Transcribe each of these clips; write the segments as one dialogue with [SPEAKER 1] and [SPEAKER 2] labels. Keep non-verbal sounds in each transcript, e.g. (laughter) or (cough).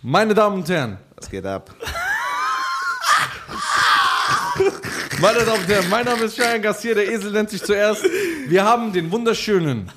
[SPEAKER 1] Meine Damen und Herren,
[SPEAKER 2] Was geht ab?
[SPEAKER 1] meine Damen und Herren, mein Name ist Cheyenne Garcia, der Esel nennt sich zuerst. Wir haben den wunderschönen,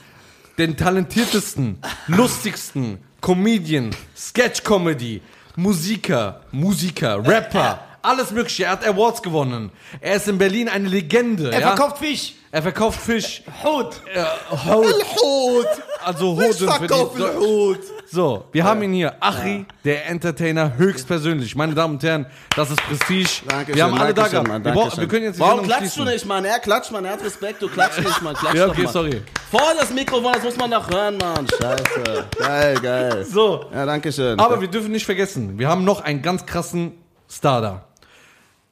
[SPEAKER 1] den talentiertesten, lustigsten Comedian, Sketch-Comedy, Musiker, Musiker, Rapper, alles mögliche. Er hat Awards gewonnen. Er ist in Berlin eine Legende.
[SPEAKER 3] Er
[SPEAKER 1] ja?
[SPEAKER 3] verkauft Fisch.
[SPEAKER 1] er verkauft Fisch.
[SPEAKER 3] Hut.
[SPEAKER 1] Äh, Haut. Also Hoden für die
[SPEAKER 2] verkaufe Hut.
[SPEAKER 1] So, wir haben ihn hier. Achi, der Entertainer, höchstpersönlich. Meine Damen und Herren, das ist Prestige.
[SPEAKER 2] Dankeschön,
[SPEAKER 1] wir haben alle da
[SPEAKER 2] Dankeschön,
[SPEAKER 1] gehabt.
[SPEAKER 2] Mann,
[SPEAKER 1] wir, brauchen-
[SPEAKER 2] Dankeschön.
[SPEAKER 1] wir können jetzt die
[SPEAKER 3] Warum
[SPEAKER 1] Sendung
[SPEAKER 3] klatschst du
[SPEAKER 1] schließen.
[SPEAKER 3] nicht, Mann? Er klatscht, Mann. Er hat Respekt. Du klatschst nicht, Mann. Klatsch
[SPEAKER 1] Ja,
[SPEAKER 3] doch
[SPEAKER 1] okay,
[SPEAKER 3] mal.
[SPEAKER 1] sorry.
[SPEAKER 3] Vor das Mikrofon, das muss man doch hören, Mann.
[SPEAKER 2] Scheiße. Geil, geil.
[SPEAKER 1] So,
[SPEAKER 2] Ja, danke schön.
[SPEAKER 1] aber wir dürfen nicht vergessen, wir haben noch einen ganz krassen Star da.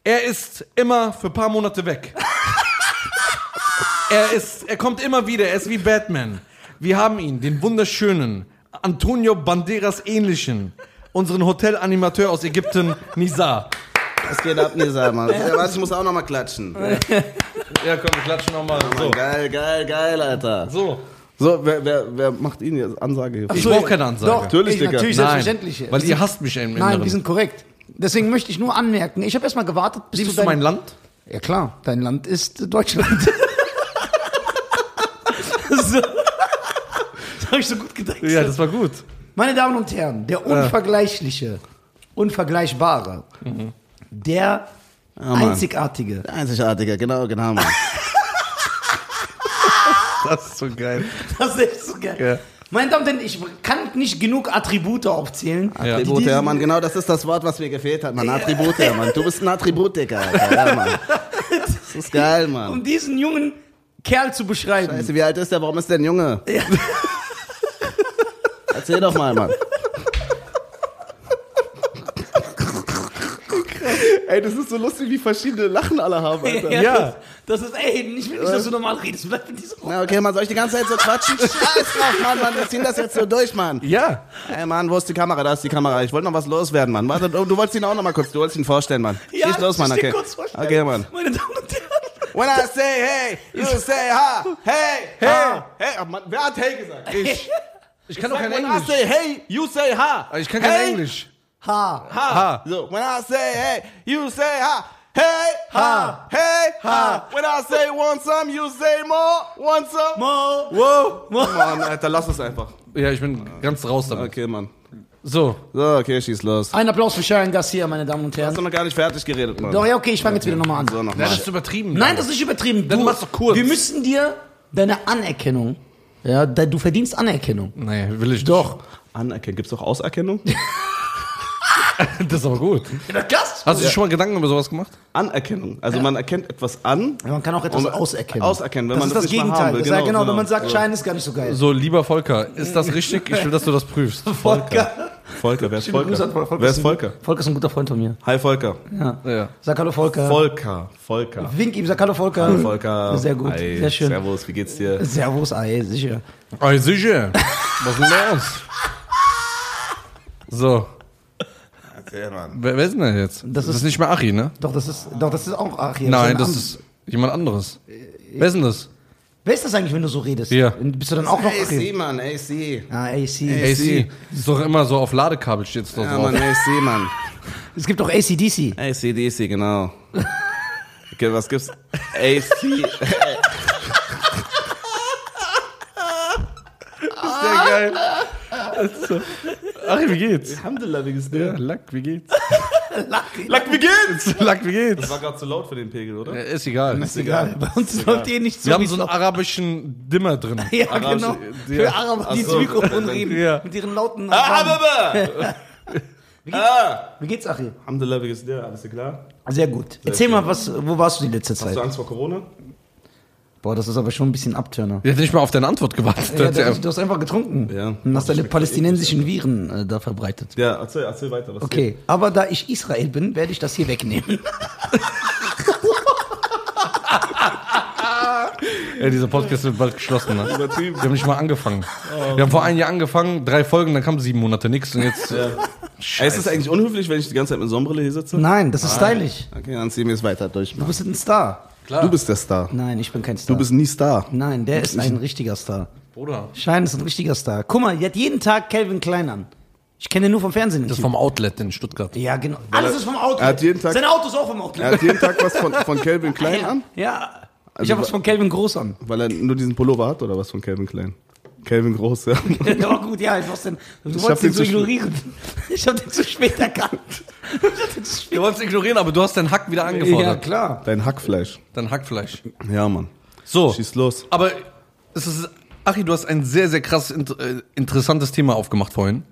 [SPEAKER 1] Er ist immer für ein paar Monate weg. er, ist, er kommt immer wieder, er ist wie Batman. Wir haben ihn, den wunderschönen, Antonio Banderas ähnlichen, unseren Hotelanimateur aus Ägypten, Nizar.
[SPEAKER 2] Was geht ab, Nisa, Mann? Ja, warte, ich muss auch nochmal klatschen. Ja,
[SPEAKER 1] Ja, komm, wir klatschen nochmal.
[SPEAKER 2] Mann,
[SPEAKER 1] So.
[SPEAKER 2] Geil, geil, geil, Alter.
[SPEAKER 1] Oh so.
[SPEAKER 2] So, wer, wer, wer macht Ihnen jetzt Ansage hier?
[SPEAKER 1] Ich brauche keine Ansage.
[SPEAKER 4] Doch,
[SPEAKER 2] Natürlich,
[SPEAKER 4] ich,
[SPEAKER 2] Digga.
[SPEAKER 4] natürlich
[SPEAKER 1] Nein,
[SPEAKER 4] selbstverständlich.
[SPEAKER 1] Weil
[SPEAKER 4] Wir
[SPEAKER 1] ihr
[SPEAKER 4] sind-
[SPEAKER 1] hasst mich im
[SPEAKER 4] Nein,
[SPEAKER 1] Inneren.
[SPEAKER 4] wir sind korrekt. Deswegen möchte ich nur anmerken, ich habe erstmal gewartet, bis
[SPEAKER 1] Liebst
[SPEAKER 4] du
[SPEAKER 1] du mein
[SPEAKER 4] dein
[SPEAKER 1] Land?
[SPEAKER 4] Ja klar, dein Land ist
[SPEAKER 1] (laughs)
[SPEAKER 4] äh, Deutschland.
[SPEAKER 3] So. Das habe ich so gut gedacht.
[SPEAKER 1] Ja, das war gut.
[SPEAKER 4] Meine Damen und Herren, der unvergleichliche, unvergleichbare,
[SPEAKER 1] Mhm.
[SPEAKER 4] der
[SPEAKER 1] Ah, (laughs)
[SPEAKER 2] Mann.
[SPEAKER 4] einzigartige.
[SPEAKER 2] Einzigartiger, genau, genau, Mann.
[SPEAKER 1] Das ist so geil.
[SPEAKER 4] Das ist echt so geil.
[SPEAKER 1] Ja.
[SPEAKER 4] Meine Damen und Herren, ich kann nicht genug Attribute aufzählen.
[SPEAKER 1] Ja.
[SPEAKER 2] Attribute,
[SPEAKER 4] Die-
[SPEAKER 2] ja, Mann, genau das ist das Wort, was mir gefehlt hat, Mann. Attribute, ja, Mann. Du bist ein Attribut, Digga, (laughs) Alter. Ja, Mann. Das ist geil,
[SPEAKER 4] Um
[SPEAKER 2] Mann.
[SPEAKER 4] diesen jungen Kerl zu beschreiben.
[SPEAKER 2] Weißt du, wie alt ist der? Warum ist der ein Junge? (laughs) Erzähl doch mal, Mann. Ey, das ist so lustig, wie verschiedene Lachen alle haben,
[SPEAKER 4] (laughs)
[SPEAKER 2] Alter.
[SPEAKER 1] Ja.
[SPEAKER 4] Das, das ist, ey, ich will nicht, dass du normal redest. Bleib in dieser Runde.
[SPEAKER 2] Na, okay, Mann, soll ich die ganze Zeit so quatschen? (laughs) Scheiß drauf, Mann, Mann, wir ziehen das jetzt so durch, Mann.
[SPEAKER 1] Ja.
[SPEAKER 2] Ey, Mann, wo ist die Kamera? Da ist die Kamera. Ich wollte noch was loswerden, Mann. Warte, du, du wolltest ihn auch noch mal kurz, du wolltest ihn vorstellen, Mann.
[SPEAKER 4] Ja,
[SPEAKER 2] Schieß los, Mann,
[SPEAKER 4] ich steh
[SPEAKER 2] okay.
[SPEAKER 4] kurz vorstellen.
[SPEAKER 2] Okay, Mann.
[SPEAKER 4] Meine Damen und Herren.
[SPEAKER 2] When I say hey, you say ha, hey, hey, hey. Oh, Mann, wer hat hey gesagt?
[SPEAKER 1] Ich, ich kann doch kein
[SPEAKER 2] When I
[SPEAKER 1] Englisch.
[SPEAKER 2] say hey, you say ha.
[SPEAKER 1] Ah, Ich kann kein
[SPEAKER 2] hey,
[SPEAKER 1] Englisch.
[SPEAKER 4] Ha.
[SPEAKER 1] Ha.
[SPEAKER 2] So, when I say hey, you say ha. Hey, ha, hey, ha. When I say want some, you say more, want some.
[SPEAKER 4] (laughs) Mo.
[SPEAKER 2] Wow. Mann, Alter, lass es einfach.
[SPEAKER 1] Ja, ich bin ganz raus damit.
[SPEAKER 2] Okay, Mann.
[SPEAKER 1] So.
[SPEAKER 2] So, okay, schieß los.
[SPEAKER 4] Ein Applaus für Sharon Garcia, meine Damen und
[SPEAKER 2] Hast du
[SPEAKER 4] Herren.
[SPEAKER 2] noch gar nicht fertig geredet, Mann.
[SPEAKER 4] Doch, ja, okay, ich fange jetzt wieder nochmal an.
[SPEAKER 2] So, nochmal.
[SPEAKER 1] Das ist übertrieben.
[SPEAKER 4] Nein, das ist nicht übertrieben.
[SPEAKER 1] Dann mach's doch kurz.
[SPEAKER 4] Wir müssen dir deine Anerkennung, ja, de- du verdienst Anerkennung.
[SPEAKER 1] Nee, will ich nicht.
[SPEAKER 4] Doch.
[SPEAKER 2] Anerkennung. Gibt's auch
[SPEAKER 4] (laughs)
[SPEAKER 2] Auserkennung?
[SPEAKER 1] (laughs) Das ist aber gut.
[SPEAKER 4] Das?
[SPEAKER 1] Hast du dir schon mal Gedanken über sowas gemacht?
[SPEAKER 2] Anerkennung. Also man erkennt etwas an.
[SPEAKER 4] Man kann auch etwas
[SPEAKER 2] Und-
[SPEAKER 4] auserkennen.
[SPEAKER 2] auserkennen, wenn man
[SPEAKER 4] das ist
[SPEAKER 2] das
[SPEAKER 4] das,
[SPEAKER 2] nicht mal
[SPEAKER 4] Gegenteil.
[SPEAKER 2] haben will.
[SPEAKER 4] Das ist ja
[SPEAKER 2] Genau,
[SPEAKER 4] genau, wenn
[SPEAKER 2] genau.
[SPEAKER 4] man sagt,
[SPEAKER 2] Ja.
[SPEAKER 4] Schein ist gar nicht so geil.
[SPEAKER 1] So, lieber Volker, ist das richtig? Ich will, dass du das (laughs) prüfst.
[SPEAKER 4] Volker.
[SPEAKER 2] Volker, wer ist
[SPEAKER 4] Schöne Grüße an
[SPEAKER 2] Volker? Wer ist Volker?
[SPEAKER 4] Volker ist ein guter Freund von mir.
[SPEAKER 2] Hi Volker.
[SPEAKER 1] Ja.
[SPEAKER 4] Sag hallo Volker.
[SPEAKER 2] Volker, Volker.
[SPEAKER 4] Wink ihm, sag hallo Volker.
[SPEAKER 2] Volker.
[SPEAKER 4] Sehr gut,
[SPEAKER 2] Hi,
[SPEAKER 4] sehr schön.
[SPEAKER 2] Servus, wie geht's dir?
[SPEAKER 4] Servus, ey, sicher.
[SPEAKER 1] Ey, sicher. Was ist denn los? So. Wer, wer ist denn das jetzt?
[SPEAKER 4] Das ist-
[SPEAKER 1] nicht mehr Achi, ne?
[SPEAKER 4] Doch, das ist, doch, das ist auch Achim.
[SPEAKER 1] Nein, das ist jemand anderes. Wer ist denn das?
[SPEAKER 4] Wer ist das eigentlich, wenn du so redest?
[SPEAKER 1] Ja.
[SPEAKER 4] Bist du dann auch noch Achim?
[SPEAKER 2] Mann, AC.
[SPEAKER 4] Ah, AC.
[SPEAKER 1] AC. Das ist doch immer so auf Ladekabel steht es doch
[SPEAKER 2] Ja,
[SPEAKER 1] drauf.
[SPEAKER 2] Mann, AC, Mann.
[SPEAKER 4] Es gibt auch ACDC.
[SPEAKER 2] AC, DC, genau.
[SPEAKER 4] (laughs)
[SPEAKER 2] Okay, was gibt's? AC.
[SPEAKER 1] Sehr geil. Ach, wie geht's?
[SPEAKER 2] Alhamdulillah, wie geht's
[SPEAKER 1] Ja, Lack, wie geht's?
[SPEAKER 2] (laughs) Lack, wie
[SPEAKER 1] (laughs)
[SPEAKER 2] geht's?
[SPEAKER 1] Lack, wie geht's?
[SPEAKER 2] War gerade zu laut für den Pegel, oder?
[SPEAKER 1] Ist egal.
[SPEAKER 4] Ist egal, bei uns läuft eh nicht so.
[SPEAKER 1] Wir haben
[SPEAKER 4] wie
[SPEAKER 1] so
[SPEAKER 4] es
[SPEAKER 1] einen
[SPEAKER 4] läuft.
[SPEAKER 1] arabischen Dimmer drin.
[SPEAKER 4] (laughs)
[SPEAKER 1] (laughs)
[SPEAKER 4] Ja,
[SPEAKER 2] Arabisch-
[SPEAKER 4] genau.
[SPEAKER 1] ja.
[SPEAKER 4] Für Araber, die
[SPEAKER 2] Ach
[SPEAKER 4] ins
[SPEAKER 2] so.
[SPEAKER 4] Mikrofon reden.
[SPEAKER 1] Ja.
[SPEAKER 4] Mit ihren lauten Araben.
[SPEAKER 2] Ah, ah.
[SPEAKER 4] Wie geht's, Achim?
[SPEAKER 2] Alhamdulillah, wie geht's dir? Alles klar?
[SPEAKER 4] Sehr gut. Erzähl mal, was, wo warst du die letzte
[SPEAKER 2] Hast du
[SPEAKER 4] Zeit?
[SPEAKER 2] Angst vor Corona?
[SPEAKER 4] Boah, das ist aber schon ein bisschen Abtörner.
[SPEAKER 1] Ich hätte nicht mal auf deine Antwort gewartet.
[SPEAKER 4] Ja, du, du hast einfach getrunken
[SPEAKER 2] Ja.
[SPEAKER 4] und hast deine palästinensischen Viren äh, da verbreitet.
[SPEAKER 2] Ja, erzähl, erzähl weiter. Was
[SPEAKER 4] Okay, aber da ich Israel bin, werde ich das hier wegnehmen.
[SPEAKER 1] Ja, dieser Podcast wird bald geschlossen. Ne? Wir haben nicht mal angefangen. Wir haben vor einem Jahr angefangen, drei Folgen, dann kamen sieben Monate nichts und jetzt.
[SPEAKER 2] Ey, ist es eigentlich unhöflich, wenn ich die ganze Zeit mit Sonnenbrille hier sitze?
[SPEAKER 4] (laughs) Nein, das ist stylisch.
[SPEAKER 2] Okay, dann ziehen wir es weiter durch.
[SPEAKER 4] Du bist ein Star.
[SPEAKER 2] Du bist der Star.
[SPEAKER 4] Nein, ich bin kein Star.
[SPEAKER 2] Du bist nie Star.
[SPEAKER 4] Nein, der ist ein richtiger Star.
[SPEAKER 1] Bruder.
[SPEAKER 4] Schein ist ein richtiger Star. Guck mal, die hat jeden Tag Calvin Klein an. Ich kenne den nur vom Fernsehen.
[SPEAKER 1] Das ist vom Outlet in Stuttgart.
[SPEAKER 4] ja, genau. Alles ist vom Auto.
[SPEAKER 2] er hat jeden Tag-
[SPEAKER 4] Sein Auto ist auch vom Auto.
[SPEAKER 2] Er hat jeden Tag was von, von Calvin Klein an,
[SPEAKER 4] Ja. ich
[SPEAKER 2] Also
[SPEAKER 4] habe was
[SPEAKER 2] wa-
[SPEAKER 4] von Calvin Groß an.
[SPEAKER 2] weil er nur diesen Pullover hat oder was von Calvin Klein? Calvin Groß, ja.
[SPEAKER 4] Der war gut, ja, ich weiß den. Du
[SPEAKER 2] hab
[SPEAKER 4] wolltest
[SPEAKER 2] den
[SPEAKER 4] ihn so
[SPEAKER 2] zu spät-
[SPEAKER 4] ignorieren. (laughs) Ich habe den zu spät erkannt. Ich hab den zu
[SPEAKER 1] (laughs)
[SPEAKER 4] spät.
[SPEAKER 1] Du wolltest ignorieren, aber du hast deinen Hack wieder
[SPEAKER 4] Ja,
[SPEAKER 1] angefordert.
[SPEAKER 4] klar.
[SPEAKER 2] Dein Hackfleisch.
[SPEAKER 1] Dein Hackfleisch.
[SPEAKER 2] Ja, Mann.
[SPEAKER 1] So.
[SPEAKER 2] Schieß los.
[SPEAKER 1] Aber es ist, Achi, du hast ein sehr, sehr krass int- äh, interessantes Thema aufgemacht vorhin,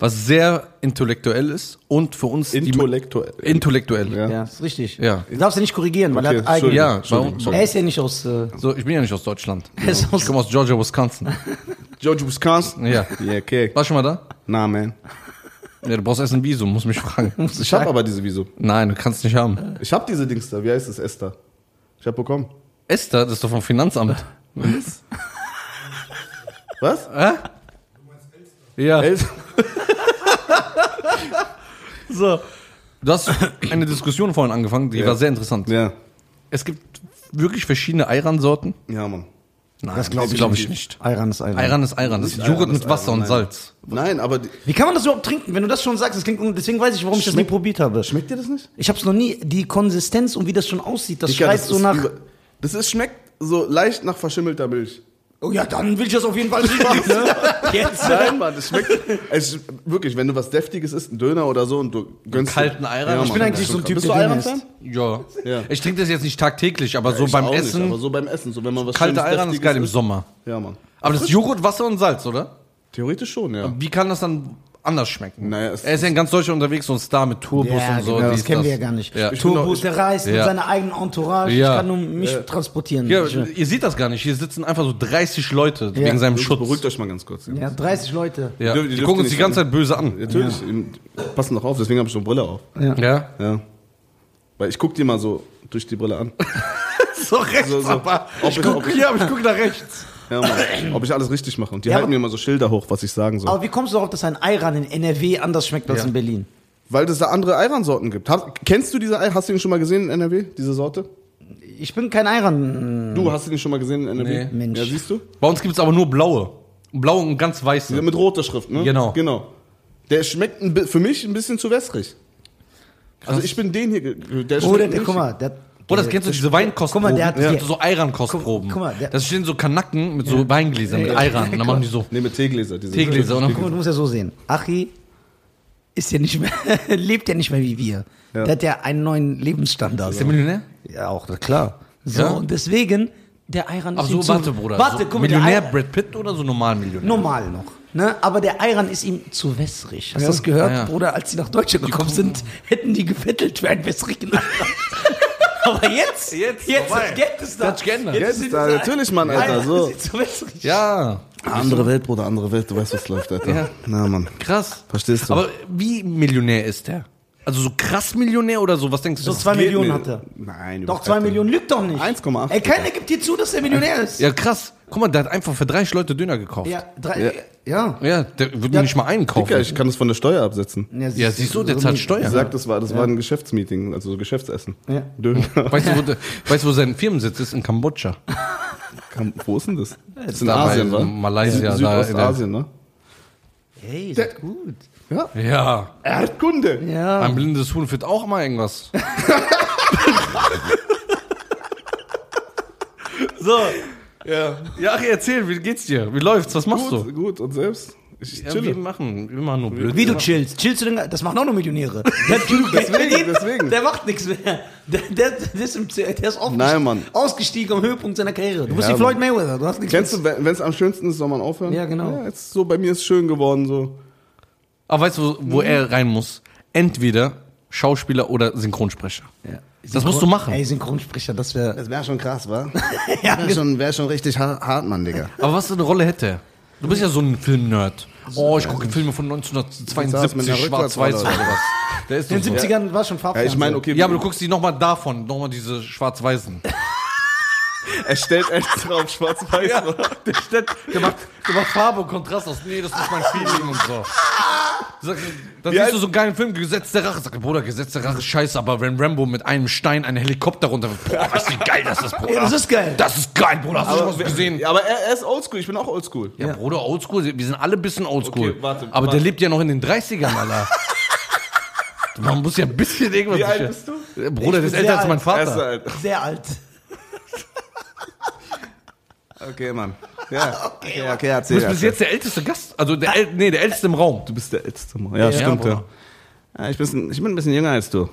[SPEAKER 1] was sehr intellektuell ist und für uns die-
[SPEAKER 2] Intellektuell.
[SPEAKER 1] intellektuell. Ja,
[SPEAKER 4] Ja, ist richtig.
[SPEAKER 1] Ja.
[SPEAKER 4] Du darfst ihn nicht korrigieren, weil er
[SPEAKER 2] Okay,
[SPEAKER 4] hat eigene.
[SPEAKER 2] Entschuldigung,
[SPEAKER 1] Ja,
[SPEAKER 2] Entschuldigung,
[SPEAKER 1] warum-
[SPEAKER 4] Er
[SPEAKER 2] Entschuldigung.
[SPEAKER 4] ist ja nicht aus. Äh,
[SPEAKER 1] So, ich bin ja nicht aus Deutschland.
[SPEAKER 4] er ist
[SPEAKER 1] Ich
[SPEAKER 4] aus
[SPEAKER 1] komme aus Georgia, Wisconsin.
[SPEAKER 2] George Wisconsin?
[SPEAKER 1] Ja.
[SPEAKER 2] Ja, okay.
[SPEAKER 1] Warst du schon mal da?
[SPEAKER 2] Na, man. Also
[SPEAKER 1] Ja, du brauchst erst ein Visum, musst mich fragen.
[SPEAKER 2] Ich hab aber diese Wieso.
[SPEAKER 1] Nein, du kannst nicht haben.
[SPEAKER 2] Ich hab diese Dings da. Wie heißt es? Esther. Ich hab bekommen.
[SPEAKER 1] Esther, das ist doch vom Finanzamt. (laughs)
[SPEAKER 2] Was?
[SPEAKER 1] Ja.
[SPEAKER 2] Elster.
[SPEAKER 1] So. Du hast eine Diskussion vorhin angefangen, die
[SPEAKER 2] Ja.
[SPEAKER 1] war sehr interessant.
[SPEAKER 2] Ja.
[SPEAKER 1] Es gibt wirklich verschiedene Eiran-Sorten.
[SPEAKER 2] Ja, Mann.
[SPEAKER 1] Nein, das glaube ich, glaub ich nicht.
[SPEAKER 4] Ayran ist Ayran.
[SPEAKER 1] Eiran ist Eiran. Das ist
[SPEAKER 2] Ayran
[SPEAKER 1] Joghurt
[SPEAKER 2] ist
[SPEAKER 1] mit Wasser
[SPEAKER 2] Ayran,
[SPEAKER 1] und
[SPEAKER 2] nein.
[SPEAKER 1] Salz.
[SPEAKER 2] Nein, aber die-
[SPEAKER 4] Wie kann man das überhaupt trinken, wenn du das schon sagst? Das klingt, un- deswegen weiß ich, warum ich das nie
[SPEAKER 2] Schmeckt-
[SPEAKER 4] probiert habe.
[SPEAKER 2] schmeckt dir das nicht?
[SPEAKER 4] Ich habe es noch nie. Die Konsistenz und wie das schon aussieht, das schreit so
[SPEAKER 2] ist
[SPEAKER 4] nach.
[SPEAKER 2] über- Das ist, schmeckt so leicht nach verschimmelter Milch.
[SPEAKER 4] Oh ja, dann will ich das auf jeden Fall nicht machen. Ne? Jetzt.
[SPEAKER 2] Nein, Mann, das schmeckt. Es, wirklich, wenn du was Deftiges isst, ein Döner oder so und du gönnst.
[SPEAKER 1] kalten Ayran? Ich
[SPEAKER 4] Ich bin eigentlich so ein Typ,
[SPEAKER 2] Bist du
[SPEAKER 4] der Döner isst.
[SPEAKER 2] Ayran-Fan?
[SPEAKER 1] Ja.
[SPEAKER 2] Ja.
[SPEAKER 1] Ich trinke das jetzt nicht tagtäglich, aber so
[SPEAKER 2] Ich
[SPEAKER 1] beim
[SPEAKER 2] auch nicht,
[SPEAKER 1] Essen.
[SPEAKER 2] aber so beim Essen, so wenn man was
[SPEAKER 1] Kalter
[SPEAKER 2] Schönes,
[SPEAKER 1] Ayran ist
[SPEAKER 2] Deftiges
[SPEAKER 1] geil Ah. im
[SPEAKER 2] isst.
[SPEAKER 1] Sommer.
[SPEAKER 2] Ja, Mann.
[SPEAKER 1] Aber das ist Joghurt, Wasser und Salz, oder?
[SPEAKER 2] Theoretisch schon, ja.
[SPEAKER 1] Wie kann das dann anders schmecken?
[SPEAKER 2] Naja, es-
[SPEAKER 1] er ist ja in ganz Deutschland unterwegs, so ein Star mit Tourbus
[SPEAKER 4] Ja,
[SPEAKER 1] und so.
[SPEAKER 4] genau,
[SPEAKER 1] dies,
[SPEAKER 4] das kennen wir ja gar nicht.
[SPEAKER 1] Ja.
[SPEAKER 4] Turbus, der reist mit
[SPEAKER 1] Ja.
[SPEAKER 4] seiner eigenen Entourage.
[SPEAKER 1] Ja.
[SPEAKER 4] Ich kann nur mich transportieren.
[SPEAKER 1] Ja, äh,
[SPEAKER 4] Ich, äh,
[SPEAKER 1] ihr seht das gar nicht. Hier sitzen einfach so 30 Leute wegen seinem
[SPEAKER 2] Jungs,
[SPEAKER 1] Schutz.
[SPEAKER 2] Also Beruhigt euch mal ganz kurz. Ja.
[SPEAKER 4] ja, 30 Leute.
[SPEAKER 1] Ja. Die,
[SPEAKER 2] Die dürfen- die dürfen
[SPEAKER 1] gucken uns die
[SPEAKER 2] nicht
[SPEAKER 1] ganze Zeit böse an.
[SPEAKER 2] Natürlich, eben, passen doch auf, deswegen habe ich schon Brille auf.
[SPEAKER 1] Ja.
[SPEAKER 2] Ja. Weil ich guck die mal so durch die Brille an.
[SPEAKER 1] So rechts,
[SPEAKER 2] So, so.
[SPEAKER 1] Papa.
[SPEAKER 2] Ob ich- ob ich-
[SPEAKER 1] ja, aber ich gucke nach rechts.
[SPEAKER 2] Ja, Mann. Ob ich alles richtig mache. Und die
[SPEAKER 4] Ja,
[SPEAKER 2] halten
[SPEAKER 4] aber-
[SPEAKER 2] mir immer so Schilder hoch, was ich sagen soll.
[SPEAKER 4] Aber wie kommst du darauf, dass ein Ayran in NRW anders schmeckt als
[SPEAKER 1] Ja.
[SPEAKER 4] in Berlin?
[SPEAKER 2] Weil es da andere Ayran-Sorten gibt. Hast, kennst du diese Ayran? Hast du ihn schon mal gesehen in NRW, diese Sorte?
[SPEAKER 4] Ich bin kein Ayran.
[SPEAKER 2] Du hast ihn schon mal gesehen in NRW?
[SPEAKER 1] Hm. Nee.
[SPEAKER 4] Mensch.
[SPEAKER 2] Ja, siehst du?
[SPEAKER 1] Bei uns gibt es aber nur blaue. Blaue und ganz
[SPEAKER 2] Der
[SPEAKER 1] weiße.
[SPEAKER 2] mit roter Schrift, ne?
[SPEAKER 1] Genau.
[SPEAKER 2] Genau. Der schmeckt ein, bi- für mich ein bisschen zu wässrig. Also ich bin den hier. ge- ge- Der
[SPEAKER 4] Oder
[SPEAKER 2] schmeckt
[SPEAKER 4] der,
[SPEAKER 2] nicht-
[SPEAKER 4] guck mal, der,
[SPEAKER 1] Bruder, das kennst du diese Weinkostproben?
[SPEAKER 4] Äh, Guck mal, der hat-
[SPEAKER 1] Es
[SPEAKER 4] der-
[SPEAKER 1] gibt so Eiran-Kostproben.
[SPEAKER 4] Guck- guck mal, der-
[SPEAKER 1] Das stehen so Kanacken mit so Weingläsern, mit
[SPEAKER 4] Ja.
[SPEAKER 1] Eiran. Und dann machen die so
[SPEAKER 2] Nee, mit Teegläser. diese-
[SPEAKER 1] Teegläser. Und
[SPEAKER 4] Guck
[SPEAKER 1] dann
[SPEAKER 4] mal, du musst ja so sehen. Achi ist ja nicht mehr, (laughs) lebt ja nicht mehr wie wir. Der hat ja einen neuen Lebensstandard.
[SPEAKER 1] ist der Millionär?
[SPEAKER 4] ja, auch, na klar. So,
[SPEAKER 1] Ja?
[SPEAKER 4] und deswegen, der Ayran ist
[SPEAKER 1] Aber
[SPEAKER 4] ihm
[SPEAKER 1] so,
[SPEAKER 4] zu-
[SPEAKER 1] warte, Bruder.
[SPEAKER 4] Warte,
[SPEAKER 1] so,
[SPEAKER 4] guck mal, der
[SPEAKER 1] Millionär
[SPEAKER 4] Ayran-
[SPEAKER 1] Brad Pitt oder so normal Millionär?
[SPEAKER 4] normal noch. Ne? Aber der Ayran ist ihm zu wässrig. Hast du das gehört,
[SPEAKER 1] Ah, ja.
[SPEAKER 4] Bruder? Als sie nach Deutschland gekommen sind, hätten die gebettelt für einen wässrigen
[SPEAKER 1] (laughs)
[SPEAKER 4] Ayran. Aber jetzt,
[SPEAKER 1] Jetzt
[SPEAKER 4] jetzt
[SPEAKER 1] vorbei.
[SPEAKER 4] das geht es da.
[SPEAKER 1] Das ne? geht da.
[SPEAKER 2] Jetzt,
[SPEAKER 4] sind
[SPEAKER 2] da,
[SPEAKER 4] sie-
[SPEAKER 2] natürlich, Mann, Alter.
[SPEAKER 4] Ayran
[SPEAKER 2] So.
[SPEAKER 4] ist zu wässrig.
[SPEAKER 1] Ja,
[SPEAKER 2] Andere Welt, Bruder, andere Welt. Du weißt, was läuft, Alter.
[SPEAKER 1] Ja.
[SPEAKER 2] Na, Mann.
[SPEAKER 1] krass.
[SPEAKER 2] Verstehst du?
[SPEAKER 1] Aber wie Millionär ist der? Also so krass Millionär oder so? Was denkst du?
[SPEAKER 4] So zwei
[SPEAKER 2] Geht
[SPEAKER 4] Millionen
[SPEAKER 2] mir-
[SPEAKER 4] hat er.
[SPEAKER 2] Nein,
[SPEAKER 4] Doch,
[SPEAKER 2] übertreib
[SPEAKER 4] 2
[SPEAKER 2] den.
[SPEAKER 4] Millionen lügt doch nicht.
[SPEAKER 2] 1,8.
[SPEAKER 4] Ey, keiner gibt dir zu, dass er Millionär ist.
[SPEAKER 1] Ja, krass. Guck mal, der hat einfach für 30 Leute Döner gekauft.
[SPEAKER 4] Ja, drei, ja.
[SPEAKER 1] Ja, der würde mir nicht mal einen kaufen.
[SPEAKER 2] Dicker, ich kann das von der Steuer absetzen.
[SPEAKER 1] Ja, siehst du, der zahlt
[SPEAKER 2] Ich
[SPEAKER 1] Steuern.
[SPEAKER 2] sag, das war, das war ein Geschäftsmeeting, also so Geschäftsessen.
[SPEAKER 4] Ja.
[SPEAKER 2] Döner.
[SPEAKER 1] Weißt du,
[SPEAKER 4] (laughs)
[SPEAKER 1] wo, der, weißt du, wo sein Firmensitz ist? In Kambodscha.
[SPEAKER 2] Kam- Wo ist denn das? Das ist in
[SPEAKER 1] Da bei
[SPEAKER 2] Asien, wa?
[SPEAKER 1] Malaysia,
[SPEAKER 2] Süd-
[SPEAKER 1] da in der-
[SPEAKER 2] Südostasien, ne?
[SPEAKER 4] Hey, ist gut.
[SPEAKER 2] Ja.
[SPEAKER 1] Ja.
[SPEAKER 2] Erdkunde.
[SPEAKER 4] Ja.
[SPEAKER 1] Ein blindes Huhn wird auch mal irgendwas. (laughs) so. Ja. Ja, ach, erzähl, wie geht's dir? Wie läuft's? Was machst
[SPEAKER 2] Gut, gut. Und selbst? Ich
[SPEAKER 1] du? Ja, wir
[SPEAKER 2] chille.
[SPEAKER 1] machen, wir machen nur blöd.
[SPEAKER 4] Wie du chillst. Chillst du denn? Das machen auch nur Millionäre. Der Typ, der
[SPEAKER 2] Deswegen,
[SPEAKER 4] verdient,
[SPEAKER 2] deswegen.
[SPEAKER 4] Der macht nichts mehr. Der, der, der ist, im, der ist aufgestiegen-
[SPEAKER 2] Nein, Mann.
[SPEAKER 4] ausgestiegen am Höhepunkt seiner Karriere. Du bist
[SPEAKER 2] Ja,
[SPEAKER 4] wie Floyd Mayweather. Du hast nichts
[SPEAKER 2] Kennst
[SPEAKER 4] mehr.
[SPEAKER 2] du, wenn es am schönsten ist, soll man aufhören?
[SPEAKER 4] Ja, genau.
[SPEAKER 2] Ja, jetzt so, bei mir ist schön geworden, so.
[SPEAKER 1] Aber weißt du, wo, wo er rein muss? Entweder Schauspieler oder Synchronsprecher.
[SPEAKER 4] Ja.
[SPEAKER 1] Das musst du machen.
[SPEAKER 4] Ey, Synchronsprecher, das (laughs) wäre.
[SPEAKER 2] Das wäre schon krass, (laughs) wa?
[SPEAKER 4] Ja,
[SPEAKER 2] Wäre schon, wär schon richtig hart, Mann, Digga.
[SPEAKER 1] Aber was für eine Rolle hätte er? Du bist ja so ein Filmnerd. Oh, ich gucke Filme von
[SPEAKER 2] Saß mit
[SPEAKER 1] 1972,
[SPEAKER 2] einer
[SPEAKER 1] schwarz-weiß oder
[SPEAKER 2] Rückwärtsrolle oder
[SPEAKER 1] was. Der ist
[SPEAKER 4] in
[SPEAKER 1] doch
[SPEAKER 4] den
[SPEAKER 1] so.
[SPEAKER 4] 70ern war schon
[SPEAKER 2] Ja,
[SPEAKER 4] Farbfernsehen.
[SPEAKER 2] ich meine, okay,
[SPEAKER 1] Ja, aber du guckst die nochmal davon, nochmal diese schwarz-weißen.
[SPEAKER 2] er stellt (laughs) extra auf schwarz-weiß. wa?
[SPEAKER 1] Der, macht, Farbe und Kontrast aus. Nee, das ist mein Feeling und so. Du sagst, dann
[SPEAKER 2] Wie
[SPEAKER 1] siehst
[SPEAKER 2] alt-
[SPEAKER 1] du so einen geilen Film, Gesetz der Rache. Sag, ich, Bruder, Gesetz der Rache ist scheiße, aber wenn Rambo mit einem Stein einen Helikopter runter... Boah, weißt du, wie geil das ist, Bruder.
[SPEAKER 4] Ja, das ist geil.
[SPEAKER 1] Das ist geil, Bruder. Hast du schon
[SPEAKER 2] Aber,
[SPEAKER 1] was gesehen?
[SPEAKER 2] ja, aber er, er ist oldschool, ich bin auch oldschool.
[SPEAKER 1] Ja, Bruder, oldschool. Wir sind alle ein bisschen oldschool.
[SPEAKER 2] Okay, warte,
[SPEAKER 1] aber
[SPEAKER 2] warte.
[SPEAKER 1] der lebt ja noch in den 30ern, Alter. Man muss ja ein bisschen irgendwas...
[SPEAKER 2] Wie alt
[SPEAKER 1] sicher-
[SPEAKER 2] bist du?
[SPEAKER 1] Bruder,
[SPEAKER 4] Ich
[SPEAKER 1] das
[SPEAKER 4] bin
[SPEAKER 1] ist
[SPEAKER 4] sehr
[SPEAKER 1] älter als mein
[SPEAKER 4] alt.
[SPEAKER 2] Er ist
[SPEAKER 1] Vater.
[SPEAKER 2] alt.
[SPEAKER 4] Sehr alt.
[SPEAKER 2] Okay, Mann. Ja, (laughs) okay, okay,
[SPEAKER 1] Du
[SPEAKER 2] erzähl.
[SPEAKER 1] bist bis
[SPEAKER 2] erzähl.
[SPEAKER 1] jetzt der älteste Gast. Also, der, äl- nee, der älteste im Raum.
[SPEAKER 2] Du bist der Älteste. Mann. Ja, stimmt, ja.
[SPEAKER 1] Bruder.
[SPEAKER 2] ja ich, bin, ich bin ein bisschen jünger als du.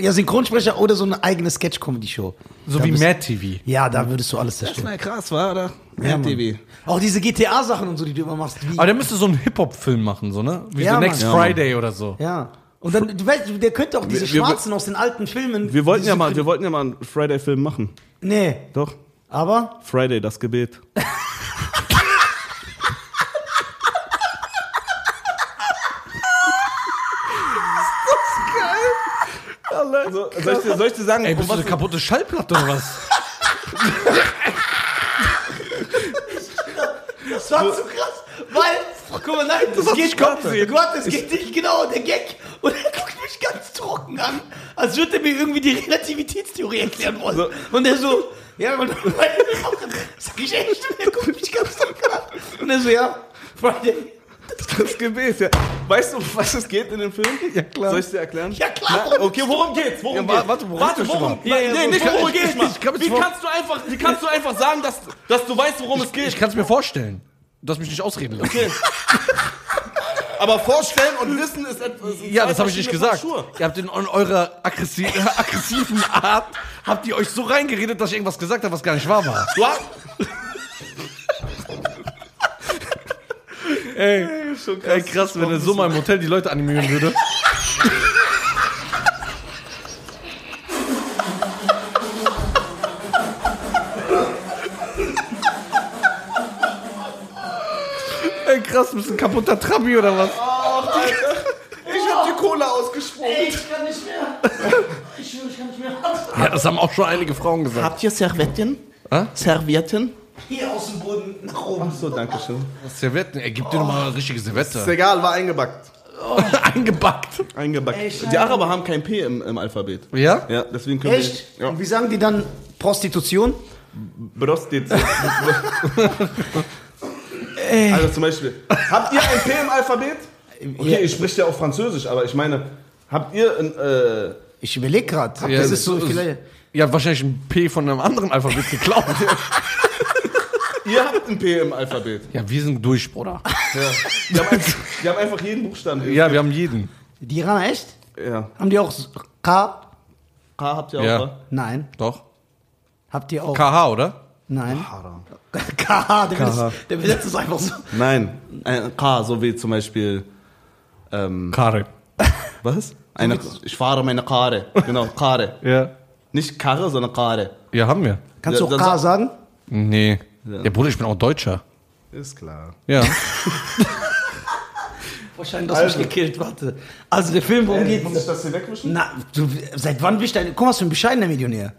[SPEAKER 4] Ja, Synchronsprecher oder so eine eigene Sketch-Comedy-Show.
[SPEAKER 1] So wie Mad TV.
[SPEAKER 4] Ja, da würdest du alles zerstören.
[SPEAKER 2] Na krass, war oder?
[SPEAKER 4] Ja,
[SPEAKER 2] Ja, TV.
[SPEAKER 4] Mann. Auch diese GTA-Sachen und so, die du immer machst. Wie,
[SPEAKER 1] Aber der müsste so einen Hip-Hop-Film machen, so, ne? Wie
[SPEAKER 4] Ja,
[SPEAKER 1] so Next
[SPEAKER 4] Mann.
[SPEAKER 1] Friday oder so.
[SPEAKER 4] ja. Und dann, du weißt, der könnte auch diese
[SPEAKER 2] Wir- wir-
[SPEAKER 4] Schwarzen aus den alten Filmen.
[SPEAKER 2] Wir wollten
[SPEAKER 4] diese
[SPEAKER 2] ja mal,
[SPEAKER 4] Kri-
[SPEAKER 2] wir wollten ja mal einen Friday-Film machen.
[SPEAKER 4] Nee,
[SPEAKER 2] Doch.
[SPEAKER 4] aber.
[SPEAKER 2] Friday, das Gebet. Also, soll, ich dir, soll ich dir sagen,
[SPEAKER 1] Ey,
[SPEAKER 2] um
[SPEAKER 1] bist du
[SPEAKER 2] was
[SPEAKER 1] eine kaputte Schallplatte oder was?
[SPEAKER 4] Das war zu krass, weil. Guck mal, nein, das
[SPEAKER 2] hast
[SPEAKER 4] geht
[SPEAKER 2] dich kommen sehen.
[SPEAKER 4] Gott, das geht nicht genau, der Gag. Und er guckt mich ganz trocken an, als würde er mir irgendwie die Relativitätstheorie erklären wollen. Und er so, ja, und (laughs) sag ich echt, und er guckt mich ganz trocken an. Und er so, ja, Friday.
[SPEAKER 2] das um Gebet? Ja. Weißt du, um was es geht in dem Film? Ja, klar. Soll ich dir erklären?
[SPEAKER 4] Ja, klar.
[SPEAKER 2] Na, okay, worum geht's? Worum
[SPEAKER 1] Ja, wa-
[SPEAKER 2] geht's?
[SPEAKER 1] warte, worum geht's überhaupt?
[SPEAKER 4] Ja, ja,
[SPEAKER 2] nee,
[SPEAKER 4] worum-
[SPEAKER 2] nicht worum
[SPEAKER 1] worum
[SPEAKER 2] geht's,
[SPEAKER 1] geht's?
[SPEAKER 2] Mann.
[SPEAKER 1] Ich kann mir
[SPEAKER 2] Wie
[SPEAKER 1] zwar-
[SPEAKER 2] kannst du einfach, wie kannst du einfach sagen, dass, dass du weißt, worum es geht?
[SPEAKER 1] Ich kann es mir vorstellen. Du hast mich nicht ausreden lassen.
[SPEAKER 2] Aber vorstellen und wissen ist etwas. sind
[SPEAKER 1] Ja,
[SPEAKER 2] zwei
[SPEAKER 1] das habe ich nicht
[SPEAKER 2] verschiedene
[SPEAKER 1] gesagt.
[SPEAKER 2] Paar Schuhe.
[SPEAKER 1] Ihr habt in in eurer aggressi (laughs) aggressiven Art, habt ihr euch so reingeredet, dass ich irgendwas gesagt habe, was gar nicht wahr war.
[SPEAKER 2] Du hast,
[SPEAKER 1] Ey, ey krass, wenn er so mal im Hotel die Leute animieren würde. (laughs) Ey, krass, bist du ein kaputter Trabi oder was?
[SPEAKER 2] ich hab die Cola ausgesprochen.
[SPEAKER 4] Ich kann nicht mehr. Ich schwöre, ich kann nicht mehr.
[SPEAKER 1] Ja, das haben auch schon einige Frauen gesagt.
[SPEAKER 2] Habt ihr Servietten?
[SPEAKER 1] Hä?
[SPEAKER 2] Servietten?
[SPEAKER 4] Hier aus dem Boden nach oben.
[SPEAKER 2] So, danke schön.
[SPEAKER 1] Servetten, er gibt dir nochmal eine richtige
[SPEAKER 2] Ist
[SPEAKER 1] Servette.
[SPEAKER 2] egal, war eingebackt.
[SPEAKER 1] (laughs) Eingepackt.
[SPEAKER 2] Eingebackt. die Araber haben kein P im, im Alphabet.
[SPEAKER 1] Ja?
[SPEAKER 2] Ja, deswegen können
[SPEAKER 4] Echt?
[SPEAKER 2] wir.
[SPEAKER 4] Und
[SPEAKER 2] Ja.
[SPEAKER 4] wie sagen die dann Prostitution?
[SPEAKER 2] (laughs) Brostit. also zum Beispiel. Habt ihr ein P im Alphabet? Okay,
[SPEAKER 4] Ja.
[SPEAKER 2] ich spreche ja auch Französisch, aber ich meine, habt ihr ein. Äh,
[SPEAKER 4] Ich überlege gerade.
[SPEAKER 1] Ja,
[SPEAKER 4] das ist so,
[SPEAKER 1] das-
[SPEAKER 4] vielleicht.
[SPEAKER 1] Ja, wahrscheinlich ein P von einem anderen Alphabet geklaut.
[SPEAKER 2] ihr habt ein P im Alphabet.
[SPEAKER 1] (laughs) ja, wir sind durch, Bruder.
[SPEAKER 2] Ja. Die, haben einfach, die haben einfach jeden Buchstaben.
[SPEAKER 1] Ja, wir haben jeden.
[SPEAKER 4] Die Iraner, echt?
[SPEAKER 2] ja.
[SPEAKER 4] Haben die auch s- K?
[SPEAKER 2] K habt ihr
[SPEAKER 1] Ja.
[SPEAKER 2] auch. wa?
[SPEAKER 4] Nein.
[SPEAKER 1] Doch.
[SPEAKER 4] Habt ihr auch?
[SPEAKER 1] KH, oder?
[SPEAKER 4] Nein. (laughs) K, der, Besetzt, der besetzt es einfach so.
[SPEAKER 2] Nein, ein K, so wie zum Beispiel. Ähm,
[SPEAKER 1] Karim.
[SPEAKER 2] was? Eine, ich fahre meine Karre. Genau, Karre.
[SPEAKER 1] Ja.
[SPEAKER 2] Nicht Karre, sondern Karre.
[SPEAKER 1] Ja, haben wir.
[SPEAKER 4] Kannst
[SPEAKER 2] Ja,
[SPEAKER 4] du auch
[SPEAKER 2] dann
[SPEAKER 4] K
[SPEAKER 2] sag-
[SPEAKER 4] sagen?
[SPEAKER 1] Nee. Ja, Bruder, ich bin auch Deutscher.
[SPEAKER 2] Ist klar.
[SPEAKER 1] Ja.
[SPEAKER 4] Wahrscheinlich hast du mich gekillt, warte. Also der Film, worum geht
[SPEAKER 2] Muss ich das hier wegwischen?
[SPEAKER 4] Na, du, seit wann bist du ein... Guck mal, was für ein bescheidener Millionär.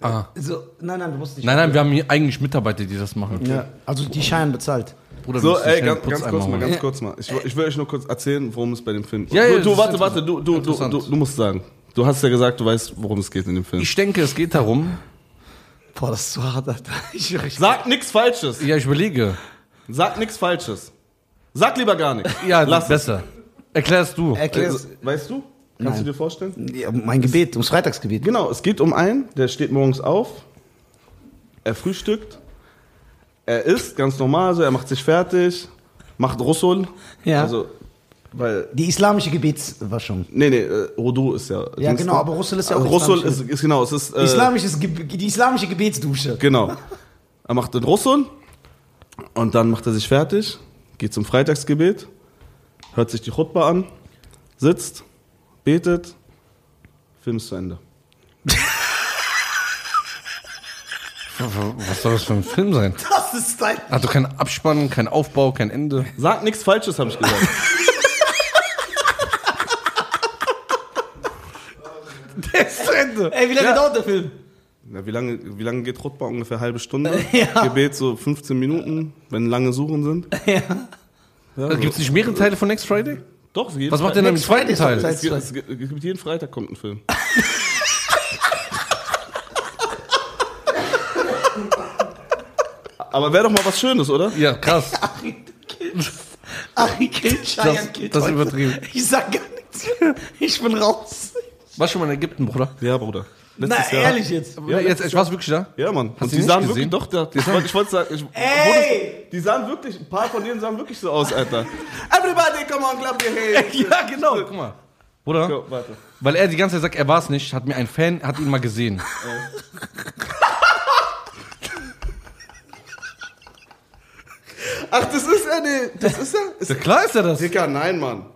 [SPEAKER 1] ah.
[SPEAKER 4] So, nein, nein, du musst nicht...
[SPEAKER 1] Nein, nein, wir haben hier eigentlich Mitarbeiter, die das machen.
[SPEAKER 4] Ja, also die Scheine bezahlt.
[SPEAKER 1] Bruder, wir
[SPEAKER 2] So,
[SPEAKER 1] müssen
[SPEAKER 2] ey,
[SPEAKER 1] schnell
[SPEAKER 2] ganz,
[SPEAKER 1] einen
[SPEAKER 2] ganz
[SPEAKER 1] Putzeimer
[SPEAKER 2] kurz mal,
[SPEAKER 1] holen.
[SPEAKER 2] ganz kurz mal. Ich, wo- ich will euch nur kurz erzählen, worum es bei dem Film
[SPEAKER 1] Ja, ja,
[SPEAKER 2] Du,
[SPEAKER 1] das
[SPEAKER 2] du
[SPEAKER 1] ist
[SPEAKER 2] warte, warte, du, du, du,
[SPEAKER 1] interessant.
[SPEAKER 2] du, du musst sagen. Du hast ja gesagt, du weißt, worum es geht in dem Film.
[SPEAKER 1] Ich denke, es geht darum.
[SPEAKER 4] Boah, das ist so hart, Alter. (laughs) Ich, ich,
[SPEAKER 2] Sag nichts Falsches.
[SPEAKER 1] Ja, ich überlege.
[SPEAKER 2] Sag nichts Falsches. Sag lieber gar nichts.
[SPEAKER 1] Ja,
[SPEAKER 2] lass es.
[SPEAKER 1] besser. Erklärst du.
[SPEAKER 4] erklär's.
[SPEAKER 2] Also, weißt du? Kannst du dir vorstellen?
[SPEAKER 4] Ja, mein Gebet, ums Freitagsgebet.
[SPEAKER 2] Genau, es geht um einen, der steht morgens auf, er frühstückt, er isst ganz normal, so, er macht sich fertig, macht Russul.
[SPEAKER 4] Ja.
[SPEAKER 2] Also, weil
[SPEAKER 4] Die islamische Gebetswaschung.
[SPEAKER 2] Nee, nee, äh, Rodo ist ja.
[SPEAKER 4] Ja,
[SPEAKER 2] Dienstag.
[SPEAKER 4] genau, aber Russell ist ja auch
[SPEAKER 2] Also Russell
[SPEAKER 4] islamisch.
[SPEAKER 2] ist, ist genau, es ist. Äh,
[SPEAKER 4] Islamisches Ge die islamische Gebetsdusche.
[SPEAKER 2] Genau. Er macht den Russell und dann macht er sich fertig, geht zum Freitagsgebet, hört sich die Chutba an, sitzt, betet, Film ist zu Ende.
[SPEAKER 1] Was soll das für ein Film sein?
[SPEAKER 4] Das ist dein.
[SPEAKER 1] Hat doch keinen Also Abspann, keinen Aufbau, kein Ende.
[SPEAKER 2] Sag nichts Falsches, habe ich
[SPEAKER 4] (laughs)
[SPEAKER 2] gesagt.
[SPEAKER 1] Der ist zu Ende.
[SPEAKER 4] Ey, wie lange
[SPEAKER 2] Ja.
[SPEAKER 4] dauert der Film?
[SPEAKER 2] Na, wie lange, wie lange geht Chutba? Ungefähr halbe Stunde.
[SPEAKER 4] (laughs) Ja.
[SPEAKER 2] Gebet so 15 Minuten, wenn lange Suchen sind.
[SPEAKER 4] Ja.
[SPEAKER 1] Ja, Gibt es Äh, nicht mehrere Teile von Next Friday?
[SPEAKER 2] Doch, jeden
[SPEAKER 1] Was macht denn
[SPEAKER 2] Freitag-
[SPEAKER 1] am zweiten
[SPEAKER 4] Friday ist
[SPEAKER 1] Teil?
[SPEAKER 4] am
[SPEAKER 2] Es gibt, es gibt- es gibt jeden Freitag kommt ein Film. Aber wäre doch mal was Schönes, oder?
[SPEAKER 1] Ja, krass.
[SPEAKER 4] Ari killt Cheyenne
[SPEAKER 1] Das,
[SPEAKER 4] killt
[SPEAKER 1] das ist
[SPEAKER 4] heute.
[SPEAKER 1] übertrieben.
[SPEAKER 4] Ich sag gar nichts. Ich bin raus.
[SPEAKER 1] War schon mal in Ägypten, Bruder.
[SPEAKER 2] Ja, Bruder.
[SPEAKER 4] Na,
[SPEAKER 2] Jahr.
[SPEAKER 4] ehrlich jetzt.
[SPEAKER 1] Ja, jetzt, ich war's wirklich da?
[SPEAKER 2] Ja, Mann.
[SPEAKER 1] du
[SPEAKER 2] Und die
[SPEAKER 1] nicht
[SPEAKER 2] sahen
[SPEAKER 1] gesehen?
[SPEAKER 2] wirklich, doch, der, ich wollte ich wollte sagen, ich,
[SPEAKER 4] Ey!
[SPEAKER 2] die sahen wirklich, ein paar von denen sahen wirklich so aus, Alter. Everybody, come on, clap your
[SPEAKER 4] (laughs)
[SPEAKER 2] hands.
[SPEAKER 1] Ja, genau. Guck mal. Bruder,
[SPEAKER 2] So, warte.
[SPEAKER 1] weil er die ganze Zeit sagt, er war's nicht, hat mir ein Fan, hat ihn mal gesehen.
[SPEAKER 2] Ach, das ist er, nee. Das ist er?
[SPEAKER 1] (laughs)
[SPEAKER 2] Ist
[SPEAKER 1] Ja, klar ist er das.
[SPEAKER 2] Dicker, nein, Mann.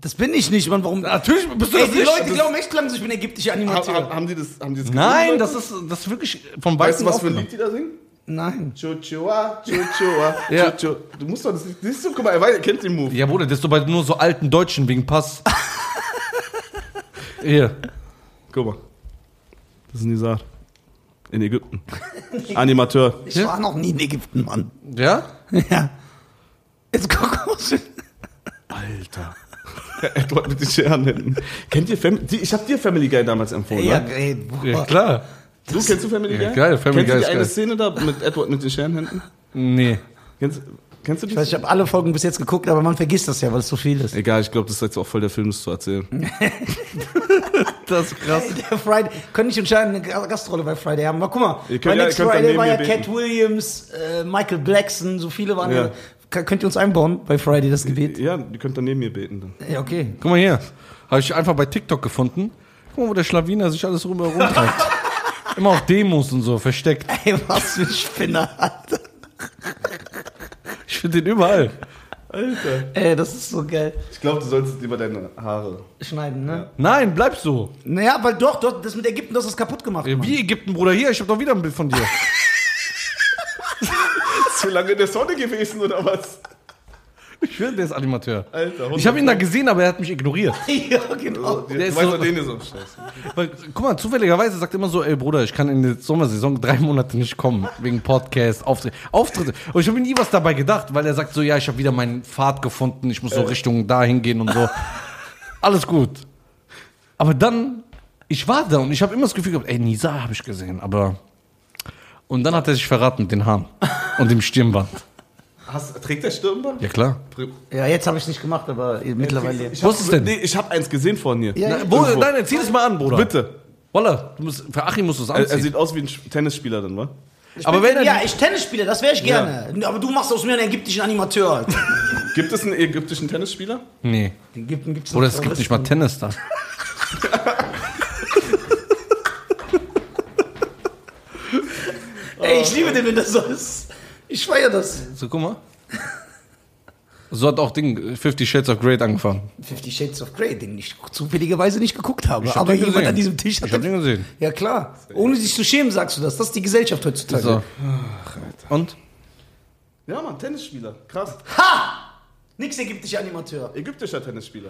[SPEAKER 4] Das bin ich nicht, Mann. Warum?
[SPEAKER 1] Natürlich bist du
[SPEAKER 4] Ey,
[SPEAKER 1] das
[SPEAKER 4] die
[SPEAKER 1] nicht.
[SPEAKER 4] Leute
[SPEAKER 1] Das-
[SPEAKER 4] glauben echt langsam, ich bin ägyptischer
[SPEAKER 2] Haben,
[SPEAKER 4] Animateur.
[SPEAKER 2] haben, haben die das, haben die das
[SPEAKER 1] Nein,
[SPEAKER 2] gesehen,
[SPEAKER 1] das
[SPEAKER 2] Leute?
[SPEAKER 1] ist, das ist wirklich vom
[SPEAKER 2] Weißt
[SPEAKER 1] Weißen
[SPEAKER 2] du, was für ein
[SPEAKER 1] aufgenommen.
[SPEAKER 2] Lied die da singen?
[SPEAKER 4] Nein.
[SPEAKER 2] Chochoa, Chochoa,
[SPEAKER 1] Ja.
[SPEAKER 2] Chocho. Du musst doch das nicht. Siehst du, guck mal, er weiß, er kennt den Move.
[SPEAKER 1] Ja, Bruder, das ist doch bei nur so alten Deutschen wegen (laughs) Pass. Hier.
[SPEAKER 2] Guck mal. Das ist Nizar. In Ägypten. (laughs) Animateur.
[SPEAKER 4] Ich war noch nie in
[SPEAKER 2] (laughs)
[SPEAKER 4] Ägypten, Mann.
[SPEAKER 1] Ja?
[SPEAKER 4] Ja. Jetzt guck mal.
[SPEAKER 2] Alter. Edward mit den Scherenhänden. Kennt ihr Family die, Ich hab dir Family Guy damals empfohlen,
[SPEAKER 4] Ja,
[SPEAKER 2] ne?
[SPEAKER 4] ey, boah.
[SPEAKER 1] Ja, klar.
[SPEAKER 2] Du kennst du Family
[SPEAKER 1] Ja,
[SPEAKER 2] Guy?
[SPEAKER 1] geil, Family
[SPEAKER 2] kennst
[SPEAKER 1] Guy
[SPEAKER 2] du
[SPEAKER 1] ist
[SPEAKER 2] die
[SPEAKER 1] geil.
[SPEAKER 2] eine Szene da mit Edward mit den Scherenhänden?
[SPEAKER 1] Nee.
[SPEAKER 2] Kennst, kennst du die?
[SPEAKER 4] Ich weiß, ich habe alle Folgen bis jetzt geguckt, aber man vergisst das ja, weil es so viel ist.
[SPEAKER 2] Egal, ich glaube, das ist jetzt auch voll der Film, das zu erzählen.
[SPEAKER 1] Das ist krass.
[SPEAKER 4] Der Friday, könnte ich entscheiden, eine Ga- Gastrolle bei Friday haben. Aber guck mal,
[SPEAKER 2] Ihr könnt
[SPEAKER 4] bei
[SPEAKER 2] ja-
[SPEAKER 4] Next
[SPEAKER 2] ihr könnt dann
[SPEAKER 4] Friday
[SPEAKER 2] neben
[SPEAKER 4] war ja
[SPEAKER 2] mir
[SPEAKER 4] Cat
[SPEAKER 2] beten.
[SPEAKER 4] Williams, äh, Michael Blackson, so viele waren
[SPEAKER 2] Ja.
[SPEAKER 4] ja. Ka- Könnt ihr uns einbauen bei Friday das Gebet?
[SPEAKER 2] Ja, die könnt dann neben mir beten dann.
[SPEAKER 4] Ja, okay.
[SPEAKER 1] Guck mal hier. Habe ich einfach bei TikTok gefunden. Guck mal, wo der Schlawiner sich alles rüber rumtreibt. (laughs) Immer auf Demos und so, versteckt.
[SPEAKER 4] Ey, was für ein Spinner, Alter.
[SPEAKER 1] Ich finde den überall.
[SPEAKER 2] Alter.
[SPEAKER 4] Ey, das ist so geil.
[SPEAKER 2] Ich glaube, du solltest lieber deine Haare.
[SPEAKER 4] Schneiden, ne?
[SPEAKER 1] Nein, bleib so.
[SPEAKER 4] Naja, weil doch, doch, das mit Ägypten, das ist kaputt gemacht. Mann.
[SPEAKER 1] Wie Ägypten, Bruder, hier, ich habe doch wieder ein Bild von dir.
[SPEAKER 2] Zu lange in der Sonne gewesen oder was?
[SPEAKER 1] Ich will, der ist Animateur.
[SPEAKER 2] Alter,
[SPEAKER 1] Ich habe ihn da gesehen, aber er hat mich ignoriert.
[SPEAKER 4] (laughs) Ja, genau.
[SPEAKER 2] Oh, Der
[SPEAKER 1] Der
[SPEAKER 2] ist
[SPEAKER 1] ist
[SPEAKER 2] weißt
[SPEAKER 1] so-
[SPEAKER 2] doch, den ist am Scheiß.
[SPEAKER 1] Weil, guck mal, zufälligerweise sagt er immer so, ey Bruder, ich kann in der Sommersaison drei Monate nicht kommen, wegen Podcast, Auftritte. Auftritte. Und ich habe mir nie was dabei gedacht, weil er sagt so, ja, ich habe wieder meinen Pfad gefunden, ich muss so Richtung dahin gehen und so. Alles gut. Aber dann, ich war da und ich habe immer das Gefühl gehabt, ey, Nisa habe ich gesehen, aber... Und dann hat er sich verraten mit den Haaren und dem Stirnband.
[SPEAKER 2] Hast, trägt der Stirnband?
[SPEAKER 1] Ja klar.
[SPEAKER 4] Ja, jetzt habe ich nicht gemacht, aber mittlerweile.
[SPEAKER 2] Ich
[SPEAKER 1] Wo
[SPEAKER 2] hab-
[SPEAKER 1] ist es denn?
[SPEAKER 2] Nee, ich habe eins gesehen von dir.
[SPEAKER 1] Na,
[SPEAKER 4] ja.
[SPEAKER 1] wo,
[SPEAKER 2] irgendwo.
[SPEAKER 1] nein, zieh das mal an, Bruder.
[SPEAKER 2] Bitte.
[SPEAKER 1] Walla, du musst, für Achim musst du es
[SPEAKER 2] Er, er
[SPEAKER 1] anziehen.
[SPEAKER 2] sieht aus wie ein Sch- Tennisspieler dann, wa?
[SPEAKER 1] aber wenn er...
[SPEAKER 4] ja, ich Tennis spiele, das wäre ich gerne. Aber du machst aus mir einen ägyptischen Animateur.
[SPEAKER 2] Gibt es einen ägyptischen Tennisspieler?
[SPEAKER 1] nee.
[SPEAKER 4] (laughs) Den Ägypten gibt's
[SPEAKER 1] Oder es gibt nicht mal Tennis da.
[SPEAKER 4] Ey, ich liebe den, wenn das so ist. Ich feiere das.
[SPEAKER 1] So, guck mal. So hat auch Ding 50 Shades of Grey angefangen.
[SPEAKER 4] Fifty Shades of Grey, den ich zufälligerweise nicht geguckt habe.
[SPEAKER 1] Ich hab
[SPEAKER 4] aber
[SPEAKER 1] den
[SPEAKER 4] jemand
[SPEAKER 1] gesehen.
[SPEAKER 4] an diesem Tisch hat
[SPEAKER 1] Ich hab den gesehen.
[SPEAKER 4] Ja, klar. Ohne sich zu schämen, sagst du das. Das ist die Gesellschaft heutzutage.
[SPEAKER 1] So. Und?
[SPEAKER 2] Ja, Mann, Tennisspieler. Krass.
[SPEAKER 4] Ha! Nix ägyptischer Animateur.
[SPEAKER 2] Ägyptischer Tennisspieler.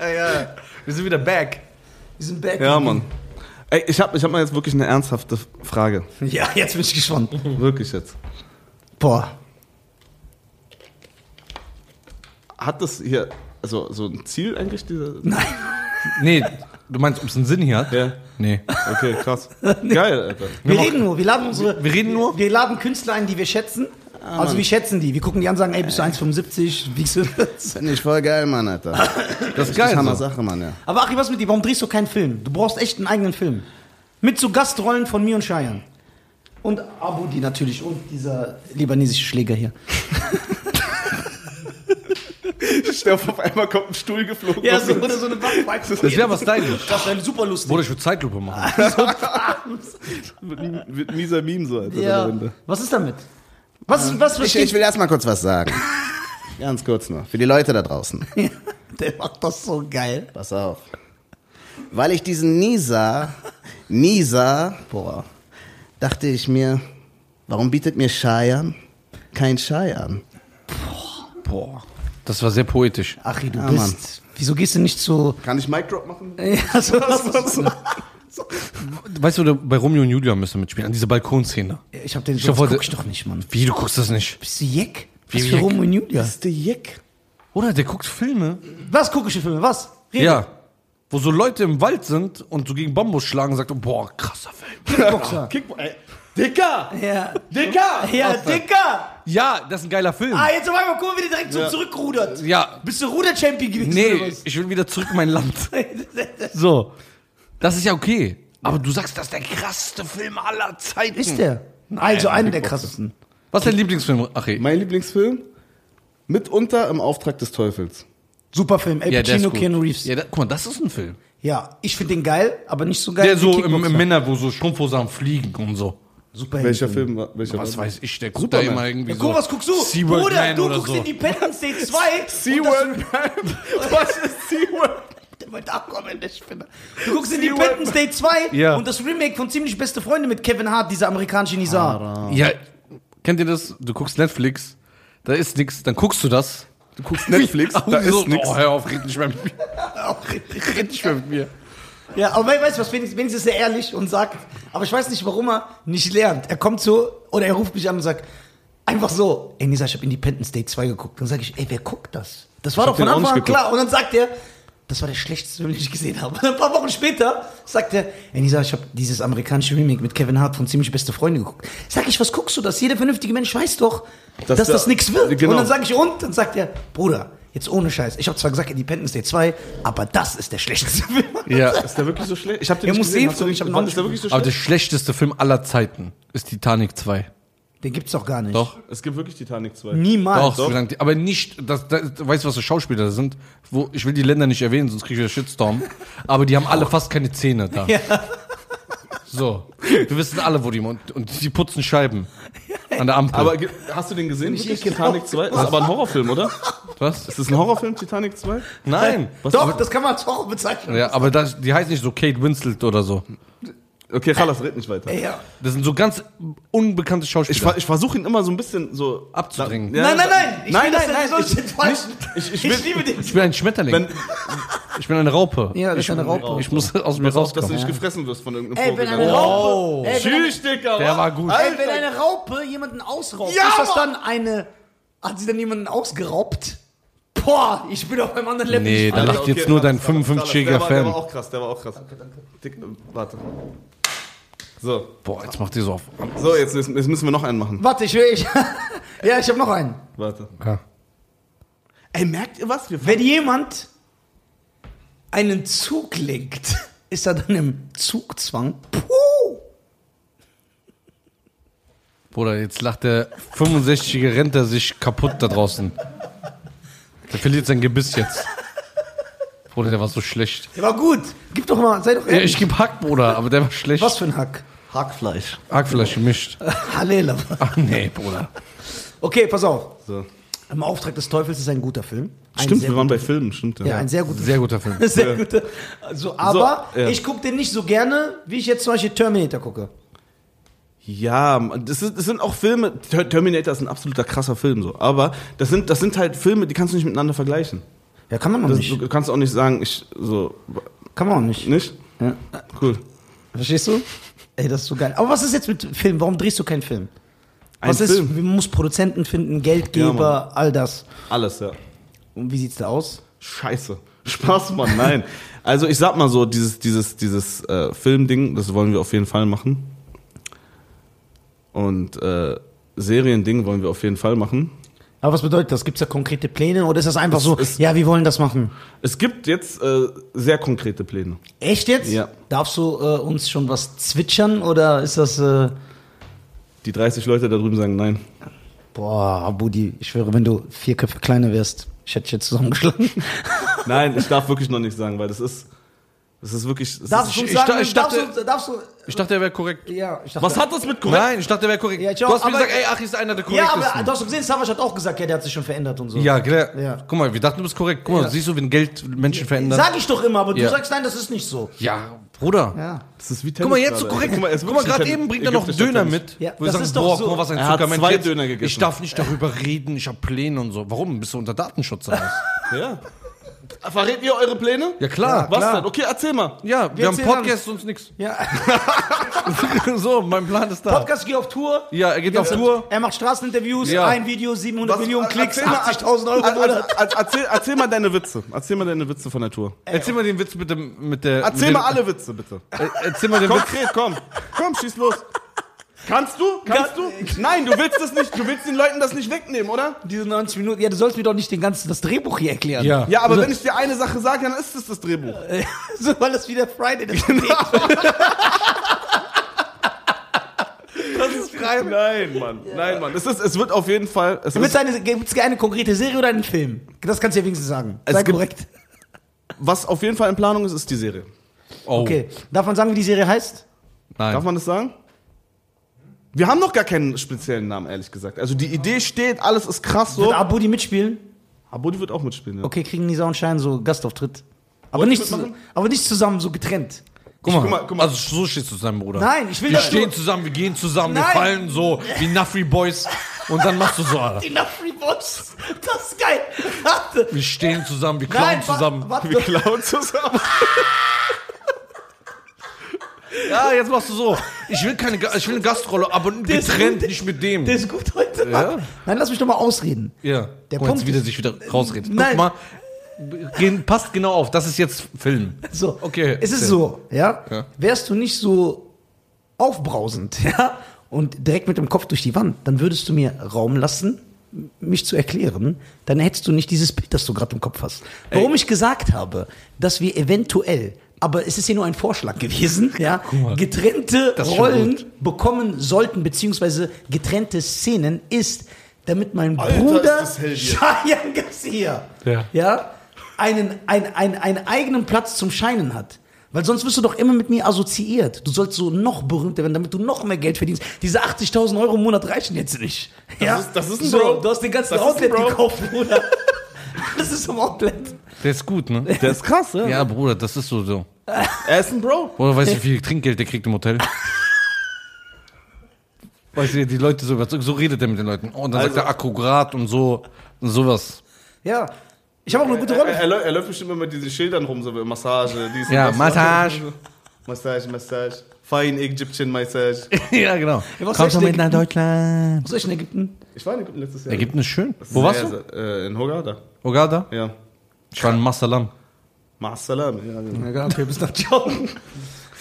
[SPEAKER 1] Wir sind wieder back.
[SPEAKER 4] Wir sind back.
[SPEAKER 2] ja, Mann. Ey, ich habe ich hab mal jetzt wirklich eine ernsthafte Frage.
[SPEAKER 4] Ja, jetzt bin ich gespannt.
[SPEAKER 2] Wirklich jetzt.
[SPEAKER 4] Boah.
[SPEAKER 2] Hat das hier also so ein Ziel eigentlich? Diese?
[SPEAKER 4] Nein.
[SPEAKER 1] Nee, du meinst, ob es einen Sinn hier hat?
[SPEAKER 2] Ja.
[SPEAKER 1] Nee.
[SPEAKER 2] Okay, (laughs) krass. Geil, Alter.
[SPEAKER 4] Wir reden nur, wir laden unsere.
[SPEAKER 1] Wir reden nur?
[SPEAKER 4] Wir laden Künstler ein, die wir schätzen. Also wir schätzen die. Wir gucken die an, sagen, ey, bist du 1,75? Wiegst du das?
[SPEAKER 2] Finde ich voll geil, Mann, Alter.
[SPEAKER 1] Das ist geil. So.
[SPEAKER 2] Sache, Mann, ja.
[SPEAKER 4] Aber Achim, was mit dir? Warum drehst du keinen Film? Du brauchst echt einen eigenen Film. Mit so Gastrollen von mir und Cheyenne. Und Abudi natürlich und dieser libanesische Schläger hier.
[SPEAKER 2] (laughs) Ich sterbe auf einmal, kommt ein Stuhl geflogen. (laughs)
[SPEAKER 4] oder so eine Waffe.
[SPEAKER 1] Das wäre was stylisch.
[SPEAKER 4] Das wäre super lustig.
[SPEAKER 1] Bruder, ich würde Zeitlupe machen.
[SPEAKER 2] wird, wird ein mieser Meme so, Alter.
[SPEAKER 4] Ja. Was ist damit? Was, was
[SPEAKER 5] Ich, ich
[SPEAKER 4] versteht
[SPEAKER 5] will erstmal kurz was
[SPEAKER 2] (laughs)
[SPEAKER 5] sagen. Ganz kurz nur. Für die Leute da draußen.
[SPEAKER 4] (laughs) Der macht das so geil.
[SPEAKER 5] Pass auf. Weil ich diesen Nisa, Nisa, boah, dachte ich mir, warum bietet mir Scheiern kein Schei an?
[SPEAKER 1] Boah. Das war sehr poetisch.
[SPEAKER 4] Achi, du
[SPEAKER 5] Ja,
[SPEAKER 4] bist.
[SPEAKER 5] Mann.
[SPEAKER 4] Wieso gehst du nicht zu.
[SPEAKER 2] Kann ich Mic Drop machen?
[SPEAKER 4] Ja, (laughs) so,
[SPEAKER 1] Weißt du, bei Romeo und Julia müssen wir mitspielen, an dieser Balkonszene.
[SPEAKER 4] Ich hab den
[SPEAKER 1] hab
[SPEAKER 4] Job.
[SPEAKER 1] heute-
[SPEAKER 4] guck ich doch nicht, Mann.
[SPEAKER 1] Wie, du guckst das nicht?
[SPEAKER 4] Bist du Jeck? Was für Romeo und Julia?
[SPEAKER 2] ist der Jeck.
[SPEAKER 1] Oder der guckt Filme.
[SPEAKER 4] Was gucke ich für Filme? Was? Rede.
[SPEAKER 1] Ja. Wo so Leute im Wald sind und so gegen Bambus schlagen und sagt, oh, boah, krasser Film.
[SPEAKER 4] (laughs) Kickboxer.
[SPEAKER 2] Kickbo ey. Dicker!
[SPEAKER 4] Ja.
[SPEAKER 2] Dicker!
[SPEAKER 4] Ja, Dicker!
[SPEAKER 1] Ja, das ist ein geiler Film.
[SPEAKER 4] Ah, jetzt auf einmal guck mal, wie der direkt so zurückrudert.
[SPEAKER 1] Ja.
[SPEAKER 4] Bist du Ruder-Champion gewesen?
[SPEAKER 1] Nee, ich will wieder zurück in mein
[SPEAKER 4] (laughs)
[SPEAKER 1] Land. So. Das ist ja okay. Aber du sagst, das ist der krasseste Film aller Zeiten.
[SPEAKER 4] Halt, Ist der? also einer der krassesten.
[SPEAKER 1] Was ist dein Lieblingsfilm, Achi?
[SPEAKER 2] Mein Lieblingsfilm? Mitunter im Auftrag des Teufels.
[SPEAKER 4] Super Film. Al
[SPEAKER 1] Ja, der ist
[SPEAKER 4] Pacino,
[SPEAKER 1] gut.
[SPEAKER 4] Keanu Reeves.
[SPEAKER 1] Ja, da, guck mal, das ist ein Film.
[SPEAKER 4] Ja, ich finde den geil, aber nicht so geil
[SPEAKER 1] Der
[SPEAKER 4] wie
[SPEAKER 1] so im, im
[SPEAKER 4] Kickboxer.
[SPEAKER 1] Männer, wo so Strumpfhose am Fliegen und so.
[SPEAKER 4] Superhelden.
[SPEAKER 2] Welcher Film war? Welcher
[SPEAKER 1] Was
[SPEAKER 2] war?
[SPEAKER 1] weiß ich, der guckt da
[SPEAKER 2] Superman.
[SPEAKER 1] immer irgendwie
[SPEAKER 4] Ja,
[SPEAKER 1] so.
[SPEAKER 4] guck, was guckst du?
[SPEAKER 1] SeaWorld
[SPEAKER 4] Bruder,
[SPEAKER 1] Man
[SPEAKER 4] du
[SPEAKER 1] oder
[SPEAKER 4] guckst
[SPEAKER 1] so.
[SPEAKER 4] Independence Day
[SPEAKER 1] (laughs)
[SPEAKER 4] 2. und
[SPEAKER 2] SeaWorld Man. Was ist SeaWorld?
[SPEAKER 4] Das, wollte abkommen, der Spinner. Du guckst Independence Day 2
[SPEAKER 1] Ja.
[SPEAKER 4] und das Remake von Ziemlich Beste Freunde mit Kevin Hart, dieser amerikanische Nizar.
[SPEAKER 1] Ja, kennt ihr das? Du guckst Netflix, da ist nix, dann guckst du das.
[SPEAKER 2] Du guckst Netflix, da
[SPEAKER 1] (laughs) Und so,
[SPEAKER 2] ist nix.
[SPEAKER 1] Oh, hör auf, red nicht mehr mit mir. Red nicht mehr mit mir.
[SPEAKER 4] Ja, aber we- weißt du was, wenigstens, wenigstens ist er ehrlich und sagt, aber ich weiß nicht, warum er nicht lernt. Er kommt so oder er ruft mich an und sagt, einfach so, ey Nisa, ich habe Independence Day 2 geguckt. Dann sage ich, ey, wer guckt das? Das war
[SPEAKER 2] Ich hab
[SPEAKER 4] doch von
[SPEAKER 2] den auch
[SPEAKER 4] Anfang an
[SPEAKER 2] nicht
[SPEAKER 4] klar. Und dann sagt er, das war der schlechteste Film, den ich gesehen habe. Und ein paar Wochen später sagt er, ey Nisa, ich habe dieses amerikanische Remake mit Kevin Hart von Ziemlich Beste Freunde geguckt. Sag ich, was guckst du das? Jeder vernünftige Mensch weiß doch, dass,
[SPEAKER 2] Dass der-
[SPEAKER 4] das nichts wird.
[SPEAKER 2] Genau.
[SPEAKER 4] Und dann sage ich, und? Dann sagt er, Bruder, jetzt ohne Scheiß. Ich habe zwar gesagt Independence Day 2, aber das ist der schlechteste (laughs) Film.
[SPEAKER 1] (laughs) Ja.
[SPEAKER 2] Ist der wirklich so schlecht? Ich hab den
[SPEAKER 4] Er
[SPEAKER 2] nicht
[SPEAKER 4] muss
[SPEAKER 2] gesehen.
[SPEAKER 4] sehen,
[SPEAKER 2] Hast du den-
[SPEAKER 4] ich hab ihn
[SPEAKER 2] Wann
[SPEAKER 4] auch
[SPEAKER 2] ist der wirklich so
[SPEAKER 1] Aber
[SPEAKER 2] schlecht?
[SPEAKER 1] der schlechteste Film aller Zeiten ist Titanic 2.
[SPEAKER 4] Den gibt's doch gar nicht.
[SPEAKER 1] Doch.
[SPEAKER 2] Es gibt wirklich Titanic 2.
[SPEAKER 1] Doch,
[SPEAKER 4] Niemals.
[SPEAKER 1] so lang- aber nicht, das, das, weißt du, was für Schauspieler das sind? Wo, ich will die Länder nicht erwähnen, sonst kriege ich wieder
[SPEAKER 2] (laughs)
[SPEAKER 1] Shitstorm. Aber die haben alle fast keine Zähne da.
[SPEAKER 4] Ja.
[SPEAKER 1] So. Wir wissen alle, wo die und, und die putzen Scheiben. An der Ampel.
[SPEAKER 2] Aber ge- hast du den gesehen? Wirklich? Titanic 2? Ist aber ein Horrorfilm, oder?
[SPEAKER 1] was?
[SPEAKER 2] Ist das ein Horrorfilm, Titanic 2?
[SPEAKER 1] Nein.
[SPEAKER 4] Doch, das kann man als Horror bezeichnen.
[SPEAKER 1] Ja, aber das, die heißt nicht so Kate Winslet oder so.
[SPEAKER 2] Okay, Khalas, red nicht weiter.
[SPEAKER 4] Ja.
[SPEAKER 1] Das sind so ganz unbekannte
[SPEAKER 2] Ich,
[SPEAKER 1] Schauspieler.
[SPEAKER 2] ver ich versuche ihn immer so ein bisschen so
[SPEAKER 1] Abzudrängen.
[SPEAKER 2] Ja,
[SPEAKER 4] Nein, nein, nein. Ich
[SPEAKER 2] nein,
[SPEAKER 4] will, dass
[SPEAKER 2] nein,
[SPEAKER 4] der
[SPEAKER 2] nein.
[SPEAKER 4] Solche
[SPEAKER 2] (laughs)
[SPEAKER 4] falsch-
[SPEAKER 2] ich- ich will-
[SPEAKER 4] ich liebe den.
[SPEAKER 1] Ich bin ein Schmetterling.
[SPEAKER 2] Wenn-
[SPEAKER 1] ich bin eine Raupe.
[SPEAKER 4] Ja, das
[SPEAKER 1] ich,
[SPEAKER 4] ist eine Raupe.
[SPEAKER 1] Ich muss aus mir
[SPEAKER 2] Pass auf, dass du
[SPEAKER 1] rauskommen.
[SPEAKER 2] nicht gefressen wirst von irgendeinem
[SPEAKER 4] Ey, wenn eine
[SPEAKER 2] Vogel.
[SPEAKER 1] Oh.
[SPEAKER 4] Raupe, ey, wenn eine,
[SPEAKER 2] Tschüss, Dicker.
[SPEAKER 1] Der war gut.
[SPEAKER 4] ey, wenn eine Raupe jemanden ausraubt,
[SPEAKER 2] Ja,
[SPEAKER 4] ist das
[SPEAKER 2] Mann.
[SPEAKER 4] dann eine, hat sie dann jemanden ausgeraubt? Boah, ich bin auf einem anderen Level.
[SPEAKER 1] Nee, da
[SPEAKER 2] Alter,
[SPEAKER 1] lacht
[SPEAKER 2] okay,
[SPEAKER 1] jetzt nur dein
[SPEAKER 2] Khalas, Khalas, der
[SPEAKER 1] 55-jähriger
[SPEAKER 2] war- Der war
[SPEAKER 1] Fan.
[SPEAKER 2] auch krass, der war auch krass. Dick, äh, warte. So,
[SPEAKER 1] Boah, jetzt macht ihr so auf.
[SPEAKER 2] so jetzt, jetzt müssen wir noch einen machen.
[SPEAKER 4] Warte, ich will, ich, (laughs) ja, ich habe noch einen.
[SPEAKER 2] Warte.
[SPEAKER 1] Ja.
[SPEAKER 2] Ey, merkt ihr was? Wir
[SPEAKER 4] Wenn jemand einen Zug lenkt, (laughs) ist er dann im Zugzwang? Puh!
[SPEAKER 1] Bruder, jetzt lacht der 65-jährige Rentner sich kaputt da draußen. Der verliert sein Gebiss jetzt. Bruder, der war so schlecht.
[SPEAKER 4] Der war gut. Gib doch mal, sei doch
[SPEAKER 1] Ja,
[SPEAKER 4] ehrlich.
[SPEAKER 1] ich geb Hack, Bruder, aber der war schlecht.
[SPEAKER 4] Was für ein Hack?
[SPEAKER 5] Hackfleisch.
[SPEAKER 1] Hackfleisch gemischt.
[SPEAKER 4] Halleluja.
[SPEAKER 1] Ach nee, Bruder.
[SPEAKER 4] Okay, pass auf.
[SPEAKER 2] so.
[SPEAKER 4] Im Auftrag des Teufels ist ein guter Film. Ein
[SPEAKER 2] Stimmt,
[SPEAKER 4] sehr
[SPEAKER 2] wir waren
[SPEAKER 4] guter-
[SPEAKER 2] bei Filmen, stimmt.
[SPEAKER 4] Ja, ein sehr guter
[SPEAKER 1] Sehr guter Film.
[SPEAKER 4] (laughs) Sehr guter. Also, aber
[SPEAKER 2] ja.
[SPEAKER 4] ich gucke den nicht so gerne, wie ich jetzt zum Beispiel Terminator gucke.
[SPEAKER 2] Ja, man, das, ist, das sind auch Filme. Ter- Terminator ist ein absoluter krasser Film, so. Aber das sind, das sind halt Filme, die kannst du nicht miteinander vergleichen.
[SPEAKER 4] Ja, kann man noch
[SPEAKER 2] Das,
[SPEAKER 4] nicht.
[SPEAKER 2] du kannst auch nicht sagen, ich so.
[SPEAKER 4] Kann man auch nicht.
[SPEAKER 2] Nicht?
[SPEAKER 4] Ja.
[SPEAKER 2] Cool.
[SPEAKER 4] Verstehst du? Ey, das ist so geil. Aber was ist jetzt mit Film? Warum drehst du keinen Film?
[SPEAKER 2] Ein
[SPEAKER 4] was
[SPEAKER 2] Film.
[SPEAKER 4] ist? Man muss Produzenten finden, Geldgeber, all das.
[SPEAKER 2] Alles, ja.
[SPEAKER 4] Und wie sieht's da aus?
[SPEAKER 2] Scheiße. Spaß, Mann, nein. Also ich sag mal so, dieses, dieses, dieses äh, Filmding, das wollen wir auf jeden Fall machen. Und äh, Seriending wollen wir auf jeden Fall machen.
[SPEAKER 4] Aber was bedeutet das? Gibt's da konkrete Pläne oder ist das einfach
[SPEAKER 2] Es
[SPEAKER 4] so,
[SPEAKER 2] ist-
[SPEAKER 4] ja, wir wollen das machen?
[SPEAKER 2] Es gibt jetzt äh, sehr konkrete Pläne.
[SPEAKER 4] Echt jetzt?
[SPEAKER 2] Ja.
[SPEAKER 4] Darfst du äh, uns schon was zwitschern oder ist das. Äh,
[SPEAKER 2] Die 30 Leute da drüben sagen nein.
[SPEAKER 4] boah, Budi, ich schwöre, wenn du vier Köpfe kleiner wärst, ich hätte dich jetzt zusammengeschlagen.
[SPEAKER 2] Nein, ich darf wirklich noch nicht sagen, weil das ist, das ist wirklich. Das
[SPEAKER 4] Darfst
[SPEAKER 2] ist,
[SPEAKER 4] du uns
[SPEAKER 1] ich
[SPEAKER 4] sagen,
[SPEAKER 1] da- ich
[SPEAKER 4] darfst,
[SPEAKER 1] dachte-
[SPEAKER 4] du, darfst du.
[SPEAKER 1] Ich dachte, er wäre korrekt.
[SPEAKER 4] Ja, ich dachte.
[SPEAKER 2] was hat das mit korrekt?
[SPEAKER 1] Nein, ich dachte, er wäre korrekt.
[SPEAKER 4] Ja, ich
[SPEAKER 1] du
[SPEAKER 4] auch,
[SPEAKER 1] hast mir
[SPEAKER 4] aber-
[SPEAKER 1] gesagt, ey, Ach ist einer der
[SPEAKER 4] Ja,
[SPEAKER 1] korrektesten.
[SPEAKER 4] aber äh, du hast doch gesehen, Savas hat auch gesagt, ja, der hat sich schon verändert und so.
[SPEAKER 1] Ja, klar.
[SPEAKER 4] Ja.
[SPEAKER 1] Guck mal, wir dachten, du bist korrekt. Guck mal, siehst du, wenn Geld Menschen verändert?
[SPEAKER 4] Sag ich doch immer, aber du
[SPEAKER 1] Ja.
[SPEAKER 4] sagst, nein, das ist nicht so.
[SPEAKER 1] ja, Bruder.
[SPEAKER 4] Ja.
[SPEAKER 2] Das ist wie Tennis
[SPEAKER 1] Guck mal, jetzt so
[SPEAKER 2] gerade.
[SPEAKER 1] korrekt.
[SPEAKER 2] Guck mal, er ist wirklich
[SPEAKER 1] gerade
[SPEAKER 2] Tennis-
[SPEAKER 1] eben bringt er noch einen
[SPEAKER 2] ägyptischer
[SPEAKER 1] Döner
[SPEAKER 2] Tennis.
[SPEAKER 1] mit.
[SPEAKER 4] Ja,
[SPEAKER 1] wo wir
[SPEAKER 4] das
[SPEAKER 1] sagen,
[SPEAKER 4] ist doch
[SPEAKER 1] boah,
[SPEAKER 4] so.
[SPEAKER 1] guck mal, was ein
[SPEAKER 2] Er hat
[SPEAKER 1] Zuckermensch
[SPEAKER 2] zwei
[SPEAKER 1] jetzt.
[SPEAKER 2] Döner gegessen.
[SPEAKER 1] Ich darf nicht darüber reden, ich habe Pläne und so. Warum? Bist du unter Datenschutz oder was?
[SPEAKER 2] Ja. Verrät ihr eure Pläne?
[SPEAKER 1] Ja, klar.
[SPEAKER 2] Was
[SPEAKER 1] klar.
[SPEAKER 2] denn? Okay, erzähl mal.
[SPEAKER 1] Ja, wir,
[SPEAKER 4] Wir
[SPEAKER 1] haben
[SPEAKER 4] erzählen
[SPEAKER 1] Podcast, sonst nix.
[SPEAKER 4] Ja.
[SPEAKER 1] (laughs) so, mein Plan ist da.
[SPEAKER 4] Podcast geht auf Tour.
[SPEAKER 1] Ja, er geht auf Tour.
[SPEAKER 4] Er macht Straßeninterviews,
[SPEAKER 1] Ja.
[SPEAKER 4] ein Video, 700
[SPEAKER 2] Was-
[SPEAKER 4] Millionen Klicks,
[SPEAKER 2] erzähl mal,
[SPEAKER 4] 80.000 Euro im
[SPEAKER 2] Also,
[SPEAKER 4] Monat.
[SPEAKER 2] also, erzähl, erzähl mal deine Witze. Erzähl mal deine Witze von der Tour.
[SPEAKER 1] Erzähl mal den Witz mit dem mit der.
[SPEAKER 2] Erzähl
[SPEAKER 1] mit
[SPEAKER 2] mal
[SPEAKER 1] dem,
[SPEAKER 2] alle Witze, bitte.
[SPEAKER 1] Äh, erzähl mal den Witz.
[SPEAKER 2] Konkret, komm. Komm, schieß los. Kannst du? Kannst du? Nein, du willst das nicht. Du willst den Leuten das nicht wegnehmen, oder?
[SPEAKER 4] Diese 90 Minuten, ja, du sollst mir doch nicht den ganzen, das Drehbuch hier erklären.
[SPEAKER 1] Ja.
[SPEAKER 2] Ja, aber wenn ich dir eine Sache sage, dann ist es das Drehbuch.
[SPEAKER 4] (laughs) So, weil das wieder Friday das genau.
[SPEAKER 2] Das ist frei. Nein, Mann. Nein, Mann. Es, ist, es wird auf jeden Fall. Es
[SPEAKER 4] Gibt es
[SPEAKER 2] ist,
[SPEAKER 4] eine, gibt's eine konkrete Serie oder einen Film? Das kannst du ja wenigstens sagen.
[SPEAKER 2] Es
[SPEAKER 4] Sei
[SPEAKER 2] gibt-
[SPEAKER 4] korrekt.
[SPEAKER 2] was auf jeden Fall in Planung ist, ist die Serie.
[SPEAKER 1] Oh,
[SPEAKER 4] Okay. Darf man sagen, wie die Serie heißt?
[SPEAKER 1] nein.
[SPEAKER 2] Darf man das sagen? Wir haben noch gar keinen speziellen Namen, ehrlich gesagt. Also die Idee steht, alles ist krass so.
[SPEAKER 4] Wird Abu die mitspielen?
[SPEAKER 2] Abudi wird auch mitspielen. Ja.
[SPEAKER 4] Okay, kriegen Nisa und Schein so Gastauftritt. Aber
[SPEAKER 2] Wollt
[SPEAKER 4] nicht,
[SPEAKER 2] ihr
[SPEAKER 4] zu,
[SPEAKER 2] mitmachen?
[SPEAKER 4] aber nicht zusammen, so getrennt.
[SPEAKER 1] Guck mal,
[SPEAKER 2] guck mal, guck mal.
[SPEAKER 1] Also so stehst du zusammen, Bruder.
[SPEAKER 4] Nein, ich will
[SPEAKER 1] Wir
[SPEAKER 4] das
[SPEAKER 1] stehen
[SPEAKER 4] nur-
[SPEAKER 1] zusammen, wir gehen zusammen, wir
[SPEAKER 4] Nein.
[SPEAKER 1] fallen so wie Nuffy Boys und dann machst du so. Alter.
[SPEAKER 4] Die Nafri Bots. Das ist geil. Warte.
[SPEAKER 1] Wir stehen zusammen, wir klauen
[SPEAKER 4] wa-
[SPEAKER 1] zusammen.
[SPEAKER 2] Wir
[SPEAKER 4] Warte.
[SPEAKER 2] klauen zusammen.
[SPEAKER 1] Ja, jetzt machst du so. Ich will keine, Ga- ich will eine Gastrolle, aber getrennt, nicht mit dem.
[SPEAKER 4] Der ist gut heute. Mann. Nein, lass mich doch mal ausreden.
[SPEAKER 1] Ja.
[SPEAKER 4] Der
[SPEAKER 1] Der Guck, mal,
[SPEAKER 4] Punkt
[SPEAKER 1] jetzt wieder
[SPEAKER 4] ist-
[SPEAKER 1] sich wieder rausredet. Guck
[SPEAKER 4] Nein.
[SPEAKER 1] mal, gehen, passt genau auf. Das ist jetzt Film.
[SPEAKER 4] (laughs) So,
[SPEAKER 1] Okay.
[SPEAKER 4] Es ist
[SPEAKER 1] erzähl.
[SPEAKER 4] so, ja,
[SPEAKER 1] Ja.
[SPEAKER 4] Wärst du nicht so aufbrausend, (laughs) ja, und direkt mit dem Kopf durch die Wand, dann würdest du mir Raum lassen, m- mich zu erklären. Dann hättest du nicht dieses Bild, das du gerade im Kopf hast. Warum ich gesagt habe, dass wir eventuell aber es ist hier nur ein Vorschlag gewesen,
[SPEAKER 1] (laughs)
[SPEAKER 4] ja.
[SPEAKER 1] mal.
[SPEAKER 4] Getrennte
[SPEAKER 1] Das ist schon
[SPEAKER 4] Rollen bekommen sollten, beziehungsweise getrennte Szenen ist, damit mein
[SPEAKER 2] Alter, ist
[SPEAKER 4] Bruder
[SPEAKER 2] das hell hier.
[SPEAKER 4] Cheyenne Garcia
[SPEAKER 1] Ja.
[SPEAKER 4] ja, einen, ein, ein, einen eigenen Platz zum Scheinen hat. Weil sonst wirst du doch immer mit mir assoziiert. Du sollst so noch berühmter werden, damit du noch mehr Geld verdienst. Diese 80.000 Euro im Monat reichen jetzt nicht. Ja?
[SPEAKER 2] ist- das ist ein
[SPEAKER 4] so,
[SPEAKER 2] Bro.
[SPEAKER 4] Du hast den ganzen
[SPEAKER 2] Das ist ein
[SPEAKER 4] Outlet
[SPEAKER 2] Bro.
[SPEAKER 4] gekauft, Bruder.
[SPEAKER 2] (laughs)
[SPEAKER 4] Das ist im Outlet.
[SPEAKER 1] Der ist gut, ne?
[SPEAKER 2] Der ist krass, ja.
[SPEAKER 1] Ja, Bruder, das ist so. so.
[SPEAKER 2] Er ist ein Bro.
[SPEAKER 1] Bruder, weißt du, wie viel Trinkgeld der kriegt im
[SPEAKER 4] (laughs)
[SPEAKER 1] Hotel? Weißt du, die Leute so überzeugt. So redet er mit den Leuten. Oh, und dann
[SPEAKER 4] Also-
[SPEAKER 1] sagt er akkurat und so. Und sowas.
[SPEAKER 4] (laughs) Ja. Ich habe auch eine gute
[SPEAKER 2] Er,
[SPEAKER 4] Rolle.
[SPEAKER 2] er, läu- er läuft bestimmt immer mit diesen Schildern rum, so Massage, dies und
[SPEAKER 1] Ja,
[SPEAKER 2] das.
[SPEAKER 1] Massage.
[SPEAKER 2] Massage, Massage. Fine Egyptian Massage.
[SPEAKER 1] ja, genau.
[SPEAKER 4] was soll ich denn-
[SPEAKER 1] Deutschland.
[SPEAKER 2] äh.
[SPEAKER 4] Was soll ich in Ägypten?
[SPEAKER 2] Ich war in Ägypten letztes Jahr.
[SPEAKER 1] Ägypten ist schön. Wo warst
[SPEAKER 2] Sehr,
[SPEAKER 1] du?
[SPEAKER 2] sehr- Äh, in Hogada.
[SPEAKER 1] Ogada?
[SPEAKER 2] Ja.
[SPEAKER 1] Ich war in Masalam.
[SPEAKER 2] Ma'assalam. Ja, genau.
[SPEAKER 4] Ja, okay, bis nach Ciao.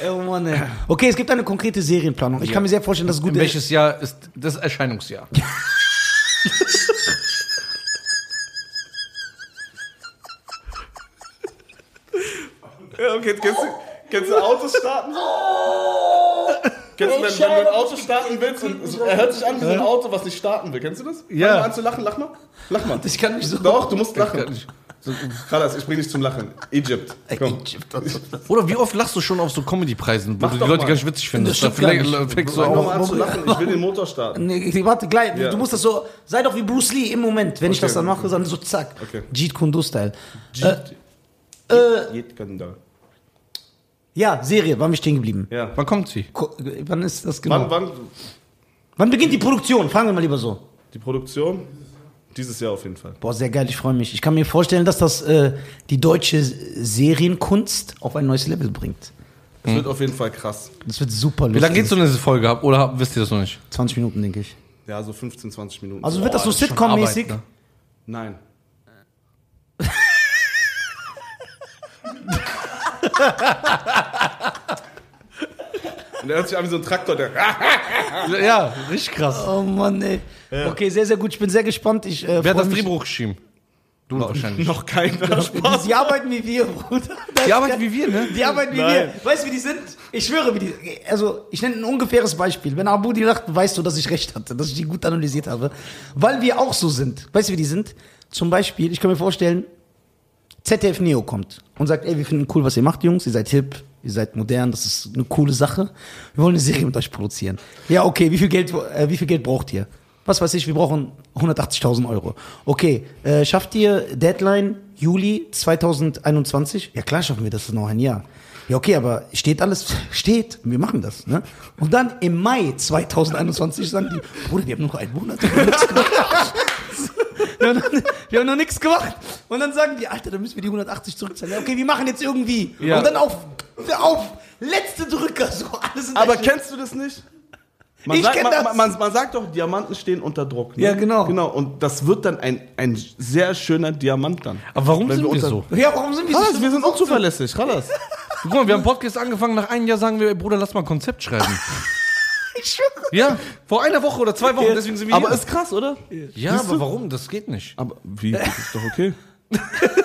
[SPEAKER 4] Oh Mann, ey. Okay, es gibt eine konkrete Serienplanung. Ich kann mir sehr vorstellen, dass es gut ist.
[SPEAKER 1] Welches Jahr ist das Erscheinungsjahr?
[SPEAKER 2] ja okay, kennst du, kennst du Autos starten? Kennst du, wenn, wenn du ein Auto starten willst und es- er hört sich an wie so ein Auto, was nicht starten will. Kennst du das?
[SPEAKER 1] Ja.
[SPEAKER 2] Fang mal an zu lachen, lach mal. Lach mal.
[SPEAKER 4] Ich kann Äh, mich so.
[SPEAKER 2] Doch, du musst
[SPEAKER 1] kann
[SPEAKER 2] lachen.
[SPEAKER 1] nicht.
[SPEAKER 2] Krass, ich bring dich zum Lachen. Egypt. Komm.
[SPEAKER 1] Oder wie oft lachst du schon auf so Comedy-Preisen, wo
[SPEAKER 2] Mach
[SPEAKER 1] du die
[SPEAKER 2] doch
[SPEAKER 1] Leute
[SPEAKER 2] mal.
[SPEAKER 1] gar nicht witzig findest?
[SPEAKER 4] Das
[SPEAKER 1] Da
[SPEAKER 4] stimmt
[SPEAKER 1] vielleicht
[SPEAKER 4] gar
[SPEAKER 1] fängst du
[SPEAKER 2] Fang doch
[SPEAKER 1] auch.
[SPEAKER 2] mal an um zu lachen, ich will den Motor starten.
[SPEAKER 4] Nee, ich- warte, gleich.
[SPEAKER 2] Ja.
[SPEAKER 4] Du musst das so, sei doch wie Bruce Lee im Moment, wenn ich
[SPEAKER 2] Okay.
[SPEAKER 4] das dann mache, dann so zack.
[SPEAKER 2] Okay.
[SPEAKER 4] Jeet Kune Do-Style. äh,
[SPEAKER 2] Jeet kann da.
[SPEAKER 4] Ja, Serie, wann bin ich stehen geblieben?
[SPEAKER 2] Ja.
[SPEAKER 1] Wann kommt sie?
[SPEAKER 4] Ko- äh, Wann ist das genau?
[SPEAKER 2] Wann,
[SPEAKER 4] Wann,
[SPEAKER 2] wann
[SPEAKER 4] beginnt die Produktion? Fragen wir mal lieber so.
[SPEAKER 2] die Produktion? Dieses Jahr auf jeden Fall.
[SPEAKER 4] Boah, sehr geil, ich freue mich. Ich kann mir vorstellen, dass das äh, die deutsche Serienkunst auf ein neues Level bringt.
[SPEAKER 2] Es wird auf jeden Fall krass.
[SPEAKER 4] Das wird super lustig.
[SPEAKER 1] Wie lange geht so eine Folge ab? Oder hab- wisst ihr das noch nicht?
[SPEAKER 4] 20 Minuten, denke ich.
[SPEAKER 2] Ja, so 15, 20 Minuten.
[SPEAKER 4] Also wird das so
[SPEAKER 1] das ist schon
[SPEAKER 4] Sitcom-mäßig?
[SPEAKER 1] Arbeit, ne?
[SPEAKER 2] Nein. Und er hört sich an wie so ein Traktor, der. (laughs)
[SPEAKER 1] ne? Ja, richtig krass.
[SPEAKER 4] Oh Mann, ey. Okay, sehr, sehr gut. Ich bin sehr gespannt. Ich, äh,
[SPEAKER 1] Wer hat
[SPEAKER 4] freu
[SPEAKER 1] das
[SPEAKER 4] mich.
[SPEAKER 1] Drehbuch geschrieben? Du wahrscheinlich.
[SPEAKER 2] Noch
[SPEAKER 4] (laughs)
[SPEAKER 2] keiner Spaß.
[SPEAKER 4] Die arbeiten wie wir, Bruder.
[SPEAKER 1] (laughs) Die arbeiten wie wir, ne?
[SPEAKER 4] Die arbeiten wie
[SPEAKER 2] Nein.
[SPEAKER 4] wir. Weißt du, wie die sind? Ich schwöre, wie die. Also, ich nenne ein ungefähres Beispiel. Wenn Abu die lacht, weißt du, dass ich recht hatte, dass ich die gut analysiert habe. Weil wir auch so sind. Weißt du, wie die sind? Zum Beispiel, ich kann mir vorstellen, ZDF Neo kommt und sagt, ey, wir finden cool, was ihr macht, Jungs, ihr seid hip, ihr seid modern, das ist eine coole Sache. Wir wollen eine Serie mit euch produzieren. Ja, okay, wie viel Geld, äh, wie viel Geld braucht ihr? Was weiß ich, wir brauchen 180.000 Euro. Okay, äh, schafft ihr Deadline Juli 2021? Ja klar schaffen wir das, das ist noch ein Jahr. Ja, okay, aber steht alles? (laughs) Steht, wir machen das. Ne? Und dann im Mai 2021 sagen die, Bruder, wir haben noch einen Monat. Wir haben, noch, wir haben noch nichts gemacht. Und dann sagen die, Alter, dann müssen wir die 180 zurückzahlen. Ja, okay, wir machen jetzt irgendwie.
[SPEAKER 1] Ja.
[SPEAKER 4] Und dann auf, auf, letzte Drücker, so alles in der
[SPEAKER 2] Aber
[SPEAKER 4] Schicht.
[SPEAKER 2] kennst du das nicht? Man
[SPEAKER 4] Ich
[SPEAKER 2] sagt,
[SPEAKER 4] kenn
[SPEAKER 2] man,
[SPEAKER 4] das.
[SPEAKER 2] Man, man, man sagt doch, Diamanten stehen unter Druck. Ne?
[SPEAKER 4] Ja, genau.
[SPEAKER 2] Genau, und das wird dann ein, ein sehr schöner Diamant dann.
[SPEAKER 1] Aber warum
[SPEAKER 2] Wenn
[SPEAKER 1] sind wir,
[SPEAKER 2] wir unter-
[SPEAKER 1] so?
[SPEAKER 4] Ja, warum sind wir
[SPEAKER 2] Krass,
[SPEAKER 4] so
[SPEAKER 2] wir sind unzuverlässig, (laughs) Ralas.
[SPEAKER 1] Guck mal, wir haben Podcast angefangen, nach einem Jahr sagen wir, ey, Bruder, lass mal ein Konzept schreiben. ja, vor einer Woche oder zwei Wochen, deswegen sind wir
[SPEAKER 2] Aber
[SPEAKER 1] hier.
[SPEAKER 2] ist krass, oder?
[SPEAKER 1] ja, aber warum? Das geht nicht.
[SPEAKER 2] Aber (laughs) wie? Das ist doch okay.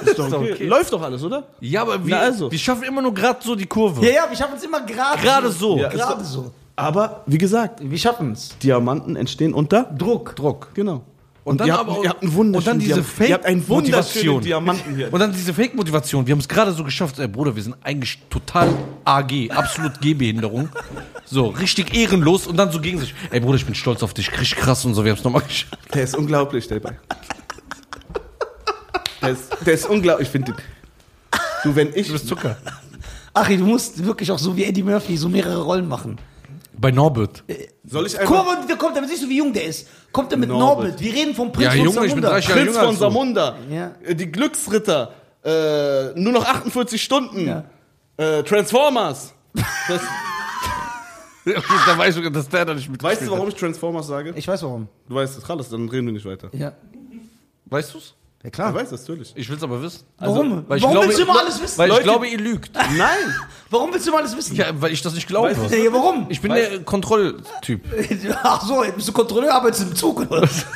[SPEAKER 2] ist doch okay. Läuft doch alles, oder?
[SPEAKER 1] Ja, aber wir,
[SPEAKER 2] Na also.
[SPEAKER 1] wir schaffen immer nur gerade so die Kurve.
[SPEAKER 4] Ja, ja, wir schaffen es immer gerade.
[SPEAKER 1] Gerade so.
[SPEAKER 2] Ja, ist
[SPEAKER 4] Gerade so.
[SPEAKER 2] Aber wie gesagt,
[SPEAKER 4] Wir schaffen es.
[SPEAKER 2] Diamanten entstehen unter
[SPEAKER 1] Druck. Druck.
[SPEAKER 2] Genau. Und,
[SPEAKER 1] dann
[SPEAKER 2] ihr, habt,
[SPEAKER 1] aber-
[SPEAKER 2] ihr habt einen wunderschönen
[SPEAKER 1] und dann diese
[SPEAKER 2] Diamanten. Ihr habt einen
[SPEAKER 1] Fake-Motivation.
[SPEAKER 2] wunderschönen Diamanten hier.
[SPEAKER 1] Und dann diese Fake-Motivation. Wir haben es gerade so geschafft. Ey, Bruder, wir sind eigentlich total AG, absolut G-Behinderung. So, richtig ehrenlos und dann so gegen sich. Ey, Bruder, ich bin stolz auf dich. Richtig krass und so. Wir haben es nochmal geschafft.
[SPEAKER 2] Der ist unglaublich, der Ball. Der ist, der ist unglaublich. Ich finde den. Du, wenn ich.
[SPEAKER 1] Zucker.
[SPEAKER 4] Achi, du musst wirklich auch so wie Eddie Murphy so mehrere Rollen machen.
[SPEAKER 1] Bei (laughs) Norbert.
[SPEAKER 2] Soll ich
[SPEAKER 4] Guck
[SPEAKER 2] einfach.
[SPEAKER 4] mal, der kommt, damit siehst du, wie jung der ist. Kommt er mit Norbert.
[SPEAKER 2] Norbert.
[SPEAKER 4] Wir reden vom Prinz
[SPEAKER 1] Ja,
[SPEAKER 4] von
[SPEAKER 1] Junge, ich bin
[SPEAKER 4] Zamunda.
[SPEAKER 1] 30 Jahre
[SPEAKER 2] Prinz
[SPEAKER 1] jünger als
[SPEAKER 2] von
[SPEAKER 1] du.
[SPEAKER 2] Samunda.
[SPEAKER 4] Ja.
[SPEAKER 2] äh, Die Glücksritter. Äh, nur noch 48 Stunden.
[SPEAKER 4] Ja.
[SPEAKER 2] Äh, Transformers. Das,
[SPEAKER 1] da weiß ich, dass der da nicht mit.
[SPEAKER 2] (laughs) weißt du, warum ich Transformers sage?
[SPEAKER 4] Ich weiß warum.
[SPEAKER 2] Du weißt es, Rallas, dann reden wir nicht weiter.
[SPEAKER 4] Ja.
[SPEAKER 1] Weißt du's?
[SPEAKER 2] Du
[SPEAKER 4] Ja, klar.
[SPEAKER 2] weißt das natürlich.
[SPEAKER 1] Ich will's aber wissen. Also,
[SPEAKER 4] warum?
[SPEAKER 1] weil ich
[SPEAKER 4] warum
[SPEAKER 1] glaube-
[SPEAKER 4] willst du immer alles wissen?
[SPEAKER 1] Weil ich
[SPEAKER 2] Leute-
[SPEAKER 1] glaube, ihr lügt.
[SPEAKER 2] Nein!
[SPEAKER 4] warum willst du immer alles wissen?
[SPEAKER 1] Ja, weil ich das nicht glaube.
[SPEAKER 2] Weißt
[SPEAKER 4] Ja, ja, warum?
[SPEAKER 1] Ich bin der Kontrolltyp.
[SPEAKER 4] (laughs) Ach so, jetzt bist du Kontrolleur, arbeitest im Zug oder was?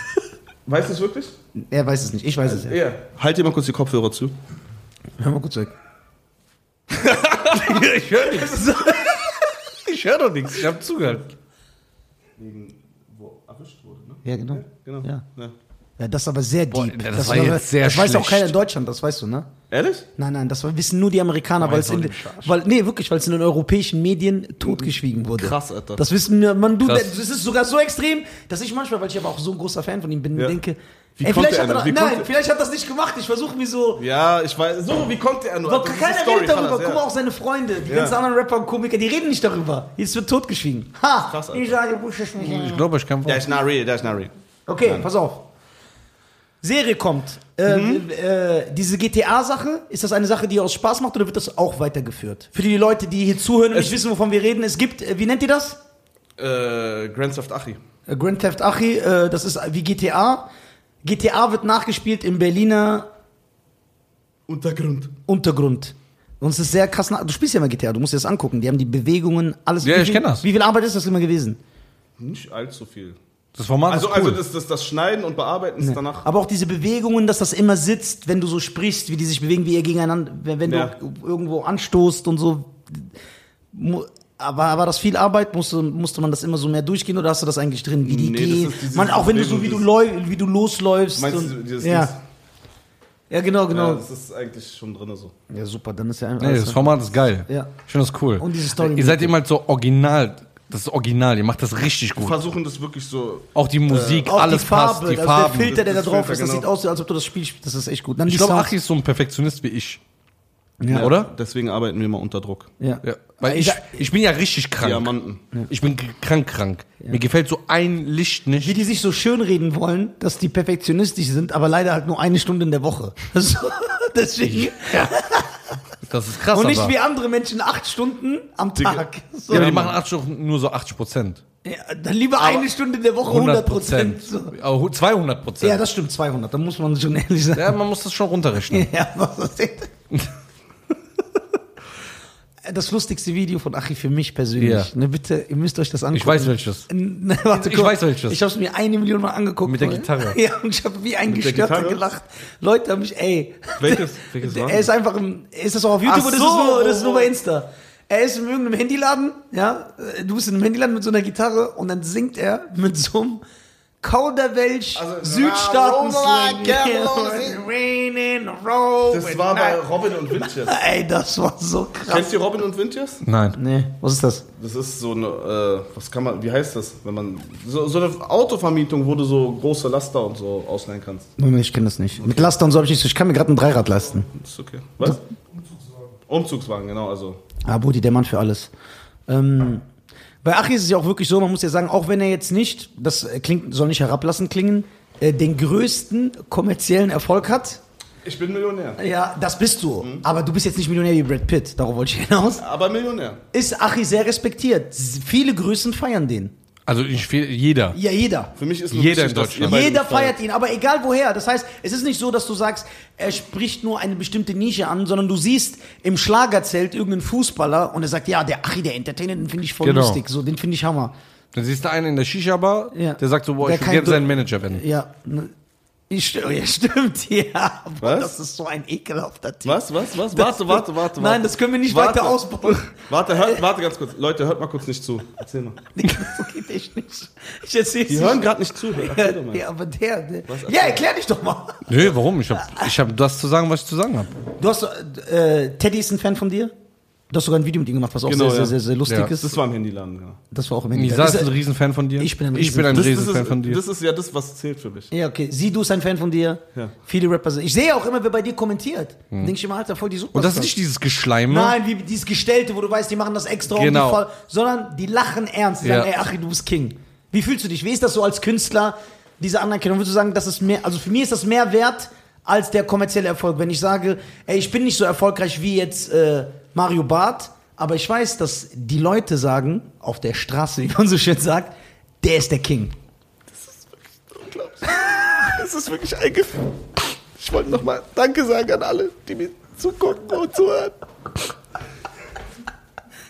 [SPEAKER 2] Weißt du es wirklich?
[SPEAKER 4] Er weiß es nicht, ich weiß es ja.
[SPEAKER 2] Ja. Halt dir mal kurz die Kopfhörer zu.
[SPEAKER 4] Hör mal kurz weg.
[SPEAKER 1] ich höre nichts. Ich höre doch nichts. Ich habe zugehört.
[SPEAKER 2] Wo erwischt wurde, ne?
[SPEAKER 4] Ja, genau.
[SPEAKER 2] Genau.
[SPEAKER 4] Ja.
[SPEAKER 2] Ja.
[SPEAKER 4] Ja, das ist aber sehr deep.
[SPEAKER 1] Boah, das war
[SPEAKER 4] aber-
[SPEAKER 1] jetzt sehr
[SPEAKER 4] Das weiß auch
[SPEAKER 1] schlecht.
[SPEAKER 4] keiner in Deutschland, das weißt du, ne?
[SPEAKER 2] Ehrlich?
[SPEAKER 4] Nein, nein, das wissen nur die Amerikaner, weil es in, weil, nee, wirklich, weil es in den europäischen Medien totgeschwiegen wurde.
[SPEAKER 2] Krass, Alter.
[SPEAKER 4] Das wissen wir, man, du,
[SPEAKER 1] Krass.
[SPEAKER 4] das ist sogar so extrem, dass ich manchmal, weil ich aber auch so ein großer Fan von ihm bin,
[SPEAKER 2] Ja.
[SPEAKER 4] denke,
[SPEAKER 2] Wie
[SPEAKER 4] ey,
[SPEAKER 2] konnte
[SPEAKER 4] vielleicht hat
[SPEAKER 2] er
[SPEAKER 4] er,
[SPEAKER 2] das? Wie
[SPEAKER 4] nein,
[SPEAKER 2] konnte-
[SPEAKER 4] vielleicht hat das nicht gemacht. Ich versuche mir so,
[SPEAKER 2] Ja, ich weiß. So, wie konnte er nur?
[SPEAKER 4] aber
[SPEAKER 2] Das ist
[SPEAKER 4] keiner
[SPEAKER 2] die Story,
[SPEAKER 4] redet darüber.
[SPEAKER 2] Hannes,
[SPEAKER 4] Guck
[SPEAKER 2] ja.
[SPEAKER 4] mal, auch seine Freunde, die
[SPEAKER 2] Ja.
[SPEAKER 4] ganzen anderen Rapper und Komiker, die reden nicht darüber. Jetzt wird totgeschwiegen. Ha!
[SPEAKER 2] Krass, Alter. Mhm.
[SPEAKER 4] ich sage, Busch ist nicht.
[SPEAKER 1] Ich glaube, ich kann
[SPEAKER 2] Der ist not real, der ist not real.
[SPEAKER 4] Okay, pass auf. Serie kommt. Äh, äh, diese GTA-Sache, ist das eine Sache, die aus Spaß macht oder wird das auch weitergeführt? Für die Leute, die hier zuhören und nicht wissen, wovon wir reden, es gibt, äh, wie nennt ihr das?
[SPEAKER 2] Äh, Grand Theft Achi.
[SPEAKER 4] Äh, Grand Theft Achi, äh, das ist wie GTA. GTA wird nachgespielt im Berliner
[SPEAKER 2] Untergrund.
[SPEAKER 4] Untergrund. Und es ist sehr krass. Nach du spielst ja mal GTA, du musst dir das angucken. Die haben die Bewegungen, alles.
[SPEAKER 1] Ja,
[SPEAKER 4] Wie
[SPEAKER 1] ich
[SPEAKER 4] viel-
[SPEAKER 1] kenn das.
[SPEAKER 4] Wie viel Arbeit ist das immer gewesen?
[SPEAKER 2] Nicht allzu viel.
[SPEAKER 1] Das Format
[SPEAKER 2] Also,
[SPEAKER 1] ist cool.
[SPEAKER 2] also das, das, das Schneiden und Bearbeiten ist danach.
[SPEAKER 4] Aber auch diese Bewegungen, dass das immer sitzt, wenn du so sprichst, wie die sich bewegen, wie ihr gegeneinander, wenn, wenn
[SPEAKER 2] Ja.
[SPEAKER 4] du irgendwo anstoßt und so. Mu- Aber war das viel Arbeit? Musste, musste man das immer so mehr durchgehen oder hast du das eigentlich drin? Wie die
[SPEAKER 2] Nee, das
[SPEAKER 4] gehen?
[SPEAKER 2] ist dieses
[SPEAKER 4] Man, auch wenn du so wie
[SPEAKER 2] Problem,
[SPEAKER 4] du, läu- wie du losläufst.
[SPEAKER 2] Meinst
[SPEAKER 4] und,
[SPEAKER 2] du dieses Dings?
[SPEAKER 4] ja. ja, genau,
[SPEAKER 2] Ja,
[SPEAKER 4] genau.
[SPEAKER 2] das ist eigentlich schon drin so.
[SPEAKER 4] Ja, super, dann ist ja einfach.
[SPEAKER 1] Nee, das Format ist geil.
[SPEAKER 4] Ja.
[SPEAKER 1] Ich finde das cool.
[SPEAKER 4] Und diese Story
[SPEAKER 1] Ihr seid
[SPEAKER 4] mit-
[SPEAKER 1] eben halt so original. Das ist original. Ihr macht das richtig gut.
[SPEAKER 2] Versuchen das wirklich so.
[SPEAKER 1] Auch die Musik,
[SPEAKER 4] Äh, auch
[SPEAKER 1] alles
[SPEAKER 4] die Farbe,
[SPEAKER 1] passt, die
[SPEAKER 4] also
[SPEAKER 1] Farben.
[SPEAKER 4] der Filter, der da
[SPEAKER 2] Das- das
[SPEAKER 4] drauf
[SPEAKER 2] Filter,
[SPEAKER 4] ist, das
[SPEAKER 2] genau.
[SPEAKER 4] sieht aus, als ob du das Spiel spielst. Das ist echt gut. Dann
[SPEAKER 1] ich
[SPEAKER 4] die
[SPEAKER 1] glaube,
[SPEAKER 4] Sounds.
[SPEAKER 1] Achi ist so ein Perfektionist wie ich.
[SPEAKER 4] Ja.
[SPEAKER 1] Oder?
[SPEAKER 2] Deswegen arbeiten wir mal unter Druck.
[SPEAKER 4] Ja.
[SPEAKER 1] Ja. Weil ich, ich bin ja richtig krank.
[SPEAKER 2] Diamanten.
[SPEAKER 1] Ich bin k- krank, krank. Mir gefällt so ein Licht nicht.
[SPEAKER 4] Wie die sich so schön reden wollen, dass die perfektionistisch sind, aber leider halt nur eine Stunde in der Woche. (laughs) So, deswegen.
[SPEAKER 1] Das ist krass.
[SPEAKER 4] Und nicht
[SPEAKER 1] aber.
[SPEAKER 4] wie andere Menschen acht Stunden am Tag. So.
[SPEAKER 1] ja, aber die machen 80, Stunden nur so 80 Prozent.
[SPEAKER 4] Ja, dann lieber eine Stunde in der Woche 100 Prozent. So.
[SPEAKER 1] Aber 200 Prozent.
[SPEAKER 4] Ja, das stimmt, 200. Da muss man schon ehrlich sein.
[SPEAKER 1] ja, man muss das schon runterrechnen.
[SPEAKER 4] (laughs) Ja, was ist
[SPEAKER 1] (laughs)
[SPEAKER 4] das? Das lustigste Video von Achi für mich persönlich.
[SPEAKER 1] Ja.
[SPEAKER 4] Ne, bitte, ihr müsst euch das angucken.
[SPEAKER 1] Ich weiß
[SPEAKER 4] (laughs)
[SPEAKER 1] welches.
[SPEAKER 4] Ne, warte,
[SPEAKER 1] Ich
[SPEAKER 4] guck.
[SPEAKER 1] weiß welches.
[SPEAKER 4] Ich habe es mir eine Million Mal angeguckt.
[SPEAKER 1] Mit der
[SPEAKER 4] Leute.
[SPEAKER 1] Gitarre.
[SPEAKER 4] (laughs) Ja, und ich habe wie ein
[SPEAKER 2] der
[SPEAKER 4] Gestörter
[SPEAKER 2] Gitarre?
[SPEAKER 4] gelacht. Leute haben mich, ey.
[SPEAKER 2] Welches? (laughs) Welches war
[SPEAKER 4] Er ist einfach im, ist das auch auf YouTube
[SPEAKER 2] Ach
[SPEAKER 4] oder
[SPEAKER 2] so.
[SPEAKER 4] ist das, nur, oder ist das nur bei Insta? Er ist in irgendeinem Handyladen, ja. äh, Du bist in einem Handyladen mit so einer Gitarre und dann singt er mit so einem Kauderwelsch
[SPEAKER 2] Also,
[SPEAKER 4] Südstaaten Slang. (laughs)
[SPEAKER 2] Roll like a
[SPEAKER 4] Das
[SPEAKER 2] Das war bei Robin und (laughs) Winters.
[SPEAKER 4] Ey, das war so krass.
[SPEAKER 2] Kennst du Robin und Winters?
[SPEAKER 1] Nein.
[SPEAKER 4] Nee, was ist das?
[SPEAKER 2] Das ist so eine, äh, was kann man, wie heißt das, wenn man, so, so eine Autovermietung, wo du so große Laster und so ausleihen kannst.
[SPEAKER 4] Nee, ich kenne das nicht. Mit Laster und so habe ich nicht. Ich kann mir gerade ein Dreirad leisten.
[SPEAKER 2] Ist okay. Was? Umzugswagen, genau, also.
[SPEAKER 4] Ah, Brudi, der Mann für alles. Ähm, bei Achi ist es ja auch wirklich so, man muss ja sagen, auch wenn er jetzt nicht, das äh, klingt, soll nicht herablassend klingen, äh, den größten kommerziellen Erfolg hat.
[SPEAKER 2] Ich bin Millionär.
[SPEAKER 4] Ja, das bist du.
[SPEAKER 2] Mhm.
[SPEAKER 4] Aber du bist jetzt nicht Millionär wie Brad Pitt. Darauf wollte ich hinaus.
[SPEAKER 2] Aber Millionär.
[SPEAKER 4] Ist Achi sehr respektiert. S- Viele Größen feiern den.
[SPEAKER 1] Also ich fehl, jeder.
[SPEAKER 4] Ja, jeder.
[SPEAKER 2] Für mich ist
[SPEAKER 1] Jeder in
[SPEAKER 2] dass ihr
[SPEAKER 1] Deutschland.
[SPEAKER 2] beide
[SPEAKER 4] Jeder
[SPEAKER 2] mich feiert.
[SPEAKER 4] feiert ihn, aber egal woher. Das heißt, es ist nicht so, dass du sagst, er spricht nur eine bestimmte Nische an, sondern du siehst im Schlagerzelt irgendeinen Fußballer und er sagt, ja, der Achi, der Entertainer, den finde ich voll
[SPEAKER 1] Genau.
[SPEAKER 4] lustig. So, den finde ich Hammer.
[SPEAKER 1] Dann siehst du einen in der Shisha-Bar,
[SPEAKER 4] Ja.
[SPEAKER 1] der sagt so, boah,
[SPEAKER 4] Der
[SPEAKER 1] ich will
[SPEAKER 4] kein
[SPEAKER 1] gerne
[SPEAKER 4] Dur-
[SPEAKER 1] sein Manager werden.
[SPEAKER 4] Ja. ne. Ich, st- (laughs) ja stimmt, ja. Boah,
[SPEAKER 2] Was?
[SPEAKER 4] Das ist so ein ekelhafter Typ.
[SPEAKER 2] Was, was, was? Warte, warte, warte.
[SPEAKER 4] Nein,
[SPEAKER 2] warte.
[SPEAKER 4] das können wir nicht
[SPEAKER 2] Warte.
[SPEAKER 4] weiter ausbauen.
[SPEAKER 2] Warte, hört, warte ganz kurz. Leute, hört mal kurz nicht zu. Erzähl mal.
[SPEAKER 4] Nee, das geht echt nicht. Ich erzähl's
[SPEAKER 2] Die
[SPEAKER 4] nicht.
[SPEAKER 2] hören gerade nicht zu. Erzähl doch mal.
[SPEAKER 4] Ja, aber der. der ja, erklär dich doch mal.
[SPEAKER 1] Nö, warum? Ich hab, ich hab das zu sagen, was ich zu sagen habe.
[SPEAKER 4] Du hast. Äh, Teddy ist ein Fan von dir? Du hast sogar ein Video mit ihm gemacht, was auch
[SPEAKER 2] Genau,
[SPEAKER 4] sehr,
[SPEAKER 2] ja.
[SPEAKER 4] sehr, sehr, sehr lustig
[SPEAKER 1] Ja.
[SPEAKER 4] ist.
[SPEAKER 2] Das war im genau. Handyladen, ja.
[SPEAKER 4] Das war auch im
[SPEAKER 1] Nisa
[SPEAKER 4] Das
[SPEAKER 1] ist
[SPEAKER 4] ist-
[SPEAKER 1] ein Riesenfan von dir.
[SPEAKER 4] Ich bin ein
[SPEAKER 1] ich bin ein
[SPEAKER 2] Das, das,
[SPEAKER 1] Riesenfan
[SPEAKER 2] ist,
[SPEAKER 1] von dir.
[SPEAKER 2] das ist ja das, was zählt für mich.
[SPEAKER 4] Ja, okay. Sie, du ist ein Fan von dir.
[SPEAKER 2] Ja. Hm.
[SPEAKER 4] Viele Rapper sind. Ich sehe auch immer, wer bei dir kommentiert. Denke ich immer, Alter, voll die Super.
[SPEAKER 1] Und das ist nicht dieses Geschleime.
[SPEAKER 4] Nein, wie dieses Gestellte, wo du weißt, die machen das extra um
[SPEAKER 1] Ne? Genau.
[SPEAKER 4] die Fall, sondern die lachen ernst. Die
[SPEAKER 1] Ja.
[SPEAKER 4] sagen, ey, Achi, du bist King. Wie fühlst du dich? Wie ist das so als Künstler, diese Anerkennung? Würdest du sagen, das ist mehr, also für mich ist das mehr wert als der kommerzielle Erfolg. Wenn ich sage, ey, ich bin nicht so erfolgreich wie jetzt äh, Mario Barth, aber ich weiß, dass die Leute sagen, auf der Straße, (laughs) wie man so schön sagt, der ist der King.
[SPEAKER 2] Es ist wirklich eingeführt. Ich wollte nochmal Danke sagen an alle, die mir zugucken und zuhören.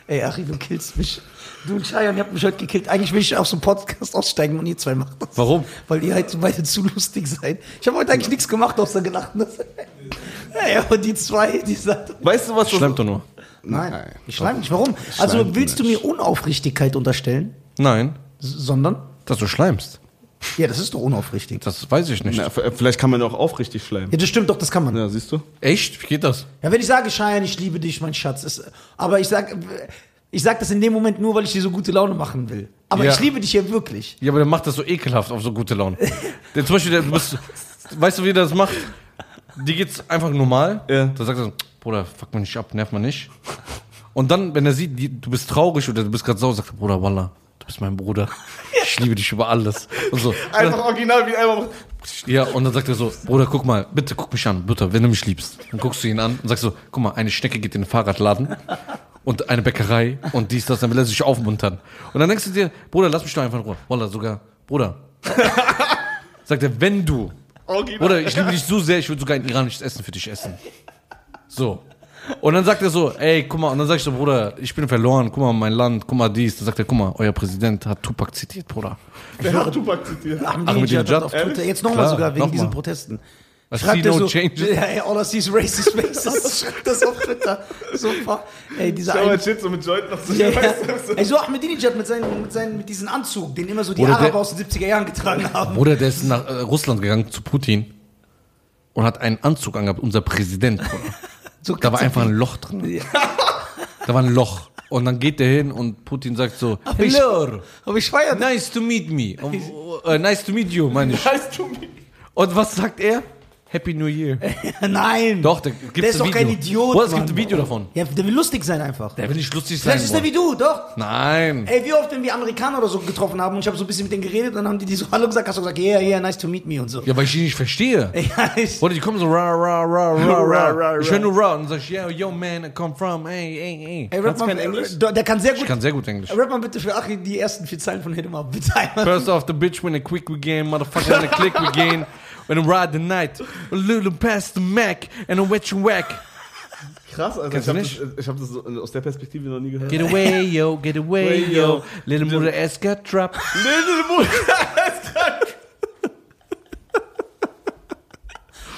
[SPEAKER 4] Ey, Achi, du killst mich. Du und Cheyenne, ihr habt mich heute gekillt. Eigentlich will ich aus dem Podcast aussteigen und ihr zwei macht das.
[SPEAKER 1] Warum?
[SPEAKER 4] Weil ihr halt beide zu lustig seid. Ich habe heute eigentlich nichts gemacht, außer gelacht. Ey, aber die zwei, die sagt.
[SPEAKER 2] Weißt du, was das
[SPEAKER 1] Schleimt doch nur.
[SPEAKER 4] Nein, ich schreibe nicht. Warum? Also willst du mir Unaufrichtigkeit unterstellen?
[SPEAKER 1] Nein,
[SPEAKER 4] S sondern?
[SPEAKER 1] dass du schleimst.
[SPEAKER 4] Ja, das ist doch unaufrichtig.
[SPEAKER 1] Das weiß ich nicht.
[SPEAKER 2] Na, v- vielleicht kann man ja auch aufrichtig schleimen.
[SPEAKER 4] Ja, das stimmt doch, das kann man. Ja,
[SPEAKER 2] Ja, siehst du?
[SPEAKER 1] Echt? Wie geht das?
[SPEAKER 4] wenn ich sage, Cheyenne, ich liebe dich, mein Schatz. Ist, aber ich sag, ich sag das in dem Moment nur, weil ich dir so gute Laune machen will. Aber
[SPEAKER 1] Ja.
[SPEAKER 4] ich liebe dich ja wirklich.
[SPEAKER 1] Ja, aber der macht das so ekelhaft auf so gute Laune. der, zum Beispiel, der, du bist, weißt du, wie der das macht? Die geht's einfach normal.
[SPEAKER 2] Ja.
[SPEAKER 1] Da sagt er so, Bruder, fuck man nicht ab, nerv man nicht. Und dann, wenn er sieht, die, du bist traurig oder du bist gerade sauer, sagt er, Bruder, Wallah, du bist mein Bruder. Ich liebe dich über alles. Und so.
[SPEAKER 2] Einfach original wie einmal.
[SPEAKER 1] Ja, und dann sagt er so, Bruder, guck mal, bitte guck mich an, bitte, wenn du mich liebst. Dann guckst du ihn an und sagst so, guck mal, eine Schnecke geht in den Fahrradladen und eine Bäckerei und dies, das, dann will er sich aufmuntern. Und dann denkst du dir, Bruder, lass mich doch einfach in Ruhe. Wallah, sogar, Bruder. (laughs) sagt er, wenn du, Bruder, ich liebe dich so sehr, ich würde sogar ein iranisches Essen für dich essen. So. Und dann sagt er so, ey, guck mal, und dann sag ich so, Bruder, ich bin verloren, guck mal, mein Land, guck mal dies. Dann sagt er, guck mal, euer Präsident hat Tupac zitiert, Bruder.
[SPEAKER 2] Der hat Tupac zitiert.
[SPEAKER 1] Ahmadinejad
[SPEAKER 4] Ahmadinejad auf Twitter. Jetzt nochmal
[SPEAKER 1] Klar,
[SPEAKER 4] sogar wegen
[SPEAKER 1] nochmal.
[SPEAKER 4] diesen Protesten.
[SPEAKER 1] I
[SPEAKER 4] Schreibt
[SPEAKER 1] see
[SPEAKER 4] er
[SPEAKER 1] no
[SPEAKER 4] so,
[SPEAKER 1] changes.
[SPEAKER 4] (laughs) Ja, ey, all I see is racist faces. Schreibt das auf Twitter. Super. Ey, dieser
[SPEAKER 2] Schau mal, (laughs)
[SPEAKER 4] eine.
[SPEAKER 2] shit, so mit Joint noch so.
[SPEAKER 4] Ja, ja.
[SPEAKER 2] Weißt du,
[SPEAKER 4] (laughs) Ey, so Ahmadinejad mit, seinen, mit, seinen, mit diesem Anzug, den immer so die
[SPEAKER 1] Oder
[SPEAKER 4] Araber
[SPEAKER 1] der-
[SPEAKER 4] aus den 70er Jahren getragen haben.
[SPEAKER 1] Bruder, der ist nach äh, Russland gegangen zu Putin und hat einen Anzug angehabt, unser Präsident. Bruder.
[SPEAKER 4] (laughs) So
[SPEAKER 1] Da war
[SPEAKER 4] ganz-
[SPEAKER 1] einfach ein Loch drin. (laughs) Da war ein Loch. Und dann geht der hin und Putin sagt so,
[SPEAKER 4] Aber ich-
[SPEAKER 1] Hello,
[SPEAKER 4] Aber ich
[SPEAKER 1] (laughs)
[SPEAKER 4] feier das.
[SPEAKER 1] nice to meet
[SPEAKER 4] (laughs)
[SPEAKER 1] me. Und, äh, nice to meet you, meine ich.
[SPEAKER 2] Scheiß du mir.
[SPEAKER 1] Und was sagt er? Happy New Year.
[SPEAKER 4] Nein.
[SPEAKER 1] Doch, da gibt's
[SPEAKER 4] Der ist
[SPEAKER 1] ein
[SPEAKER 4] doch
[SPEAKER 1] Video.
[SPEAKER 4] kein Idiot.
[SPEAKER 1] Bruder, es gibt
[SPEAKER 4] Mann.
[SPEAKER 1] ein Video davon.
[SPEAKER 4] Ja, der will lustig sein einfach.
[SPEAKER 1] Der will nicht lustig sein.
[SPEAKER 4] Vielleicht ist der
[SPEAKER 1] Bruder.
[SPEAKER 4] wie du, doch.
[SPEAKER 1] Nein.
[SPEAKER 4] Ey, wie oft, wenn wir Amerikaner oder so getroffen haben und ich habe so ein bisschen mit denen geredet, dann haben die, die so Hallo gesagt, hast du gesagt, yeah, yeah, nice to meet me und (laughs) so.
[SPEAKER 1] Ja, weil ich ihn nicht verstehe.
[SPEAKER 4] Ja, ich,
[SPEAKER 1] Oder die kommen so ra ra (laughs) ra ra
[SPEAKER 2] Ra,
[SPEAKER 1] ra.
[SPEAKER 2] ra,
[SPEAKER 1] Ich
[SPEAKER 2] ra.
[SPEAKER 1] höre nur ra und sag ich, yo, yo man, I come from, ey, ey, ey.
[SPEAKER 4] Ey, rap
[SPEAKER 2] Kannst du
[SPEAKER 4] mal,
[SPEAKER 2] kein Englisch?
[SPEAKER 4] Der, der kann sehr
[SPEAKER 1] Ich
[SPEAKER 4] gut.
[SPEAKER 1] kann sehr gut Englisch.
[SPEAKER 4] Rap mal bitte für Achi die ersten vier Zeilen von Hit 'em Up. Bitte einmal.
[SPEAKER 1] First off the bitch when a quick we gain, motherfucker when a click we gain, when I ride the night, a little past the Mac and a wet you whack.
[SPEAKER 2] Krass, also
[SPEAKER 1] Kennst
[SPEAKER 2] ich
[SPEAKER 1] du
[SPEAKER 2] habe
[SPEAKER 1] nicht?
[SPEAKER 2] das, ich hab das so äh, aus der Perspektive noch nie gehört.
[SPEAKER 1] Get away yo, get away
[SPEAKER 2] Way,
[SPEAKER 1] yo,
[SPEAKER 2] yo.
[SPEAKER 1] little mother ass got trapped.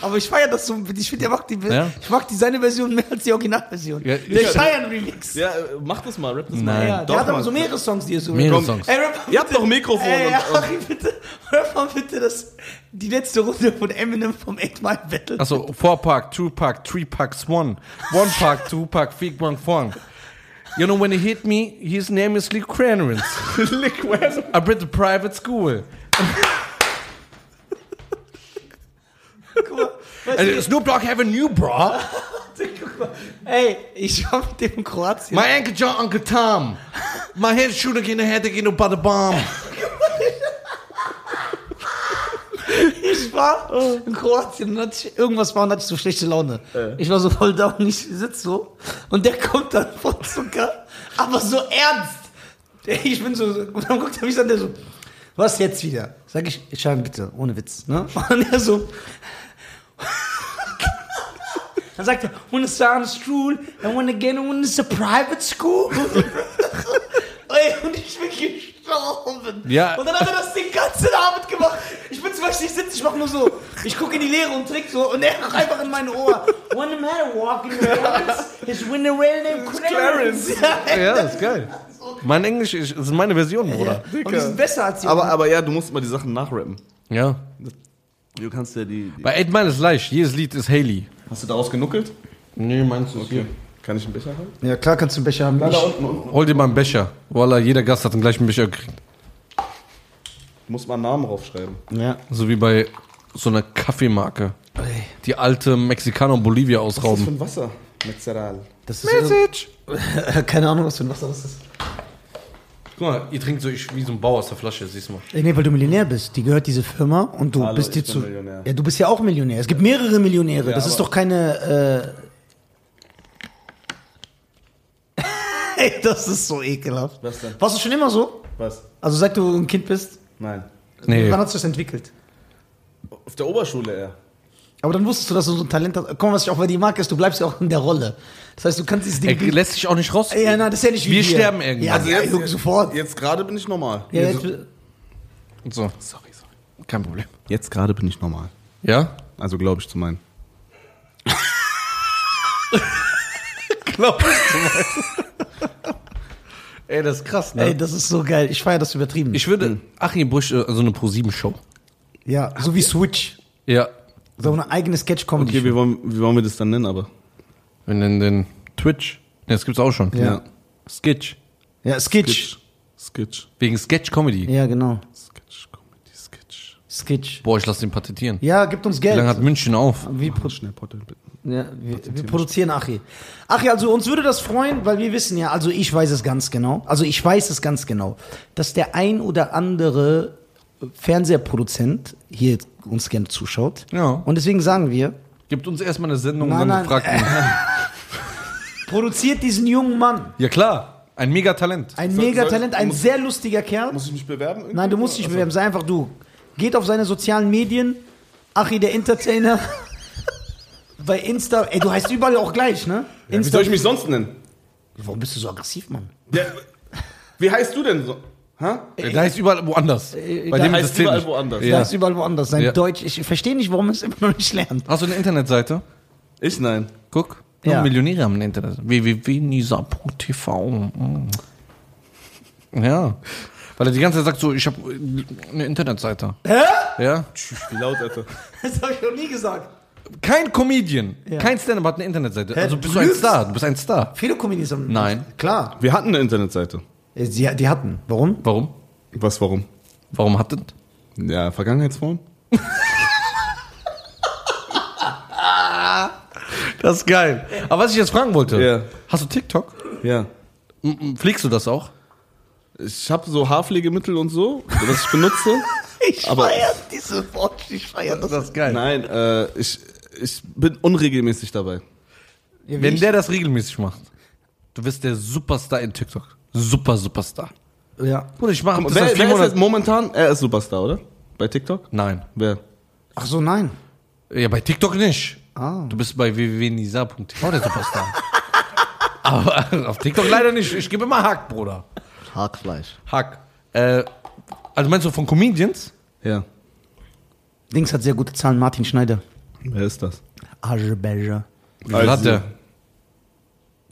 [SPEAKER 4] Aber ich feiere das so. Ich finde, der macht die,
[SPEAKER 1] Ja.
[SPEAKER 4] ich mag die seine Version mehr als die Originalversion.
[SPEAKER 1] Ja,
[SPEAKER 4] der
[SPEAKER 1] ich-
[SPEAKER 4] Cheyenne Remix.
[SPEAKER 2] Ja, äh, mach das mal, rap das
[SPEAKER 1] Nein.
[SPEAKER 2] mal.
[SPEAKER 4] Ja,
[SPEAKER 2] doch,
[SPEAKER 4] der hat aber
[SPEAKER 2] Mann.
[SPEAKER 4] so mehrere Songs, die er so
[SPEAKER 1] Mehrere
[SPEAKER 2] Komm.
[SPEAKER 1] Songs.
[SPEAKER 4] Ey, rap mal
[SPEAKER 2] Ihr habt doch Mikrofon
[SPEAKER 4] Ey,
[SPEAKER 2] und, und
[SPEAKER 4] Achi, bitte. Rap mal bitte das, die letzte Runde von Eminem vom 8 Mile Battle.
[SPEAKER 1] Also four pack, two pack, three pack, swan, one pack, two pack, fig one fun. You know when he hit me, his name is Lee Cranerins. (laughs)
[SPEAKER 2] Liquid.
[SPEAKER 1] I read the private school.
[SPEAKER 4] Guck mal, weißt
[SPEAKER 2] Also
[SPEAKER 1] And Snoop Dogg have a new bra.
[SPEAKER 4] du, guck mal. Ey, ich war mit dem in Kroatien.
[SPEAKER 1] My Uncle John, Uncle Tom. My head shoot again, I had to get no butter bomb.
[SPEAKER 4] Ich war in Kroatien und hatte ich irgendwas war und hatte ich so schlechte Laune. Ich war so voll down, ich sitze so und der kommt dann von Zucker, aber so ernst. Ey, Ich bin so, und dann guckt er mich an, der so, was jetzt wieder? Sag ich, Schein bitte, ohne Witz, ne? Und er so, dann sagt er, when it's on school and when again when it's a private school. (laughs) Ey, und ich bin gestorben.
[SPEAKER 1] Ja.
[SPEAKER 4] Und dann hat er das den ganzen Abend gemacht. Ich bin zum Beispiel, ich sitze, ich mache nur so. Ich gucke in die Leere und trinke so und er noch einfach in mein (laughs) Ohr. When the matter walking the parents is when the real name Clarence. Ja.
[SPEAKER 1] (laughs) Ja, das ist geil. Mein Englisch ist, das ist meine Version, Bruder.
[SPEAKER 4] Und die sind besser als die
[SPEAKER 2] Aber, aber ja, du musst mal die Sachen nachrappen.
[SPEAKER 1] Ja.
[SPEAKER 2] Du kannst ja die. die
[SPEAKER 1] Bei 8 Mile ist leicht. Jedes Lied ist Haley.
[SPEAKER 2] hast du daraus genuckelt?
[SPEAKER 1] Nee, meinst du
[SPEAKER 2] Okay. Kann ich einen Becher haben?
[SPEAKER 4] Ja, klar kannst du einen Becher haben.
[SPEAKER 2] Da unten, unten.
[SPEAKER 1] Hol dir mal einen Becher. Voila, jeder Gast hat den gleichen Becher gekriegt.
[SPEAKER 2] Muss man einen Namen draufschreiben.
[SPEAKER 5] Ja.
[SPEAKER 1] So wie bei so einer Kaffeemarke. Die alte Mexikaner Bolivia
[SPEAKER 2] Was ist das
[SPEAKER 1] ausrauben.
[SPEAKER 2] für ein Wasser? Metzeral.
[SPEAKER 4] Das ist Message. (laughs) Keine Ahnung, was für ein Wasser das ist.
[SPEAKER 1] Guck mal, ihr trinkt so ich, wie so ein Bauer aus der Flasche, siehst du mal.
[SPEAKER 4] Ey, Nee, weil du Millionär bist. Die gehört diese Firma und du
[SPEAKER 2] Hallo,
[SPEAKER 4] bist dir
[SPEAKER 2] ich bin
[SPEAKER 4] zu.
[SPEAKER 2] Millionär.
[SPEAKER 4] Ja, du bist ja auch Millionär. Es gibt mehrere Millionäre.
[SPEAKER 2] Ja,
[SPEAKER 4] das ist
[SPEAKER 2] aber-
[SPEAKER 4] doch (laughs) keine. Äh... Ey, das ist so ekelhaft.
[SPEAKER 2] Was denn?
[SPEAKER 4] Warst du schon immer so?
[SPEAKER 2] Was?
[SPEAKER 4] Also seit du ein Kind bist,
[SPEAKER 2] Nein.
[SPEAKER 1] Nee.
[SPEAKER 4] wann hast du das entwickelt?
[SPEAKER 2] Auf der Oberschule eher.
[SPEAKER 4] Aber dann wusstest du, dass du so ein Talent hast. Komm, was ich auch bei dir mag, ist, du bleibst ja auch in der Rolle. Das heißt, du kannst dieses
[SPEAKER 1] Er
[SPEAKER 4] Ding.
[SPEAKER 1] lässt sich auch nicht raus.
[SPEAKER 4] Ey, ja, na, das ist ja nicht wie
[SPEAKER 1] Wir
[SPEAKER 4] wir.
[SPEAKER 1] sterben irgendwann.
[SPEAKER 4] Ja,
[SPEAKER 1] Also
[SPEAKER 4] ja, Junge, sofort.
[SPEAKER 2] Jetzt gerade bin ich normal.
[SPEAKER 4] ja, jetzt,
[SPEAKER 1] So. Sorry, sorry. Kein Problem.
[SPEAKER 2] Jetzt gerade bin ich normal.
[SPEAKER 1] Ja?
[SPEAKER 2] Also glaube ich zu
[SPEAKER 4] (laughs)
[SPEAKER 2] meinen.
[SPEAKER 1] Ey, das ist krass,
[SPEAKER 4] ey, das ist so geil. Ich feiere das übertrieben.
[SPEAKER 1] Ich würde Achim Busch, äh, so eine Pro-7-Show.
[SPEAKER 4] ja, so wie Switch.
[SPEAKER 1] Ja.
[SPEAKER 4] So eine eigene Sketch-Comedy.
[SPEAKER 2] Okay, wie wollen, wie wollen wir das dann nennen, aber?
[SPEAKER 1] Wenn denn den Twitch. Ne, das gibt's auch schon.
[SPEAKER 4] Ja.
[SPEAKER 1] Sketch.
[SPEAKER 4] Ja, Sketch.
[SPEAKER 2] Sketch. Sketch.
[SPEAKER 1] Wegen Sketch-Comedy.
[SPEAKER 4] Ja, genau.
[SPEAKER 2] Sketch. Comedy. Sketch.
[SPEAKER 4] Sketch.
[SPEAKER 1] Boah, ich lass den patentieren.
[SPEAKER 4] Ja, gibt uns
[SPEAKER 1] Wie
[SPEAKER 4] Geld.
[SPEAKER 1] lange hat München auf?
[SPEAKER 4] wir, pro
[SPEAKER 2] Schnell, Potter, bitte.
[SPEAKER 4] ja, wir, wir produzieren Achi. Achi, also uns würde das freuen, weil wir wissen ja, also ich weiß es ganz genau, also ich weiß es ganz genau, dass der ein oder andere Fernsehproduzent hier uns gerne zuschaut.
[SPEAKER 1] Ja.
[SPEAKER 4] Und deswegen sagen wir,
[SPEAKER 1] Gibt uns erstmal eine Sendung
[SPEAKER 4] Nein,
[SPEAKER 1] und dann
[SPEAKER 4] nein.
[SPEAKER 1] fragt man.
[SPEAKER 4] produziert diesen jungen Mann.
[SPEAKER 1] (laughs) Ja klar, ein Megatalent.
[SPEAKER 4] Ein
[SPEAKER 2] Soll-
[SPEAKER 4] Megatalent,
[SPEAKER 2] soll-
[SPEAKER 4] ein
[SPEAKER 2] muss-
[SPEAKER 4] sehr lustiger Kerl.
[SPEAKER 2] Muss ich mich bewerben? irgendwie?
[SPEAKER 4] Nein, du musst dich
[SPEAKER 2] Also,
[SPEAKER 4] bewerben, sei einfach du. Geht auf seine sozialen Medien, Achi der (laughs) Entertainer. Bei Insta, ey, du heißt überall auch gleich, ne?
[SPEAKER 2] Wie
[SPEAKER 4] Insta
[SPEAKER 2] soll ich mich sonst nennen?
[SPEAKER 4] Warum bist du so aggressiv, Mann?
[SPEAKER 2] Der, wie heißt du denn so? Hä?
[SPEAKER 1] Da heißt überall woanders. Bei
[SPEAKER 4] da
[SPEAKER 1] dem
[SPEAKER 2] heißt
[SPEAKER 1] System.
[SPEAKER 2] überall
[SPEAKER 1] nicht.
[SPEAKER 2] woanders.
[SPEAKER 4] Ja.
[SPEAKER 1] Ja.
[SPEAKER 4] Das ist überall woanders. Sein
[SPEAKER 1] Ja.
[SPEAKER 4] Deutsch, ich verstehe nicht, warum er es immer noch nicht lernt.
[SPEAKER 1] Hast du eine Internetseite?
[SPEAKER 2] Ich nein.
[SPEAKER 1] Guck.
[SPEAKER 4] Ja.
[SPEAKER 1] Nur Millionäre haben eine Internetseite. www.nisa.tv. Mm. Ja. Weil er die ganze Zeit sagt so, ich habe eine Internetseite. Hä? Ja.
[SPEAKER 2] Wie laut, Alter.
[SPEAKER 4] (laughs) Das habe ich noch nie gesagt.
[SPEAKER 1] Kein Comedian,
[SPEAKER 4] Ja.
[SPEAKER 1] kein Stand-up hat eine Internetseite. Also bist
[SPEAKER 4] du
[SPEAKER 1] du ein
[SPEAKER 4] lügst.
[SPEAKER 1] Star, du bist ein Star.
[SPEAKER 4] Viele Comedians haben.
[SPEAKER 1] Nein.
[SPEAKER 4] Klar.
[SPEAKER 2] Wir hatten eine Internetseite.
[SPEAKER 4] Äh, Sie, die hatten. Warum?
[SPEAKER 1] Warum?
[SPEAKER 2] Was, warum?
[SPEAKER 1] Warum hat das?
[SPEAKER 2] Ja, Vergangenheitsform.
[SPEAKER 1] Das ist geil. Aber was ich jetzt fragen wollte,
[SPEAKER 2] Ja.
[SPEAKER 1] hast du TikTok?
[SPEAKER 2] Ja.
[SPEAKER 1] M- m- Pflegst du das auch?
[SPEAKER 2] Ich habe so Haarpflegemittel und so, das ich
[SPEAKER 4] (laughs)
[SPEAKER 2] benutze.
[SPEAKER 4] Ich
[SPEAKER 2] Aber-
[SPEAKER 4] feiere diese Worte, ich feiere das.
[SPEAKER 1] ist geil.
[SPEAKER 2] Nein, äh, ich, ich bin unregelmäßig dabei.
[SPEAKER 4] Ja, wie
[SPEAKER 1] Wenn
[SPEAKER 4] ich-
[SPEAKER 1] der das regelmäßig macht, du wirst der Superstar in TikTok. Super, Superstar.
[SPEAKER 4] ja.
[SPEAKER 1] Bruder, ich mache das
[SPEAKER 2] wer,
[SPEAKER 1] seit vier
[SPEAKER 2] wer ist jetzt
[SPEAKER 1] Monaten.
[SPEAKER 2] momentan? Er ist Superstar, oder? Bei TikTok?
[SPEAKER 1] Nein.
[SPEAKER 2] Wer?
[SPEAKER 4] Ach so, nein.
[SPEAKER 1] Ja, bei TikTok nicht.
[SPEAKER 4] Ah.
[SPEAKER 1] Du bist bei www.nisa.tv der Superstar. (laughs) Aber auf TikTok leider nicht. Ich gebe immer Hack, Bruder.
[SPEAKER 5] Hackfleisch.
[SPEAKER 1] Hack. Äh, also meinst du von Comedians?
[SPEAKER 2] Ja.
[SPEAKER 4] Dings hat sehr gute Zahlen. Martin Schneider.
[SPEAKER 2] Wer ist das?
[SPEAKER 4] Azerbaijan.
[SPEAKER 1] Wie viel
[SPEAKER 2] Also-
[SPEAKER 1] hat der?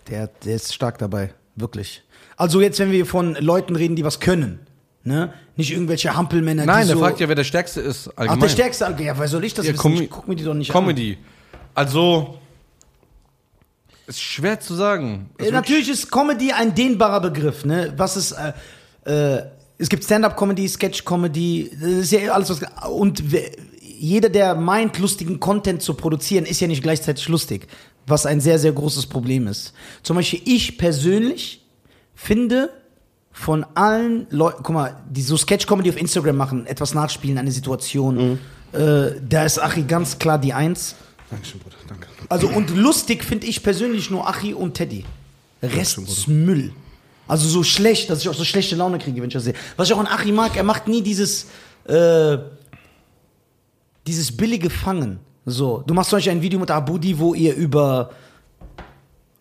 [SPEAKER 4] Der, der ist stark dabei, wirklich. Also jetzt, wenn wir von Leuten reden, die was können, ne? Nicht irgendwelche Hampelmänner,
[SPEAKER 1] Nein,
[SPEAKER 4] die
[SPEAKER 1] der
[SPEAKER 4] so...
[SPEAKER 1] fragt ja, wer der Stärkste ist.
[SPEAKER 4] Ach,
[SPEAKER 1] Allgemein.
[SPEAKER 4] der Stärkste, okay, ja, weil soll ich das
[SPEAKER 1] Ja,
[SPEAKER 4] wissen?
[SPEAKER 1] Comi-
[SPEAKER 4] ich guck mir die doch nicht
[SPEAKER 1] Comedy. Also. Ist schwer zu sagen.
[SPEAKER 4] an. Äh, Natürlich ist Comedy ein dehnbarer Begriff, ne? Was ist... Äh, äh, es gibt Stand-Up-Comedy, Sketch-Comedy, das ist ja alles was... Und we- jeder, der meint, lustigen Content zu produzieren, ist ja nicht gleichzeitig lustig. Was ein sehr, sehr großes Problem ist. Zum Beispiel ich persönlich finde von allen Leuten, guck mal, die so Sketch-Comedy auf Instagram machen, etwas nachspielen, eine Situation, Äh, da ist Achi ganz klar die Eins.
[SPEAKER 2] Dankeschön, Bruder. Danke.
[SPEAKER 4] Also und lustig finde ich persönlich nur Achi und Teddy. Rest ist Müll. Also so schlecht, dass ich auch so schlechte Laune kriege, wenn ich das sehe. Was ich auch an Achi mag, er macht nie dieses, äh, dieses billige Fangen. So, du machst zum Beispiel ein Video mit Abudi, wo ihr über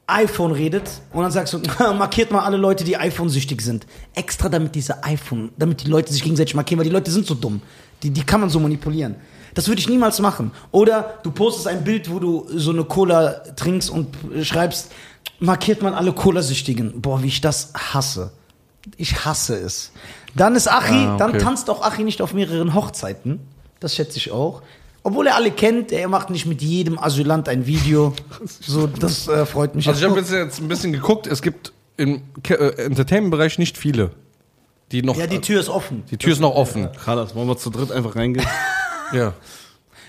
[SPEAKER 4] iPhone redet und dann sagst du, (laughs) markiert mal alle Leute, die iPhone-süchtig sind. Extra damit diese iPhone, damit die Leute sich gegenseitig markieren, weil die Leute sind so dumm. Die, die kann man so manipulieren. Das würde ich niemals machen. Oder du postest ein Bild, wo du so eine Cola trinkst und äh, schreibst, markiert mal alle Cola-Süchtigen. Boah, wie ich das hasse. Ich hasse es. Dann ist Achi,
[SPEAKER 1] Ah, okay.
[SPEAKER 4] dann tanzt auch Achi nicht auf mehreren Hochzeiten. Das schätze ich auch. Obwohl er alle kennt, er macht nicht mit jedem Asylant ein Video. So, das äh, freut mich.
[SPEAKER 1] Also ich habe jetzt, jetzt ein bisschen geguckt, es gibt im Ke- äh, Entertainment-Bereich nicht viele, die noch...
[SPEAKER 4] ja, die Tür ist offen.
[SPEAKER 1] die Tür ist noch offen.
[SPEAKER 2] Carlos, wollen wir zu dritt einfach reingehen?
[SPEAKER 1] Ja.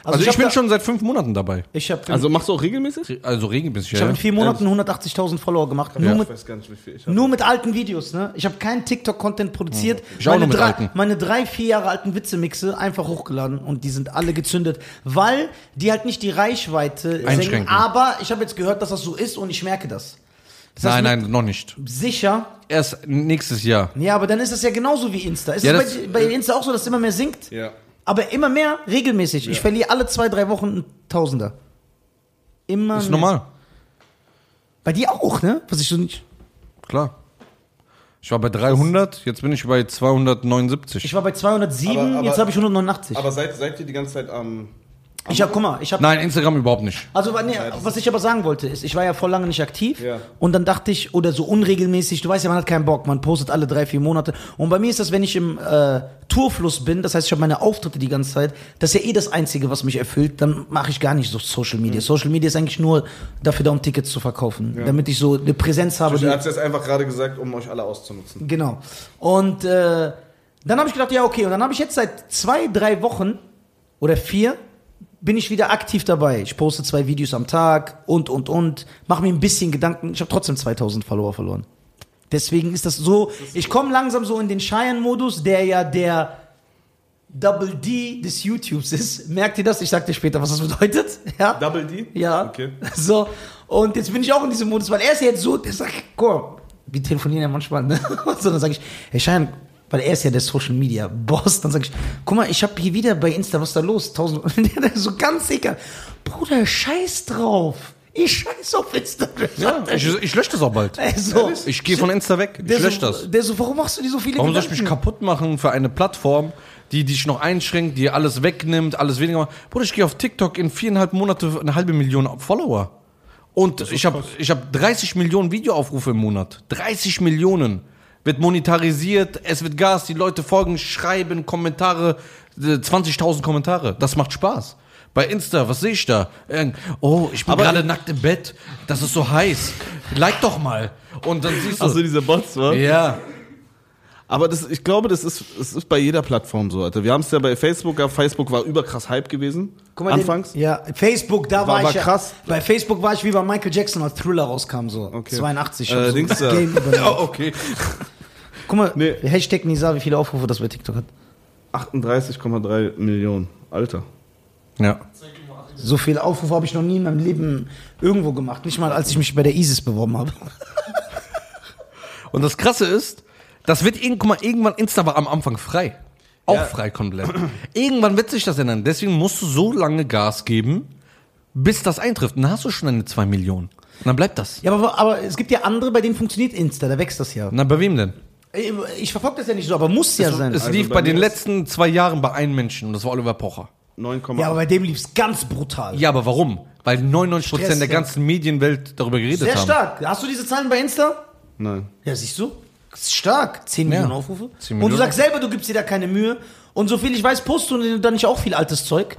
[SPEAKER 1] Also,
[SPEAKER 4] ich
[SPEAKER 1] ich,
[SPEAKER 4] hab
[SPEAKER 1] bin
[SPEAKER 4] da-
[SPEAKER 1] schon seit fünf Monaten dabei.
[SPEAKER 4] Ich habe
[SPEAKER 2] Also machst du auch regelmäßig?
[SPEAKER 1] Also regelmäßig.
[SPEAKER 4] ich hab in vier Monaten 180.000 Follower gemacht. Nur, mit,
[SPEAKER 2] weiß gar nicht, wie viel ich
[SPEAKER 4] nur mit alten Videos. Ne? Ich habe keinen TikTok-Content produziert.
[SPEAKER 1] Ich auch
[SPEAKER 4] meine,
[SPEAKER 1] nur mit
[SPEAKER 4] drei,
[SPEAKER 1] alten.
[SPEAKER 4] meine drei, vier Jahre alten Witze-Mixe einfach hochgeladen und die sind alle gezündet, weil die halt nicht die Reichweite
[SPEAKER 1] Einschränken.
[SPEAKER 4] Aber ich habe jetzt gehört, dass das so ist und ich merke das. das heißt,
[SPEAKER 1] Nein,
[SPEAKER 4] mit-
[SPEAKER 1] nein, noch nicht.
[SPEAKER 4] Sicher.
[SPEAKER 1] Erst nächstes Jahr.
[SPEAKER 4] Ja, aber dann ist das ja genauso wie Insta. Ist
[SPEAKER 1] Ja,
[SPEAKER 4] das
[SPEAKER 1] das-
[SPEAKER 4] bei, bei Insta auch so, dass es immer mehr sinkt?
[SPEAKER 2] Ja.
[SPEAKER 4] Aber immer mehr, regelmäßig. Ich verliere alle zwei, drei Wochen einen Tausender. Immer
[SPEAKER 1] Ist
[SPEAKER 4] mehr.
[SPEAKER 1] normal.
[SPEAKER 4] Bei dir auch, ne? Was ich so nicht.
[SPEAKER 1] Klar. Ich war bei 300, jetzt bin ich bei 279.
[SPEAKER 4] Ich war bei 207,
[SPEAKER 2] Aber- aber-
[SPEAKER 4] jetzt habe ich 189.
[SPEAKER 2] Aber seid, seid ihr die ganze Zeit am.
[SPEAKER 4] ich hab, guck mal, ich habe.
[SPEAKER 1] Nein, Instagram überhaupt nicht.
[SPEAKER 4] Also, nee, was ich aber sagen wollte, ist, ich war ja vor lange nicht aktiv
[SPEAKER 2] Ja.
[SPEAKER 4] und dann dachte ich, oder so unregelmäßig, du weißt ja, man hat keinen Bock, man postet alle drei, vier Monate. Und bei mir ist das, wenn ich im äh, Tourfluss bin, das heißt, ich habe meine Auftritte die ganze Zeit, das ist ja eh das Einzige, was mich erfüllt, dann mache ich gar nicht so Social Media. Social Media ist eigentlich nur dafür da, um Tickets zu verkaufen, damit ich so eine Präsenz habe.
[SPEAKER 2] Du
[SPEAKER 4] die-
[SPEAKER 2] hast jetzt einfach gerade gesagt, um euch alle auszunutzen.
[SPEAKER 4] Genau. Und äh, dann habe ich gedacht, ja, okay. Und dann habe ich jetzt seit zwei, drei Wochen oder vier bin ich wieder aktiv dabei. Ich poste zwei Videos am Tag und, und, und. Mache mir ein bisschen Gedanken. Ich habe trotzdem 2000 Follower verloren. Deswegen ist das so. Ich komme langsam so in den Cheyenne-Modus, der ja der Double D des YouTubes ist. Merkt ihr das? Ich sag dir später, was das bedeutet. (laughs) Ja.
[SPEAKER 2] Double D?
[SPEAKER 4] Ja.
[SPEAKER 2] Okay.
[SPEAKER 4] (laughs) So. Und jetzt bin ich auch in diesem Modus, weil er ist ja jetzt so, der sagt, guck, mal, wir telefonieren ja manchmal, ne? (laughs) Und so, dann sage ich, Herr Schein, weil er ist ja der Social Media Boss, dann sage ich, guck mal, ich habe hier wieder bei Insta, was ist da los? Tausend, (laughs) Und der so ganz sicher, Bruder, scheiß drauf. Ich scheiß auf Instagram. (laughs)
[SPEAKER 1] Ja, ich, ich lösche das auch bald.
[SPEAKER 4] Ey, so.
[SPEAKER 1] Ich gehe von Insta weg. Ich
[SPEAKER 4] Der
[SPEAKER 1] lösche
[SPEAKER 4] so,
[SPEAKER 1] das.
[SPEAKER 4] Der so, warum machst du dir so viele
[SPEAKER 1] Warum soll ich
[SPEAKER 4] Gedanken?
[SPEAKER 1] mich kaputt machen für eine Plattform, die dich noch einschränkt, die alles wegnimmt, alles weniger macht? Bruder, ich gehe auf TikTok in viereinhalb Monate eine halbe Million Follower. Und ich habe ich hab 30 Millionen Videoaufrufe im Monat. 30 Millionen. Wird monetarisiert, es wird Gas, die Leute folgen, schreiben Kommentare, äh, 20.000 Kommentare. Das macht Spaß. Bei Insta, was sehe ich da? Irgend- Oh, ich bin gerade nackt im Bett. Das ist so heiß. Like doch mal. Und dann siehst du.
[SPEAKER 2] Also diese Bots, wa?
[SPEAKER 1] ja.
[SPEAKER 2] Aber das, ich glaube, das ist, es ist bei jeder Plattform so, Alter. Wir haben es ja bei Facebook gehabt. Facebook war überkrass Hype gewesen.
[SPEAKER 4] Guck mal,
[SPEAKER 2] Anfangs.
[SPEAKER 4] Den, ja, Facebook, da war,
[SPEAKER 2] War- war
[SPEAKER 4] ich. ja-
[SPEAKER 2] krass.
[SPEAKER 4] Bei Facebook war ich wie bei Michael Jackson, als Thriller rauskam, so.
[SPEAKER 2] Okay.
[SPEAKER 4] 82.
[SPEAKER 2] Äh,
[SPEAKER 4] hab so
[SPEAKER 2] Dings,
[SPEAKER 4] das
[SPEAKER 1] (laughs)
[SPEAKER 2] äh,
[SPEAKER 4] Game übernommen.
[SPEAKER 1] okay.
[SPEAKER 4] Guck mal,
[SPEAKER 2] Nee.
[SPEAKER 4] Hashtag Nisa, wie viele Aufrufe das bei TikTok hat.
[SPEAKER 2] 38,3 Millionen. Alter.
[SPEAKER 1] Ja.
[SPEAKER 4] So viele Aufrufe habe ich noch nie in meinem Leben irgendwo gemacht. Nicht mal, als ich mich bei der ISIS beworben habe.
[SPEAKER 1] Und das Krasse ist, das wird irgendwann, mal- irgendwann Insta war am Anfang frei. Auch
[SPEAKER 2] Ja.
[SPEAKER 1] frei komplett. Irgendwann wird sich das ändern. Deswegen musst du so lange Gas geben, bis das eintrifft. Und dann hast du schon deine 2 Millionen. Und dann bleibt das.
[SPEAKER 4] (laughs) Ja, aber, aber es gibt ja andere, bei denen funktioniert Insta, da wächst das ja.
[SPEAKER 1] Na, bei wem denn?
[SPEAKER 4] Ich, ich verfolge das ja nicht so, aber muss ja sein. Also
[SPEAKER 1] Es lief
[SPEAKER 2] bei
[SPEAKER 1] bei,
[SPEAKER 2] mir
[SPEAKER 1] den
[SPEAKER 2] ist-
[SPEAKER 1] letzten zwei Jahren bei einem Menschen und das war Oliver Pocher.
[SPEAKER 2] 9,8.
[SPEAKER 4] ja, aber bei dem lief es ganz brutal.
[SPEAKER 1] Ja, aber warum? Weil 99%
[SPEAKER 4] Stress,
[SPEAKER 1] der
[SPEAKER 4] ja.
[SPEAKER 1] ganzen Medienwelt darüber geredet
[SPEAKER 4] Sehr
[SPEAKER 1] haben.
[SPEAKER 4] stark. Hast du diese Zahlen bei Insta?
[SPEAKER 2] Nein.
[SPEAKER 4] Ja, siehst du? Das ist stark. 10
[SPEAKER 1] Ja.
[SPEAKER 4] Millionen
[SPEAKER 1] 10
[SPEAKER 4] Aufrufe. und du
[SPEAKER 1] Millionen
[SPEAKER 4] sagst selber, du gibst dir da keine Mühe. Und so viel ich weiß, postest du da nicht auch viel altes Zeug?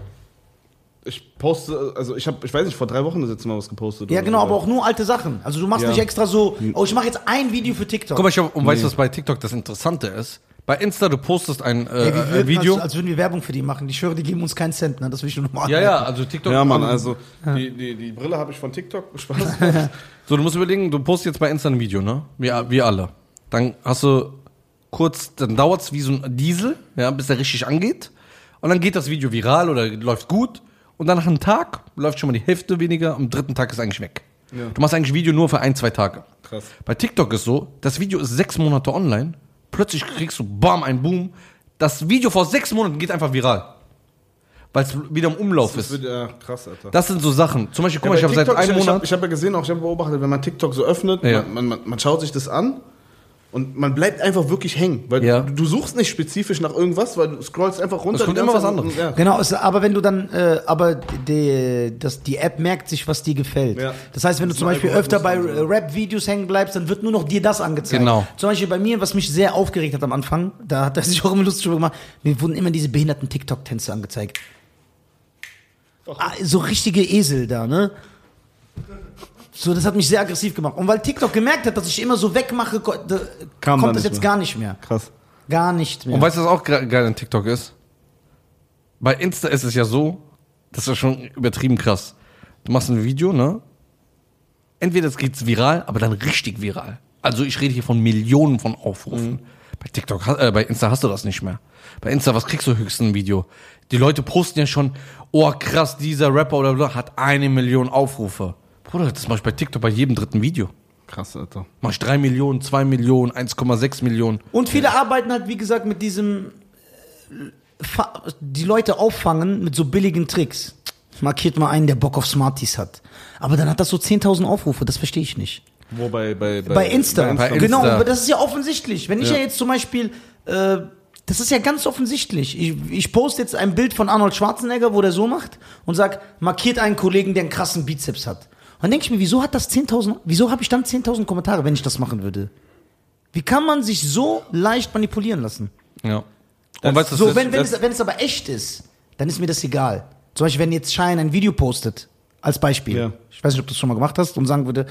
[SPEAKER 2] Ich poste, also ich habe, ich weiß nicht, vor drei Wochen das letzte Mal was gepostet.
[SPEAKER 4] Ja,
[SPEAKER 2] oder
[SPEAKER 4] genau,
[SPEAKER 2] so.
[SPEAKER 4] aber auch nur alte Sachen. Also du machst
[SPEAKER 2] Ja.
[SPEAKER 4] nicht extra so, oh, ich mache jetzt ein Video für TikTok.
[SPEAKER 1] Guck mal, ich hab, und weißt du, was bei TikTok das Interessante ist? Bei Insta, du postest ein äh,
[SPEAKER 4] Ey, wir
[SPEAKER 1] äh,
[SPEAKER 4] würden,
[SPEAKER 1] Video.
[SPEAKER 4] Als, als würden wir Werbung für die machen. Ich höre, die geben uns keinen Cent, ne? Das will ich nur nochmal.
[SPEAKER 1] ja, ja, also TikTok.
[SPEAKER 2] Ja, Mann, also Die, die, die Brille habe ich von TikTok Spaß.
[SPEAKER 4] (laughs)
[SPEAKER 1] So, du musst überlegen, du postest jetzt bei Insta ein Video, ne? Wir, wir alle. Dann hast du kurz, dann dauert's wie so ein Diesel, ja, bis der richtig angeht. Und dann geht das Video viral oder läuft gut. Und dann nach einem Tag läuft schon mal die Hälfte weniger. Am dritten Tag ist eigentlich weg. Du machst eigentlich Video nur für ein, zwei Tage.
[SPEAKER 2] Krass.
[SPEAKER 1] Bei TikTok ist so, das Video ist sechs Monate online. Plötzlich kriegst du bam, einen Boom. Das Video vor sechs Monaten geht einfach viral. Weil es wieder im Umlauf
[SPEAKER 2] Das
[SPEAKER 1] ist.
[SPEAKER 2] wird ja krass, Alter.
[SPEAKER 1] Das sind so Sachen. Zum Beispiel, guck mal,
[SPEAKER 2] Ja,
[SPEAKER 1] ich habe
[SPEAKER 2] bei
[SPEAKER 1] seit
[SPEAKER 2] TikTok,
[SPEAKER 1] einem
[SPEAKER 2] ich
[SPEAKER 1] Monat.
[SPEAKER 2] Hab, ich habe ja gesehen, auch ich habe beobachtet, wenn man TikTok so öffnet,
[SPEAKER 1] Ja.
[SPEAKER 2] man, man, man, man schaut sich das an und man bleibt einfach wirklich hängen. Weil
[SPEAKER 1] Ja.
[SPEAKER 2] du, du suchst nicht spezifisch nach irgendwas, weil du scrollst einfach runter.
[SPEAKER 1] Es kommt
[SPEAKER 2] die
[SPEAKER 1] immer
[SPEAKER 2] ganze
[SPEAKER 1] was
[SPEAKER 2] Zeit und-
[SPEAKER 4] Genau, es- aber wenn du dann, äh, aber die, das, die App merkt sich, was dir gefällt.
[SPEAKER 2] Ja.
[SPEAKER 4] Das heißt, wenn du
[SPEAKER 2] Das
[SPEAKER 4] zum
[SPEAKER 2] ist ein
[SPEAKER 4] Beispiel öfter bei
[SPEAKER 2] Algorithmus ne?
[SPEAKER 4] äh, Rap-Videos hängen bleibst, dann wird nur noch dir das angezeigt.
[SPEAKER 1] Genau.
[SPEAKER 4] Zum Beispiel bei mir, was mich sehr aufgeregt hat am Anfang, da hat er (laughs) sich auch immer lustig drüber gemacht, mir wurden immer diese behinderten TikTok-Tänze angezeigt. Ah, so richtige Esel da, ne? So, das hat mich sehr aggressiv gemacht. Und weil TikTok gemerkt hat, dass ich immer so wegmache, ko- da,
[SPEAKER 2] Kam dann
[SPEAKER 4] kommt das
[SPEAKER 2] nicht
[SPEAKER 4] jetzt
[SPEAKER 2] mehr.
[SPEAKER 4] gar nicht mehr.
[SPEAKER 2] Ja. Krass.
[SPEAKER 4] Gar nicht mehr.
[SPEAKER 1] Und weißt du, was auch ge- geil an TikTok ist? Bei Insta ist es ja so, das ist ja schon übertrieben krass. Du machst ein Video, ne? Entweder es geht's viral, aber dann richtig viral. Also ich rede hier von Millionen von Aufrufen.
[SPEAKER 4] Mhm.
[SPEAKER 1] Bei TikTok, ha- äh, bei Insta hast du das nicht mehr. Bei Insta, was kriegst du höchstens ein Video? Die Leute posten ja schon, oh krass, dieser Rapper oder bla, hat eine Million Aufrufe. Bruder, das mach ich bei TikTok bei jedem dritten Video.
[SPEAKER 2] Krass, Alter.
[SPEAKER 1] Mach ich drei Millionen, zwei Millionen, 1,6 Millionen.
[SPEAKER 4] Und viele arbeiten halt, wie gesagt, mit diesem äh, fa- die Leute auffangen mit so billigen Tricks. Markiert mal einen, der Bock auf Smarties hat. Aber dann hat das so 10.000 Aufrufe, das verstehe ich nicht.
[SPEAKER 2] Wo bei, bei, bei,
[SPEAKER 4] Bei Insta.
[SPEAKER 1] bei Insta.
[SPEAKER 4] Genau, aber das ist ja offensichtlich. Wenn ich ja, jetzt zum Beispiel, äh, das ist ja ganz offensichtlich. Ich, ich poste jetzt ein Bild von Arnold Schwarzenegger, wo der so macht und sag, markiert einen Kollegen, der einen krassen Bizeps hat. Und dann denke ich mir, wieso hat das 10.000, wieso habe ich dann 10.000 Kommentare, wenn ich das machen würde? Wie kann man sich so leicht manipulieren lassen?
[SPEAKER 1] Ja. Und weißt du,
[SPEAKER 4] so,
[SPEAKER 1] das-
[SPEAKER 4] wenn, wenn,
[SPEAKER 1] das-
[SPEAKER 4] es, wenn es aber echt ist, dann ist mir das egal. Zum Beispiel, wenn jetzt Shine ein Video postet, als Beispiel.
[SPEAKER 2] Ja.
[SPEAKER 4] Ich weiß nicht, ob du das schon mal gemacht hast und sagen würde,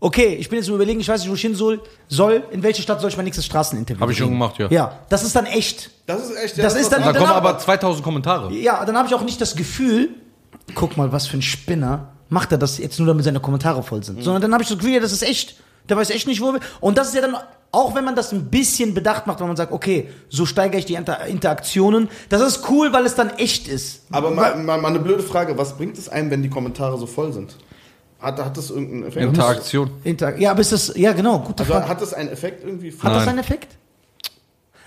[SPEAKER 4] okay, ich bin jetzt im Überlegen, ich weiß nicht, wo ich hin soll, soll in welche Stadt soll ich mein nächstes Straßeninterview
[SPEAKER 1] Hab ich schon
[SPEAKER 4] kriegen?
[SPEAKER 1] gemacht, ja.
[SPEAKER 4] Ja, das ist dann echt.
[SPEAKER 2] Das ist echt.
[SPEAKER 4] Das ist dann-
[SPEAKER 1] Da kommen
[SPEAKER 4] hab-
[SPEAKER 1] aber 2000 Kommentare.
[SPEAKER 4] Ja, dann habe ich auch nicht das Gefühl, guck mal, was für ein Spinner macht er das jetzt nur, damit seine Kommentare voll sind. Sondern dann habe ich das Gefühl, ja, das ist echt. Der weiß echt nicht, wo er will. Und das ist ja dann, auch wenn man das ein bisschen bedacht macht, wenn man sagt, okay, so steigere ich die Inter Interaktionen. Das ist cool, weil es dann echt ist.
[SPEAKER 2] Aber mal, mal, mal eine blöde Frage: Was bringt es einem, wenn die Kommentare so voll sind? Hat, hat das irgendeinen Effekt?
[SPEAKER 1] Interaktion.
[SPEAKER 4] Inter ja, aber ist das, ja genau, gute
[SPEAKER 2] Also,
[SPEAKER 4] Frage. Hat,
[SPEAKER 2] hat das einen Effekt irgendwie?
[SPEAKER 4] das
[SPEAKER 1] Nein.
[SPEAKER 4] einen Effekt?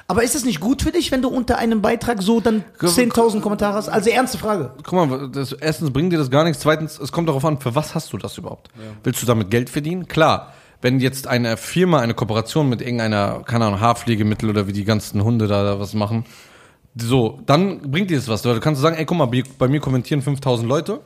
[SPEAKER 4] Aber ist das nicht gut für dich, wenn du unter einem Beitrag so dann 10.000 Kommentare hast? Also ernste Frage.
[SPEAKER 1] Guck mal, das, erstens bringt dir das gar nichts. Zweitens, es kommt darauf an, für was hast du das überhaupt? Willst du damit Geld verdienen? Klar, wenn jetzt eine Firma eine Kooperation mit irgendeiner, keine Ahnung, Haarpflegemittel oder wie die ganzen Hunde da, da was machen, so, dann bringt dir das was. Du kannst sagen, ey, guck mal, bei bei mir kommentieren 5000 Leute.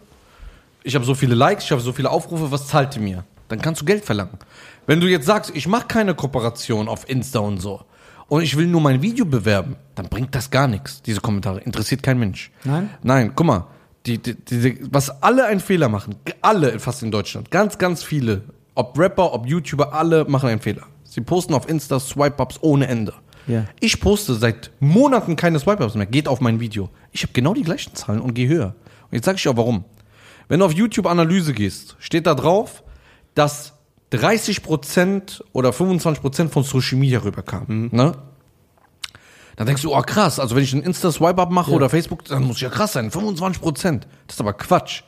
[SPEAKER 1] ich habe so viele Likes, ich habe so viele Aufrufe, was zahlt ihr mir? Dann kannst du Geld verlangen. Wenn du jetzt sagst, ich mache keine Kooperation auf Insta und so und ich will nur mein Video bewerben, dann bringt das gar nichts, diese Kommentare. Interessiert kein Mensch.
[SPEAKER 4] Nein?
[SPEAKER 1] Nein, guck mal, die, die, die, die, was alle einen Fehler machen, alle fast in Deutschland, ganz, ganz viele, ob Rapper, ob YouTuber, alle machen einen Fehler. Sie posten auf Insta Swipe-Ups ohne Ende.
[SPEAKER 4] Ja.
[SPEAKER 1] Ich poste seit Monaten keine Swipe-Ups mehr, geht auf mein Video. Ich habe genau die gleichen Zahlen und gehe höher. Und jetzt sage ich auch warum. Wenn du auf YouTube-Analyse gehst, steht da drauf, dass 30% oder 25% von Social Media rüberkam. Ne? Dann denkst du, oh krass, also wenn ich einen Insta-Swipe-Up mache oder Facebook, dann muss ich ja krass sein, 25%. Das ist aber Quatsch.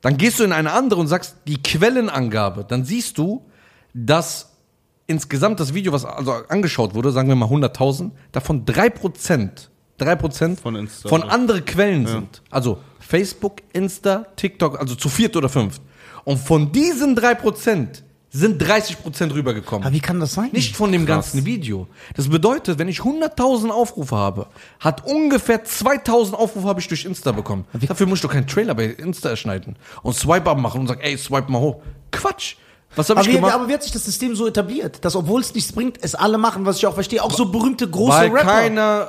[SPEAKER 1] Dann gehst du in eine andere und sagst, die Quellenangabe, dann siehst du, dass insgesamt das Video, was also angeschaut wurde, sagen wir mal 100.000, davon 3%, 3%
[SPEAKER 2] Von Insta,
[SPEAKER 1] von
[SPEAKER 2] ne?
[SPEAKER 1] andere Quellen sind. Also Facebook, Insta, TikTok, also zu viert oder fünft. Und von diesen 3% sind 30% rübergekommen.
[SPEAKER 4] Aber wie kann das sein?
[SPEAKER 1] Nicht von dem ganzen Video. Das bedeutet, wenn ich 100.000 Aufrufe habe, hat ungefähr 2.000 Aufrufe habe ich durch Insta bekommen. Dafür muss ich doch keinen Trailer bei Insta erschneiden und Swipe-Up machen und sagen, ey, swipe mal hoch. Quatsch. Was habe
[SPEAKER 4] Aber
[SPEAKER 1] ich
[SPEAKER 4] wie,
[SPEAKER 1] gemacht?
[SPEAKER 4] aber wie hat sich das System so etabliert, dass obwohl es nichts bringt, es alle machen, was ich auch verstehe, auch so berühmte große
[SPEAKER 1] Weil
[SPEAKER 4] Rapper.
[SPEAKER 1] keiner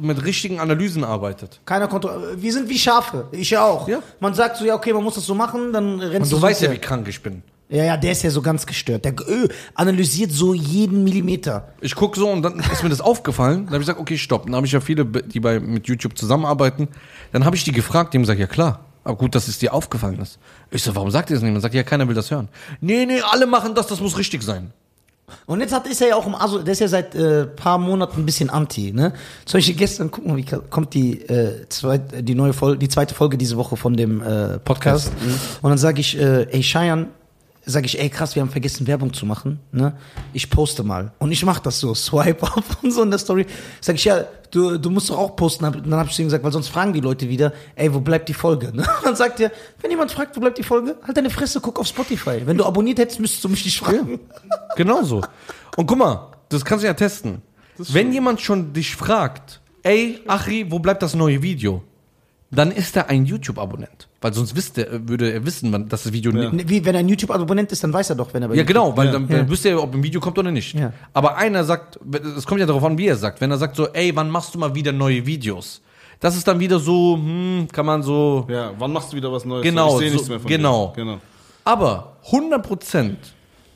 [SPEAKER 1] mit richtigen Analysen arbeitet.
[SPEAKER 4] keiner kontrolliert. Wir sind wie Schafe, ich ja auch.
[SPEAKER 1] Ja.
[SPEAKER 4] Man sagt so, ja okay, man muss das so machen, dann rennst
[SPEAKER 1] Und du
[SPEAKER 4] so
[SPEAKER 1] weißt ja, wie
[SPEAKER 4] hinterher.
[SPEAKER 1] krank ich bin.
[SPEAKER 4] Ja, ja, der ist ja so ganz gestört. Der ö, analysiert so jeden Millimeter.
[SPEAKER 1] Ich guck so und dann ist mir das aufgefallen. Dann habe ich gesagt, okay, stopp. Dann habe ich ja viele, die bei, mit YouTube zusammenarbeiten. Dann habe ich die gefragt, die haben gesagt, ja klar. Aber gut, dass es dir aufgefallen ist. Ich so, warum sagt ihr das nicht? Man sagt, ja, keiner will das hören. Nee, nee, alle machen das, das muss richtig sein.
[SPEAKER 4] Und jetzt hat, ist er ja auch im Aso, der ist ja seit äh, paar Monaten ein bisschen anti, ne? Zum Beispiel gestern, gucken wir, wie ka- kommt die, äh, zweit, die neue Folge, die zweite Folge diese Woche von dem äh, Podcast. Und dann sage ich, äh, ey Cheyenne, sage ich, ey krass, wir haben vergessen Werbung zu machen, ne? Ich poste mal. Und ich mache das so, swipe (laughs) auf und so in der Story. Sag ich, ja, du, du musst doch auch posten. Hab- Dann hab ich zu ihm gesagt, weil sonst fragen die Leute wieder, ey, wo bleibt die Folge? Ne? (laughs) Dann sagt er, wenn jemand fragt, wo bleibt die Folge, halt deine Fresse, guck auf Spotify. Wenn du abonniert hättest, müsstest du mich nicht fragen.
[SPEAKER 1] Genau so. Und guck mal, das kannst du ja testen. Wenn jemand schon dich fragt, ey, Achri, wo bleibt das neue Video? Dann ist er ein YouTube-Abonnent. Weil sonst wüsste, er- würde er wissen, wann das Video nicht.
[SPEAKER 4] Ne, Wie, wenn er ein YouTube-Abonnent ist, dann weiß er doch, wenn er bei
[SPEAKER 1] Ja,
[SPEAKER 4] YouTube-
[SPEAKER 1] genau, weil dann,
[SPEAKER 4] Ja.
[SPEAKER 1] dann wüsste er, ob ein Video kommt oder nicht.
[SPEAKER 4] Ja.
[SPEAKER 1] Aber einer sagt, es kommt ja darauf an, wie er sagt. Wenn er sagt so, ey, wann machst du mal wieder neue Videos? Das ist dann wieder so, hm, kann man so.
[SPEAKER 2] Ja, wann machst du wieder was Neues?
[SPEAKER 1] Genau,
[SPEAKER 2] ich sehe
[SPEAKER 1] so-
[SPEAKER 2] nichts mehr von
[SPEAKER 1] genau.
[SPEAKER 2] dir. genau.
[SPEAKER 1] Aber 100%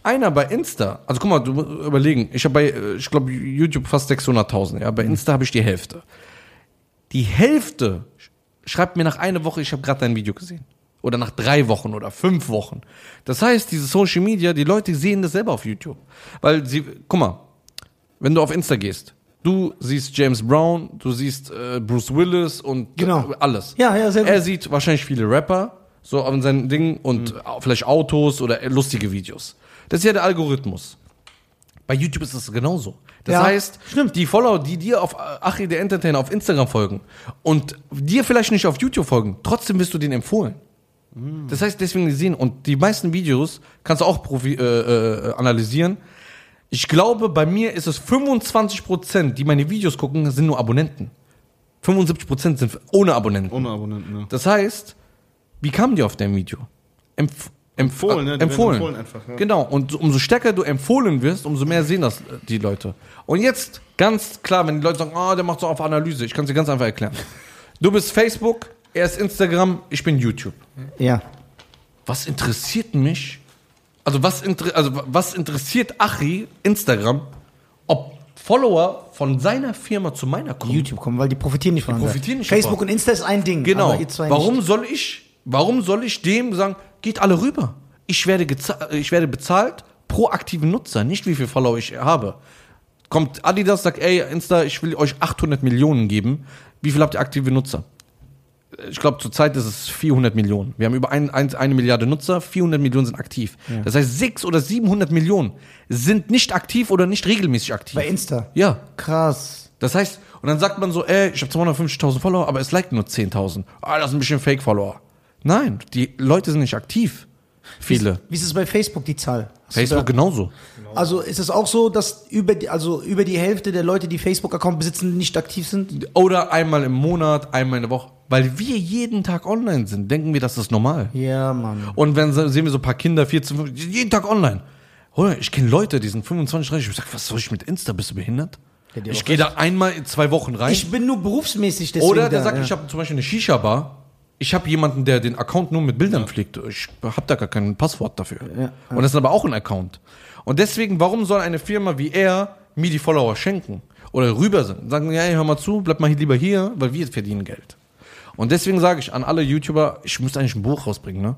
[SPEAKER 1] einer bei Insta, also guck mal, du musst überlegen, ich habe bei, äh, ich glaube, YouTube fast 600.000, ja, bei Insta habe ich die Hälfte. Die Hälfte sch- schreibt mir nach einer Woche, ich habe gerade dein Video gesehen. Oder nach drei Wochen oder fünf Wochen. Das heißt, diese Social Media, die Leute sehen das selber auf YouTube. Weil sie, guck mal, wenn du auf Insta gehst, du siehst James Brown, du siehst äh, Bruce Willis und
[SPEAKER 4] Genau.
[SPEAKER 1] äh, alles.
[SPEAKER 4] Ja, ja, sehr gut. Mhm.
[SPEAKER 1] Er sieht wahrscheinlich viele Rapper, so an seinen Dingen und au- vielleicht Autos oder äh, lustige Videos. Das ist ja der Algorithmus. Bei YouTube ist das genauso. Das
[SPEAKER 4] Ja,
[SPEAKER 1] heißt, die Follower, die dir auf äh, Achille der Entertainer auf Instagram folgen und dir vielleicht nicht auf YouTube folgen, trotzdem wirst du den empfohlen. Das heißt, deswegen die sehen und die meisten Videos kannst du auch profi äh, äh, analysieren. Ich glaube, bei mir ist es 25%, die meine Videos gucken, sind nur Abonnenten. 75% sind ohne Abonnenten.
[SPEAKER 2] Ohne Abonnenten, ne? ja.
[SPEAKER 1] Das heißt, wie kamen die auf dein Video? Empf äh,
[SPEAKER 2] Empfohlen, ja, die werden
[SPEAKER 1] empfohlen.
[SPEAKER 2] empfohlen einfach, ja.
[SPEAKER 1] Genau, und so- umso stärker du empfohlen wirst, umso mehr sehen das äh, die Leute. Und jetzt, ganz klar, wenn die Leute sagen, ah, der macht so auf Analyse, ich kann es dir ganz einfach erklären. Du bist Facebook, er ist Instagram, ich bin YouTube.
[SPEAKER 4] Ja.
[SPEAKER 1] Was interessiert mich? Also was, inter also wa- was interessiert Achi Instagram, ob Follower von seiner Firma zu meiner kommen?
[SPEAKER 4] YouTube kommen, weil die profitieren nicht von
[SPEAKER 1] profitieren nicht
[SPEAKER 4] Facebook
[SPEAKER 1] davon.
[SPEAKER 4] und Insta ist ein Ding.
[SPEAKER 1] Genau.
[SPEAKER 4] aber ihr zwei
[SPEAKER 1] Warum
[SPEAKER 4] Nicht.
[SPEAKER 1] soll ich, warum soll ich dem sagen, geht alle rüber? Ich werde, geza- ich werde bezahlt pro aktiven Nutzer, nicht wie viel Follower ich habe. Kommt Adidas, sagt, ey, Insta, ich will euch 800 Millionen geben. Wie viel habt ihr aktive Nutzer? Ich glaube, zurzeit ist es 400 Millionen. Wir haben über ein, ein, eine Milliarde Nutzer, 400 Millionen sind aktiv. Das heißt, 600 oder 700 Millionen sind nicht aktiv oder nicht regelmäßig aktiv.
[SPEAKER 4] Bei Insta.
[SPEAKER 1] ja.
[SPEAKER 4] Krass.
[SPEAKER 1] Das heißt, und dann sagt man so, ey, ich habe 250.000 Follower, aber es liken nur 10.000. Ah, das ist ein bisschen Fake-Follower. Nein, die Leute sind nicht aktiv. Viele.
[SPEAKER 4] Wie ist es bei Facebook, die Zahl? Hast du
[SPEAKER 1] Facebook genau.
[SPEAKER 4] da-
[SPEAKER 1] genauso.
[SPEAKER 4] Also ist es auch so, dass über die, also über die Hälfte der Leute, die Facebook-Account besitzen, nicht aktiv sind?
[SPEAKER 1] Oder einmal im Monat, einmal in der Woche. Weil wir jeden Tag online sind, denken wir, das ist normal.
[SPEAKER 4] Ja, Mann.
[SPEAKER 1] Und wenn so- sehen wir so ein paar Kinder, 14, 15, jeden Tag online. Oder ich kenne Leute, die sind 25, 30. Ich sag, was soll ich mit Insta? Bist du behindert? ich gehe da einmal in zwei Wochen rein.
[SPEAKER 4] Ich bin nur berufsmäßig deswegen
[SPEAKER 1] Oder der
[SPEAKER 4] da,
[SPEAKER 1] sagt,
[SPEAKER 4] ja.
[SPEAKER 1] ich habe zum Beispiel eine Shisha-Bar. Ich habe jemanden, der den Account nur mit Bildern pflegt. Ich habe da gar kein Passwort dafür. Und das ist aber auch ein Account. Und deswegen, warum soll eine Firma wie er mir die Follower schenken? Oder rüber sind? Sagen, ja, hör mal zu, bleib mal hier- lieber hier, weil wir verdienen Geld. Und deswegen sage ich an alle YouTuber, ich müsste eigentlich ein Buch rausbringen, ne?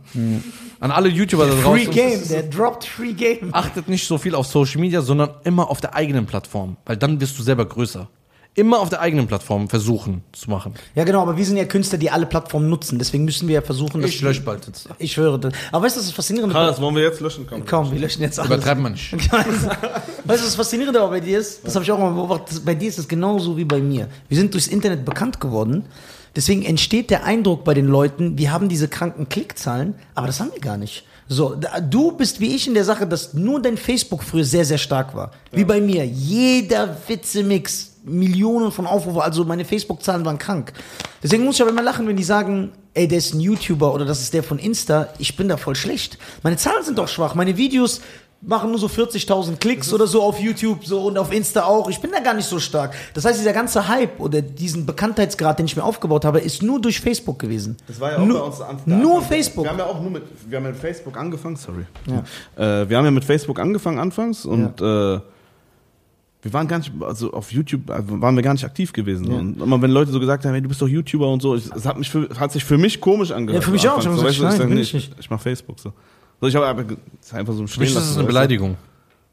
[SPEAKER 1] An alle YouTuber da draußen.
[SPEAKER 4] Hm. Free Game, der droppt Free Game.
[SPEAKER 1] Achtet nicht so viel auf Social Media, sondern immer auf der eigenen Plattform, weil dann wirst du selber größer. Immer auf der eigenen Plattform versuchen zu machen.
[SPEAKER 4] Ja, genau, aber wir sind ja Künstler, die alle Plattformen nutzen. Deswegen müssen wir ja versuchen, dass.
[SPEAKER 1] Ich lösche bald jetzt.
[SPEAKER 4] Ich höre das. Aber weißt du, was das Faszinierende
[SPEAKER 2] Ah, das wollen wir jetzt löschen, komm.
[SPEAKER 4] Komm, wir löschen jetzt alles.
[SPEAKER 1] Übertreibt man nicht.
[SPEAKER 4] Weißt du, was faszinierend aber bei dir ist? Das habe ich auch mal beobachtet. das- Bei dir ist es genauso wie bei mir. Wir sind durchs Internet bekannt geworden. Deswegen entsteht der Eindruck bei den Leuten, wir haben diese kranken Klickzahlen, aber das haben wir gar nicht. So, da- du bist wie ich in der Sache, dass nur dein Facebook früher sehr, sehr stark war. Wie bei mir. Jeder Witze-Mix. Millionen von Aufrufe, also meine Facebook-Zahlen waren krank. Deswegen muss ich aber immer lachen, wenn die sagen, ey, der ist ein YouTuber oder das ist der von Insta. Ich bin da voll schlecht. Meine Zahlen sind doch schwach. Meine Videos, machen nur so 40.000 Klicks oder so auf YouTube so und auf Insta auch. Ich bin da gar nicht so stark. Das heißt, dieser ganze Hype oder diesen Bekanntheitsgrad, den ich mir aufgebaut habe, ist nur durch Facebook gewesen.
[SPEAKER 2] Das war ja auch
[SPEAKER 4] nur,
[SPEAKER 2] bei uns der Anfang.
[SPEAKER 4] Nur Facebook.
[SPEAKER 2] Wir haben ja auch nur mit, wir haben ja mit Facebook angefangen, sorry. Äh, wir haben ja mit Facebook angefangen anfangs und äh, wir waren gar nicht, also auf YouTube äh, waren wir gar nicht aktiv gewesen. Und immer wenn Leute so gesagt haben, hey, du bist doch YouTuber und so, ich, es hat, mich für, hat sich für mich komisch angehört.
[SPEAKER 4] Ja, für mich
[SPEAKER 2] am
[SPEAKER 4] auch. Ich hab
[SPEAKER 2] Anfang. So,
[SPEAKER 4] gesagt,
[SPEAKER 2] weißt du, ich sag,
[SPEAKER 4] nein, bin
[SPEAKER 2] nee,
[SPEAKER 4] ich
[SPEAKER 2] ich, ich mach Facebook so. so ich habe einfach, ge- es ist einfach so ein
[SPEAKER 1] Für mich ist es eine Beleidigung.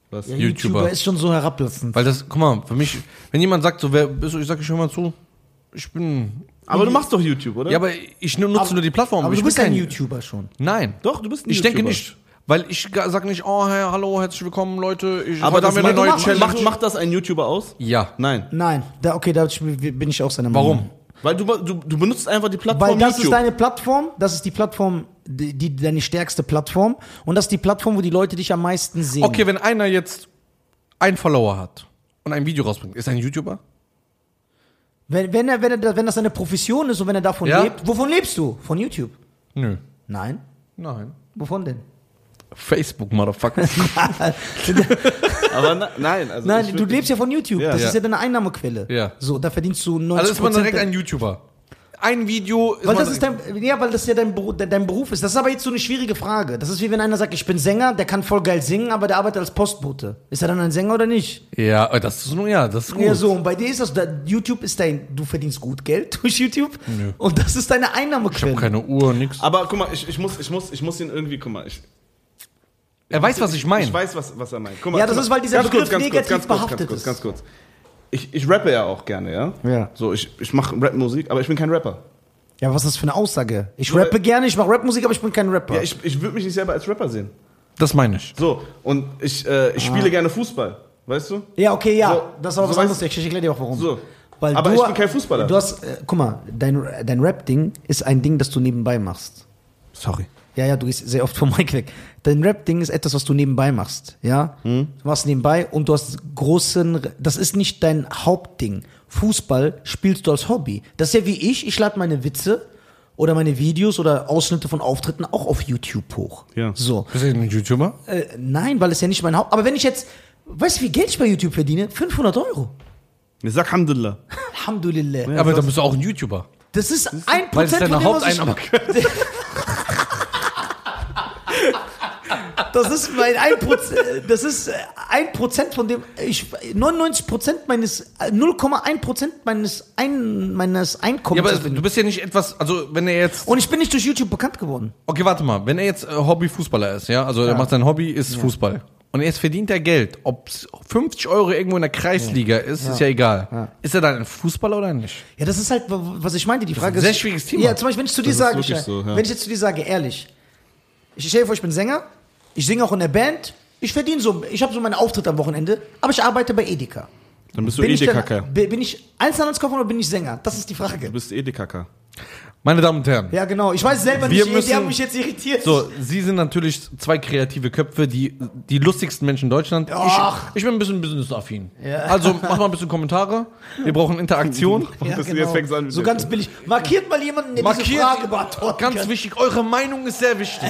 [SPEAKER 2] Was?
[SPEAKER 4] Ja,
[SPEAKER 1] YouTuber.
[SPEAKER 4] YouTuber. ist schon so herablassend.
[SPEAKER 1] Weil das, guck mal, für mich, wenn jemand sagt, so, wer bist du, ich sage ich schon mal zu, ich bin.
[SPEAKER 2] Aber du machst doch YouTube, oder?
[SPEAKER 1] Ja, aber ich nur- nutze nur die Plattform.
[SPEAKER 4] aber
[SPEAKER 1] ich
[SPEAKER 4] du
[SPEAKER 1] bin
[SPEAKER 4] bist ein
[SPEAKER 1] kein-
[SPEAKER 4] YouTuber schon.
[SPEAKER 1] Nein.
[SPEAKER 2] Doch, du bist ein
[SPEAKER 1] Ich denke
[SPEAKER 2] YouTuber.
[SPEAKER 1] nicht. Weil ich sage nicht, oh, hey, hallo, herzlich willkommen, Leute. Ich,
[SPEAKER 2] Aber
[SPEAKER 1] heute
[SPEAKER 2] das
[SPEAKER 1] haben wir eine
[SPEAKER 2] macht,
[SPEAKER 1] neue
[SPEAKER 2] macht,
[SPEAKER 1] Challenge.
[SPEAKER 2] macht, macht das ein YouTuber aus?
[SPEAKER 1] ja.
[SPEAKER 2] Nein.
[SPEAKER 4] Nein, da, okay, da bin ich auch seiner Meinung.
[SPEAKER 1] Warum?
[SPEAKER 2] Weil du, du, du benutzt einfach die Plattform
[SPEAKER 4] Weil das
[SPEAKER 2] YouTube.
[SPEAKER 4] ist deine Plattform, das ist die Plattform, die, die deine stärkste Plattform und das ist die Plattform, wo die Leute dich am meisten sehen.
[SPEAKER 1] Okay, wenn einer jetzt einen Follower hat und ein Video rausbringt, ist er ein YouTuber?
[SPEAKER 4] Wenn, wenn, er, wenn, er, da- wenn das seine Profession ist und wenn er davon
[SPEAKER 1] Ja.
[SPEAKER 4] lebt, wovon lebst du? Von YouTube?
[SPEAKER 1] Nö.
[SPEAKER 4] Nein.
[SPEAKER 1] Nein.
[SPEAKER 4] Wovon denn?
[SPEAKER 1] Facebook, Motherfucker.
[SPEAKER 2] aber na, nein, also ich
[SPEAKER 4] Nein, du
[SPEAKER 2] würd-
[SPEAKER 4] lebst ja von YouTube.
[SPEAKER 2] Ja.
[SPEAKER 4] das
[SPEAKER 1] Ja.
[SPEAKER 4] ist ja deine Einnahmequelle.
[SPEAKER 1] Ja.
[SPEAKER 4] So, da verdienst du 90
[SPEAKER 1] (laughs) also ist man direkt ein YouTuber. Ein Video ist
[SPEAKER 4] weil
[SPEAKER 1] man
[SPEAKER 4] das ist dein, ja, weil das ja dein, Beru- de- dein Beruf ist. Das ist aber jetzt so eine schwierige Frage. Das ist wie wenn einer sagt, ich bin Sänger, der kann voll geil singen, aber der arbeitet als Postbote. Ist er dann ein Sänger oder nicht?
[SPEAKER 1] Ja, aber das ist nur, ja, das ist gut.
[SPEAKER 4] Ja, so. Und bei dir ist das, da, YouTube ist dein, du verdienst gut Geld (laughs) durch YouTube. Und das ist deine Einnahmequelle.
[SPEAKER 1] Keine Uhr, nix.
[SPEAKER 2] Aber guck mal, ich, ich, muss, ich, muss, ich muss ihn irgendwie, guck mal. Ich,
[SPEAKER 1] Er weiß, was ich meine.
[SPEAKER 2] Ich weiß, was, was er meint. Guck mal,
[SPEAKER 4] Ja,
[SPEAKER 2] guck
[SPEAKER 4] das
[SPEAKER 2] mal.
[SPEAKER 4] ist, weil dieser Begriff negativ behaftet
[SPEAKER 2] kurz,
[SPEAKER 4] ist.
[SPEAKER 2] ganz kurz, ganz kurz. Ich, ich rappe ja auch gerne, ja?
[SPEAKER 4] Ja.
[SPEAKER 2] So, ich, ich mache Rap-Musik, aber ich bin kein Rapper.
[SPEAKER 4] Ja, was ist das für eine Aussage? Ich rappe gerne, ich mache Rapmusik, aber ich bin kein Rapper.
[SPEAKER 2] Ja, ich ich würde mich nicht selber als Rapper sehen.
[SPEAKER 1] Das meine ich.
[SPEAKER 2] So, und ich, äh,
[SPEAKER 4] Ah.
[SPEAKER 2] ich spiele gerne Fußball, weißt du?
[SPEAKER 4] Ja, okay, ja.
[SPEAKER 2] So,
[SPEAKER 4] das ist aber
[SPEAKER 2] so
[SPEAKER 4] was
[SPEAKER 2] weißt-
[SPEAKER 4] anderes. Ich erkläre dir auch warum.
[SPEAKER 2] So.
[SPEAKER 4] Weil
[SPEAKER 2] Aber
[SPEAKER 4] du,
[SPEAKER 2] ich bin kein Fußballer.
[SPEAKER 4] Du hast, äh, guck mal, dein, dein Rap-Ding ist ein Ding, das du nebenbei machst.
[SPEAKER 2] Sorry.
[SPEAKER 4] Ja, ja, du gehst sehr oft vom (laughs) Mic weg. Dein Rap-Ding ist etwas, was du nebenbei machst. Ja?
[SPEAKER 2] Hm?
[SPEAKER 4] Du machst nebenbei und du hast großen. Das ist nicht dein Hauptding. Fußball spielst du als Hobby. Das ist ja wie ich. Ich lade meine Witze oder meine Videos oder Ausschnitte von Auftritten auch auf YouTube hoch.
[SPEAKER 2] Ja.
[SPEAKER 4] So.
[SPEAKER 1] Bist du ein YouTuber?
[SPEAKER 4] Äh, nein, weil es ja nicht mein Haupt. Aber wenn ich jetzt. Weißt du, wie Geld ich bei YouTube verdiene? 500 Euro.
[SPEAKER 2] Sag Alhamdulillah.
[SPEAKER 4] Alhamdulillah.
[SPEAKER 1] aber dann bist du auch ein YouTuber.
[SPEAKER 4] Das ist ein
[SPEAKER 1] Weil es
[SPEAKER 4] Prozent von
[SPEAKER 1] deine
[SPEAKER 4] dem, was ich,
[SPEAKER 1] Haupteinnahmequelle
[SPEAKER 4] das ist mein ein Prozent, (laughs) das ist äh, ein Prozent von dem, ich, 99 Prozent meines, äh, 0,1 Prozent meines, ein, meines
[SPEAKER 1] Ja,
[SPEAKER 4] Einkommens.
[SPEAKER 1] aber du bist ja nicht etwas, also wenn er jetzt,
[SPEAKER 4] und ich bin nicht durch YouTube bekannt geworden.
[SPEAKER 1] okay, warte mal, wenn er jetzt äh, Hobby-Fußballer ist, ja, also er macht sein Hobby, ist Fußball. Und jetzt verdient er Geld. Ob 50 Euro irgendwo in der Kreisliga ist, ist ja egal. Ist er dann ein Fußballer oder nicht?
[SPEAKER 4] Ja, das ist halt, wa- was ich meinte, die Frage
[SPEAKER 1] ein sehr schwieriges Thema.
[SPEAKER 4] Ja, zum Beispiel, wenn ich zu dir
[SPEAKER 2] ist
[SPEAKER 4] sage,
[SPEAKER 2] wirklich
[SPEAKER 4] ich,
[SPEAKER 2] so, ja.
[SPEAKER 4] wenn ich jetzt zu dir sage, ehrlich, ich stelle vor, ich bin Sänger, ich singe auch in der Band, ich verdiene so, ich habe so meinen Auftritt am Wochenende, aber ich arbeite bei Edeka.
[SPEAKER 2] Dann bist du
[SPEAKER 4] Bin ich,
[SPEAKER 2] Edekacker.
[SPEAKER 4] dann, bin ich Einzelhandelskaufmann oder bin ich Sänger? Das ist die Frage.
[SPEAKER 2] Du bist Edekacker.
[SPEAKER 1] Meine Damen und Herren,
[SPEAKER 4] Ja, genau. Ich weiß selber
[SPEAKER 1] Wir
[SPEAKER 4] nicht,
[SPEAKER 1] müssen-
[SPEAKER 4] die haben mich jetzt irritiert.
[SPEAKER 1] So, Sie sind natürlich zwei kreative Köpfe, die, die lustigsten Menschen in Deutschland.
[SPEAKER 4] Ach.
[SPEAKER 1] Ich, ich bin ein bisschen businessaffin. Also mach mal ein bisschen Kommentare. Wir brauchen
[SPEAKER 4] (laughs)
[SPEAKER 1] Interaktion.
[SPEAKER 4] Ja,
[SPEAKER 2] Das- jetzt
[SPEAKER 4] genau.
[SPEAKER 2] fängt's an mit
[SPEAKER 4] so
[SPEAKER 2] der-
[SPEAKER 4] ganz billig. Markiert mal jemanden, der diese Frage beantworten
[SPEAKER 1] ganz
[SPEAKER 4] kann.
[SPEAKER 1] wichtig, eure Meinung ist sehr
[SPEAKER 4] (laughs)
[SPEAKER 1] wichtig.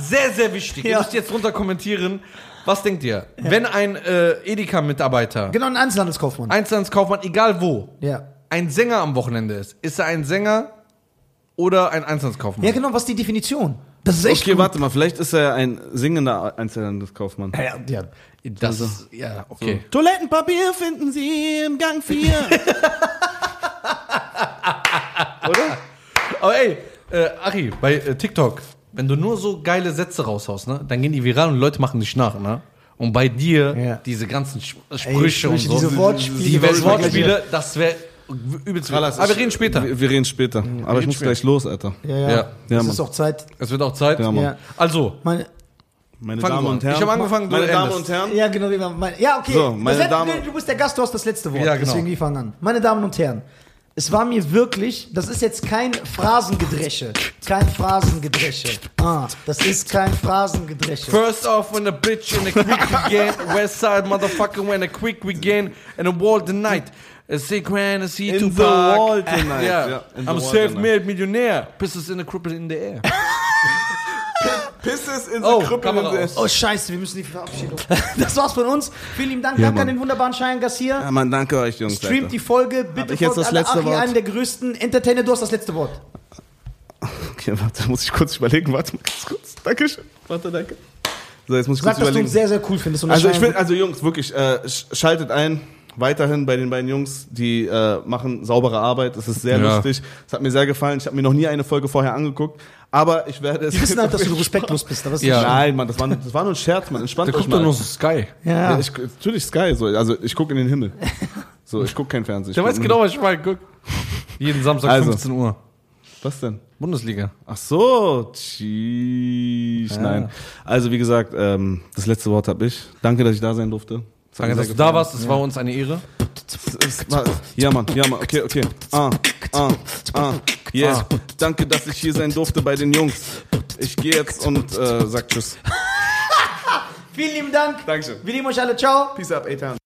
[SPEAKER 1] Sehr, sehr wichtig. Ihr
[SPEAKER 4] Ja.
[SPEAKER 1] müsst jetzt runter kommentieren. Was denkt ihr? Wenn ein äh, Edeka-Mitarbeiter,
[SPEAKER 4] Genau, ein Einzelhandelskaufmann.
[SPEAKER 1] Einzelhandelskaufmann, egal wo,
[SPEAKER 4] ja.
[SPEAKER 1] ein Sänger am Wochenende ist, ist er ein Sänger oder ein Einzelhandelskaufmann?
[SPEAKER 4] ja, genau. Was ist die Definition? Das ist echt
[SPEAKER 2] Okay,
[SPEAKER 4] gut.
[SPEAKER 2] warte mal, vielleicht ist er ein singender Einzelhandelskaufmann.
[SPEAKER 4] Ja, ja, ja.
[SPEAKER 1] Das ist, Also, ja, okay.
[SPEAKER 2] Toilettenpapier finden Sie im
[SPEAKER 1] (laughs)
[SPEAKER 2] Gang 4.
[SPEAKER 1] Aber ey, äh, Ari, bei äh, TikTok, wenn du nur so geile Sätze raushaust, ne, dann gehen die viral und die Leute machen dich nach, ne? Und bei dir
[SPEAKER 4] Ja.
[SPEAKER 1] diese ganzen Sch- Sprüche und
[SPEAKER 4] Sprüche,
[SPEAKER 1] so,
[SPEAKER 4] diese Wortspiele,
[SPEAKER 1] die
[SPEAKER 4] Wortspiele.
[SPEAKER 1] Wortspiele, das wäre übelst.
[SPEAKER 2] Krass,
[SPEAKER 1] Aber wir
[SPEAKER 2] ich-
[SPEAKER 1] reden später.
[SPEAKER 2] Wir, wir reden später. Aber ich muss
[SPEAKER 1] später.
[SPEAKER 2] gleich los, Alter.
[SPEAKER 4] ja, ja.
[SPEAKER 1] Ja.
[SPEAKER 2] Ja,
[SPEAKER 4] das
[SPEAKER 2] Mann.
[SPEAKER 4] ist auch Zeit.
[SPEAKER 1] Es wird auch Zeit.
[SPEAKER 2] Ja, Mann.
[SPEAKER 4] Ja.
[SPEAKER 1] Also,
[SPEAKER 4] Meine,
[SPEAKER 2] Meine
[SPEAKER 1] Fang
[SPEAKER 2] Damen
[SPEAKER 1] du an.
[SPEAKER 2] und Herren.
[SPEAKER 1] Ich hab angefangen, du
[SPEAKER 2] meine Damen
[SPEAKER 1] endest.
[SPEAKER 2] und Herren.
[SPEAKER 4] ja, genau. wie man- Meine, ja, okay.
[SPEAKER 2] So, meine
[SPEAKER 4] das letzte-
[SPEAKER 2] Damen-
[SPEAKER 4] du bist der Gast, du hast das letzte Wort.
[SPEAKER 1] Ja, genau.
[SPEAKER 4] Deswegen, wir fangen an. Meine Damen und Herren, es war mir wirklich, das ist jetzt kein Phrasengedresche. Kein Phrasengedresche. Ah, das ist kein Phrasengedresche.
[SPEAKER 1] first off, when a bitch in a
[SPEAKER 2] (laughs)
[SPEAKER 1] quick again, west side motherfucker when a quick again, and a wall the night. A sick man, a sea
[SPEAKER 2] In
[SPEAKER 1] to (laughs)
[SPEAKER 2] the wall tonight.
[SPEAKER 1] Yeah.
[SPEAKER 2] Ja, in the
[SPEAKER 1] I'm
[SPEAKER 2] wall
[SPEAKER 1] self-made millionaire. Pisses in the cripple in the air.
[SPEAKER 2] Pisses in
[SPEAKER 1] Oh,
[SPEAKER 2] the Krüppel
[SPEAKER 1] Kamera
[SPEAKER 2] in
[SPEAKER 1] aus.
[SPEAKER 2] the
[SPEAKER 4] Oh Scheiße, wir müssen
[SPEAKER 2] (laughs)
[SPEAKER 4] die Verabschiedung. Das war's von uns. Vielen lieben Dank.
[SPEAKER 2] Ja,
[SPEAKER 4] Danke an
[SPEAKER 2] Mann.
[SPEAKER 4] den wunderbaren Cheyenne Garcia.
[SPEAKER 2] Ja, Mann, danke euch, Jungs.
[SPEAKER 4] Streamt die Folge. Bitte
[SPEAKER 2] ich jetzt
[SPEAKER 4] folgt
[SPEAKER 2] das
[SPEAKER 4] alle
[SPEAKER 2] letzte
[SPEAKER 4] Achi,
[SPEAKER 2] Wort?
[SPEAKER 4] einem der größten Entertainer. Du hast das letzte Wort.
[SPEAKER 2] Okay, warte, muss ich kurz überlegen. Warte mal ganz kurz. Dankeschön. Warte, danke. So, jetzt muss ich
[SPEAKER 4] Sag,
[SPEAKER 2] kurz
[SPEAKER 4] dass du ihn
[SPEAKER 2] überlegen.
[SPEAKER 4] sehr, sehr cool findest. und
[SPEAKER 2] also,
[SPEAKER 4] das
[SPEAKER 2] ich
[SPEAKER 4] Cheyenne-
[SPEAKER 2] will, also Jungs, wirklich, äh, sch- schaltet ein. weiterhin bei den beiden Jungs, die äh, machen saubere Arbeit. Es ist sehr
[SPEAKER 1] Ja.
[SPEAKER 2] lustig. Es hat mir sehr gefallen. Ich habe mir noch nie eine Folge vorher angeguckt, aber (laughs) ich werde es.
[SPEAKER 3] Die wissen halt, dass du respektlos bist. Aber das ist
[SPEAKER 1] Ja.
[SPEAKER 2] Nein, Mann, das war, das war nur ein Scherz, Mann. Entspannt
[SPEAKER 1] Der
[SPEAKER 2] euch
[SPEAKER 1] guckt
[SPEAKER 2] mal.
[SPEAKER 1] doch nur so Sky.
[SPEAKER 3] Ja.
[SPEAKER 2] Ja, ich, natürlich Sky, so. also ich gucke in den Himmel. So, ich gucke kein Fernsehen. Ich
[SPEAKER 1] Der
[SPEAKER 2] guck
[SPEAKER 1] weiß
[SPEAKER 2] nur-
[SPEAKER 1] genau, was ich meine. Guck. Jeden Samstag
[SPEAKER 2] Also.
[SPEAKER 1] 15 Uhr.
[SPEAKER 2] Was denn?
[SPEAKER 1] Bundesliga.
[SPEAKER 2] Ach so, tschüss. Nein. Also wie gesagt, ähm, das letzte Wort habe ich. Danke, dass ich da sein durfte. Es hat
[SPEAKER 1] Danke,
[SPEAKER 2] mir
[SPEAKER 1] dass
[SPEAKER 2] sehr
[SPEAKER 1] du da
[SPEAKER 2] gefallen.
[SPEAKER 1] warst. Es war uns eine Ehre.
[SPEAKER 2] Es war- Ja, Mann, ja, Mann, okay, okay. Ah, ah, ah. Yeah. Danke, dass ich hier sein durfte bei den Jungs. Ich gehe jetzt und äh, sag Tschüss.
[SPEAKER 3] Vielen lieben Dank.
[SPEAKER 2] Dankeschön.
[SPEAKER 3] Wir lieben euch alle. Ciao.
[SPEAKER 2] Peace up, Ethan.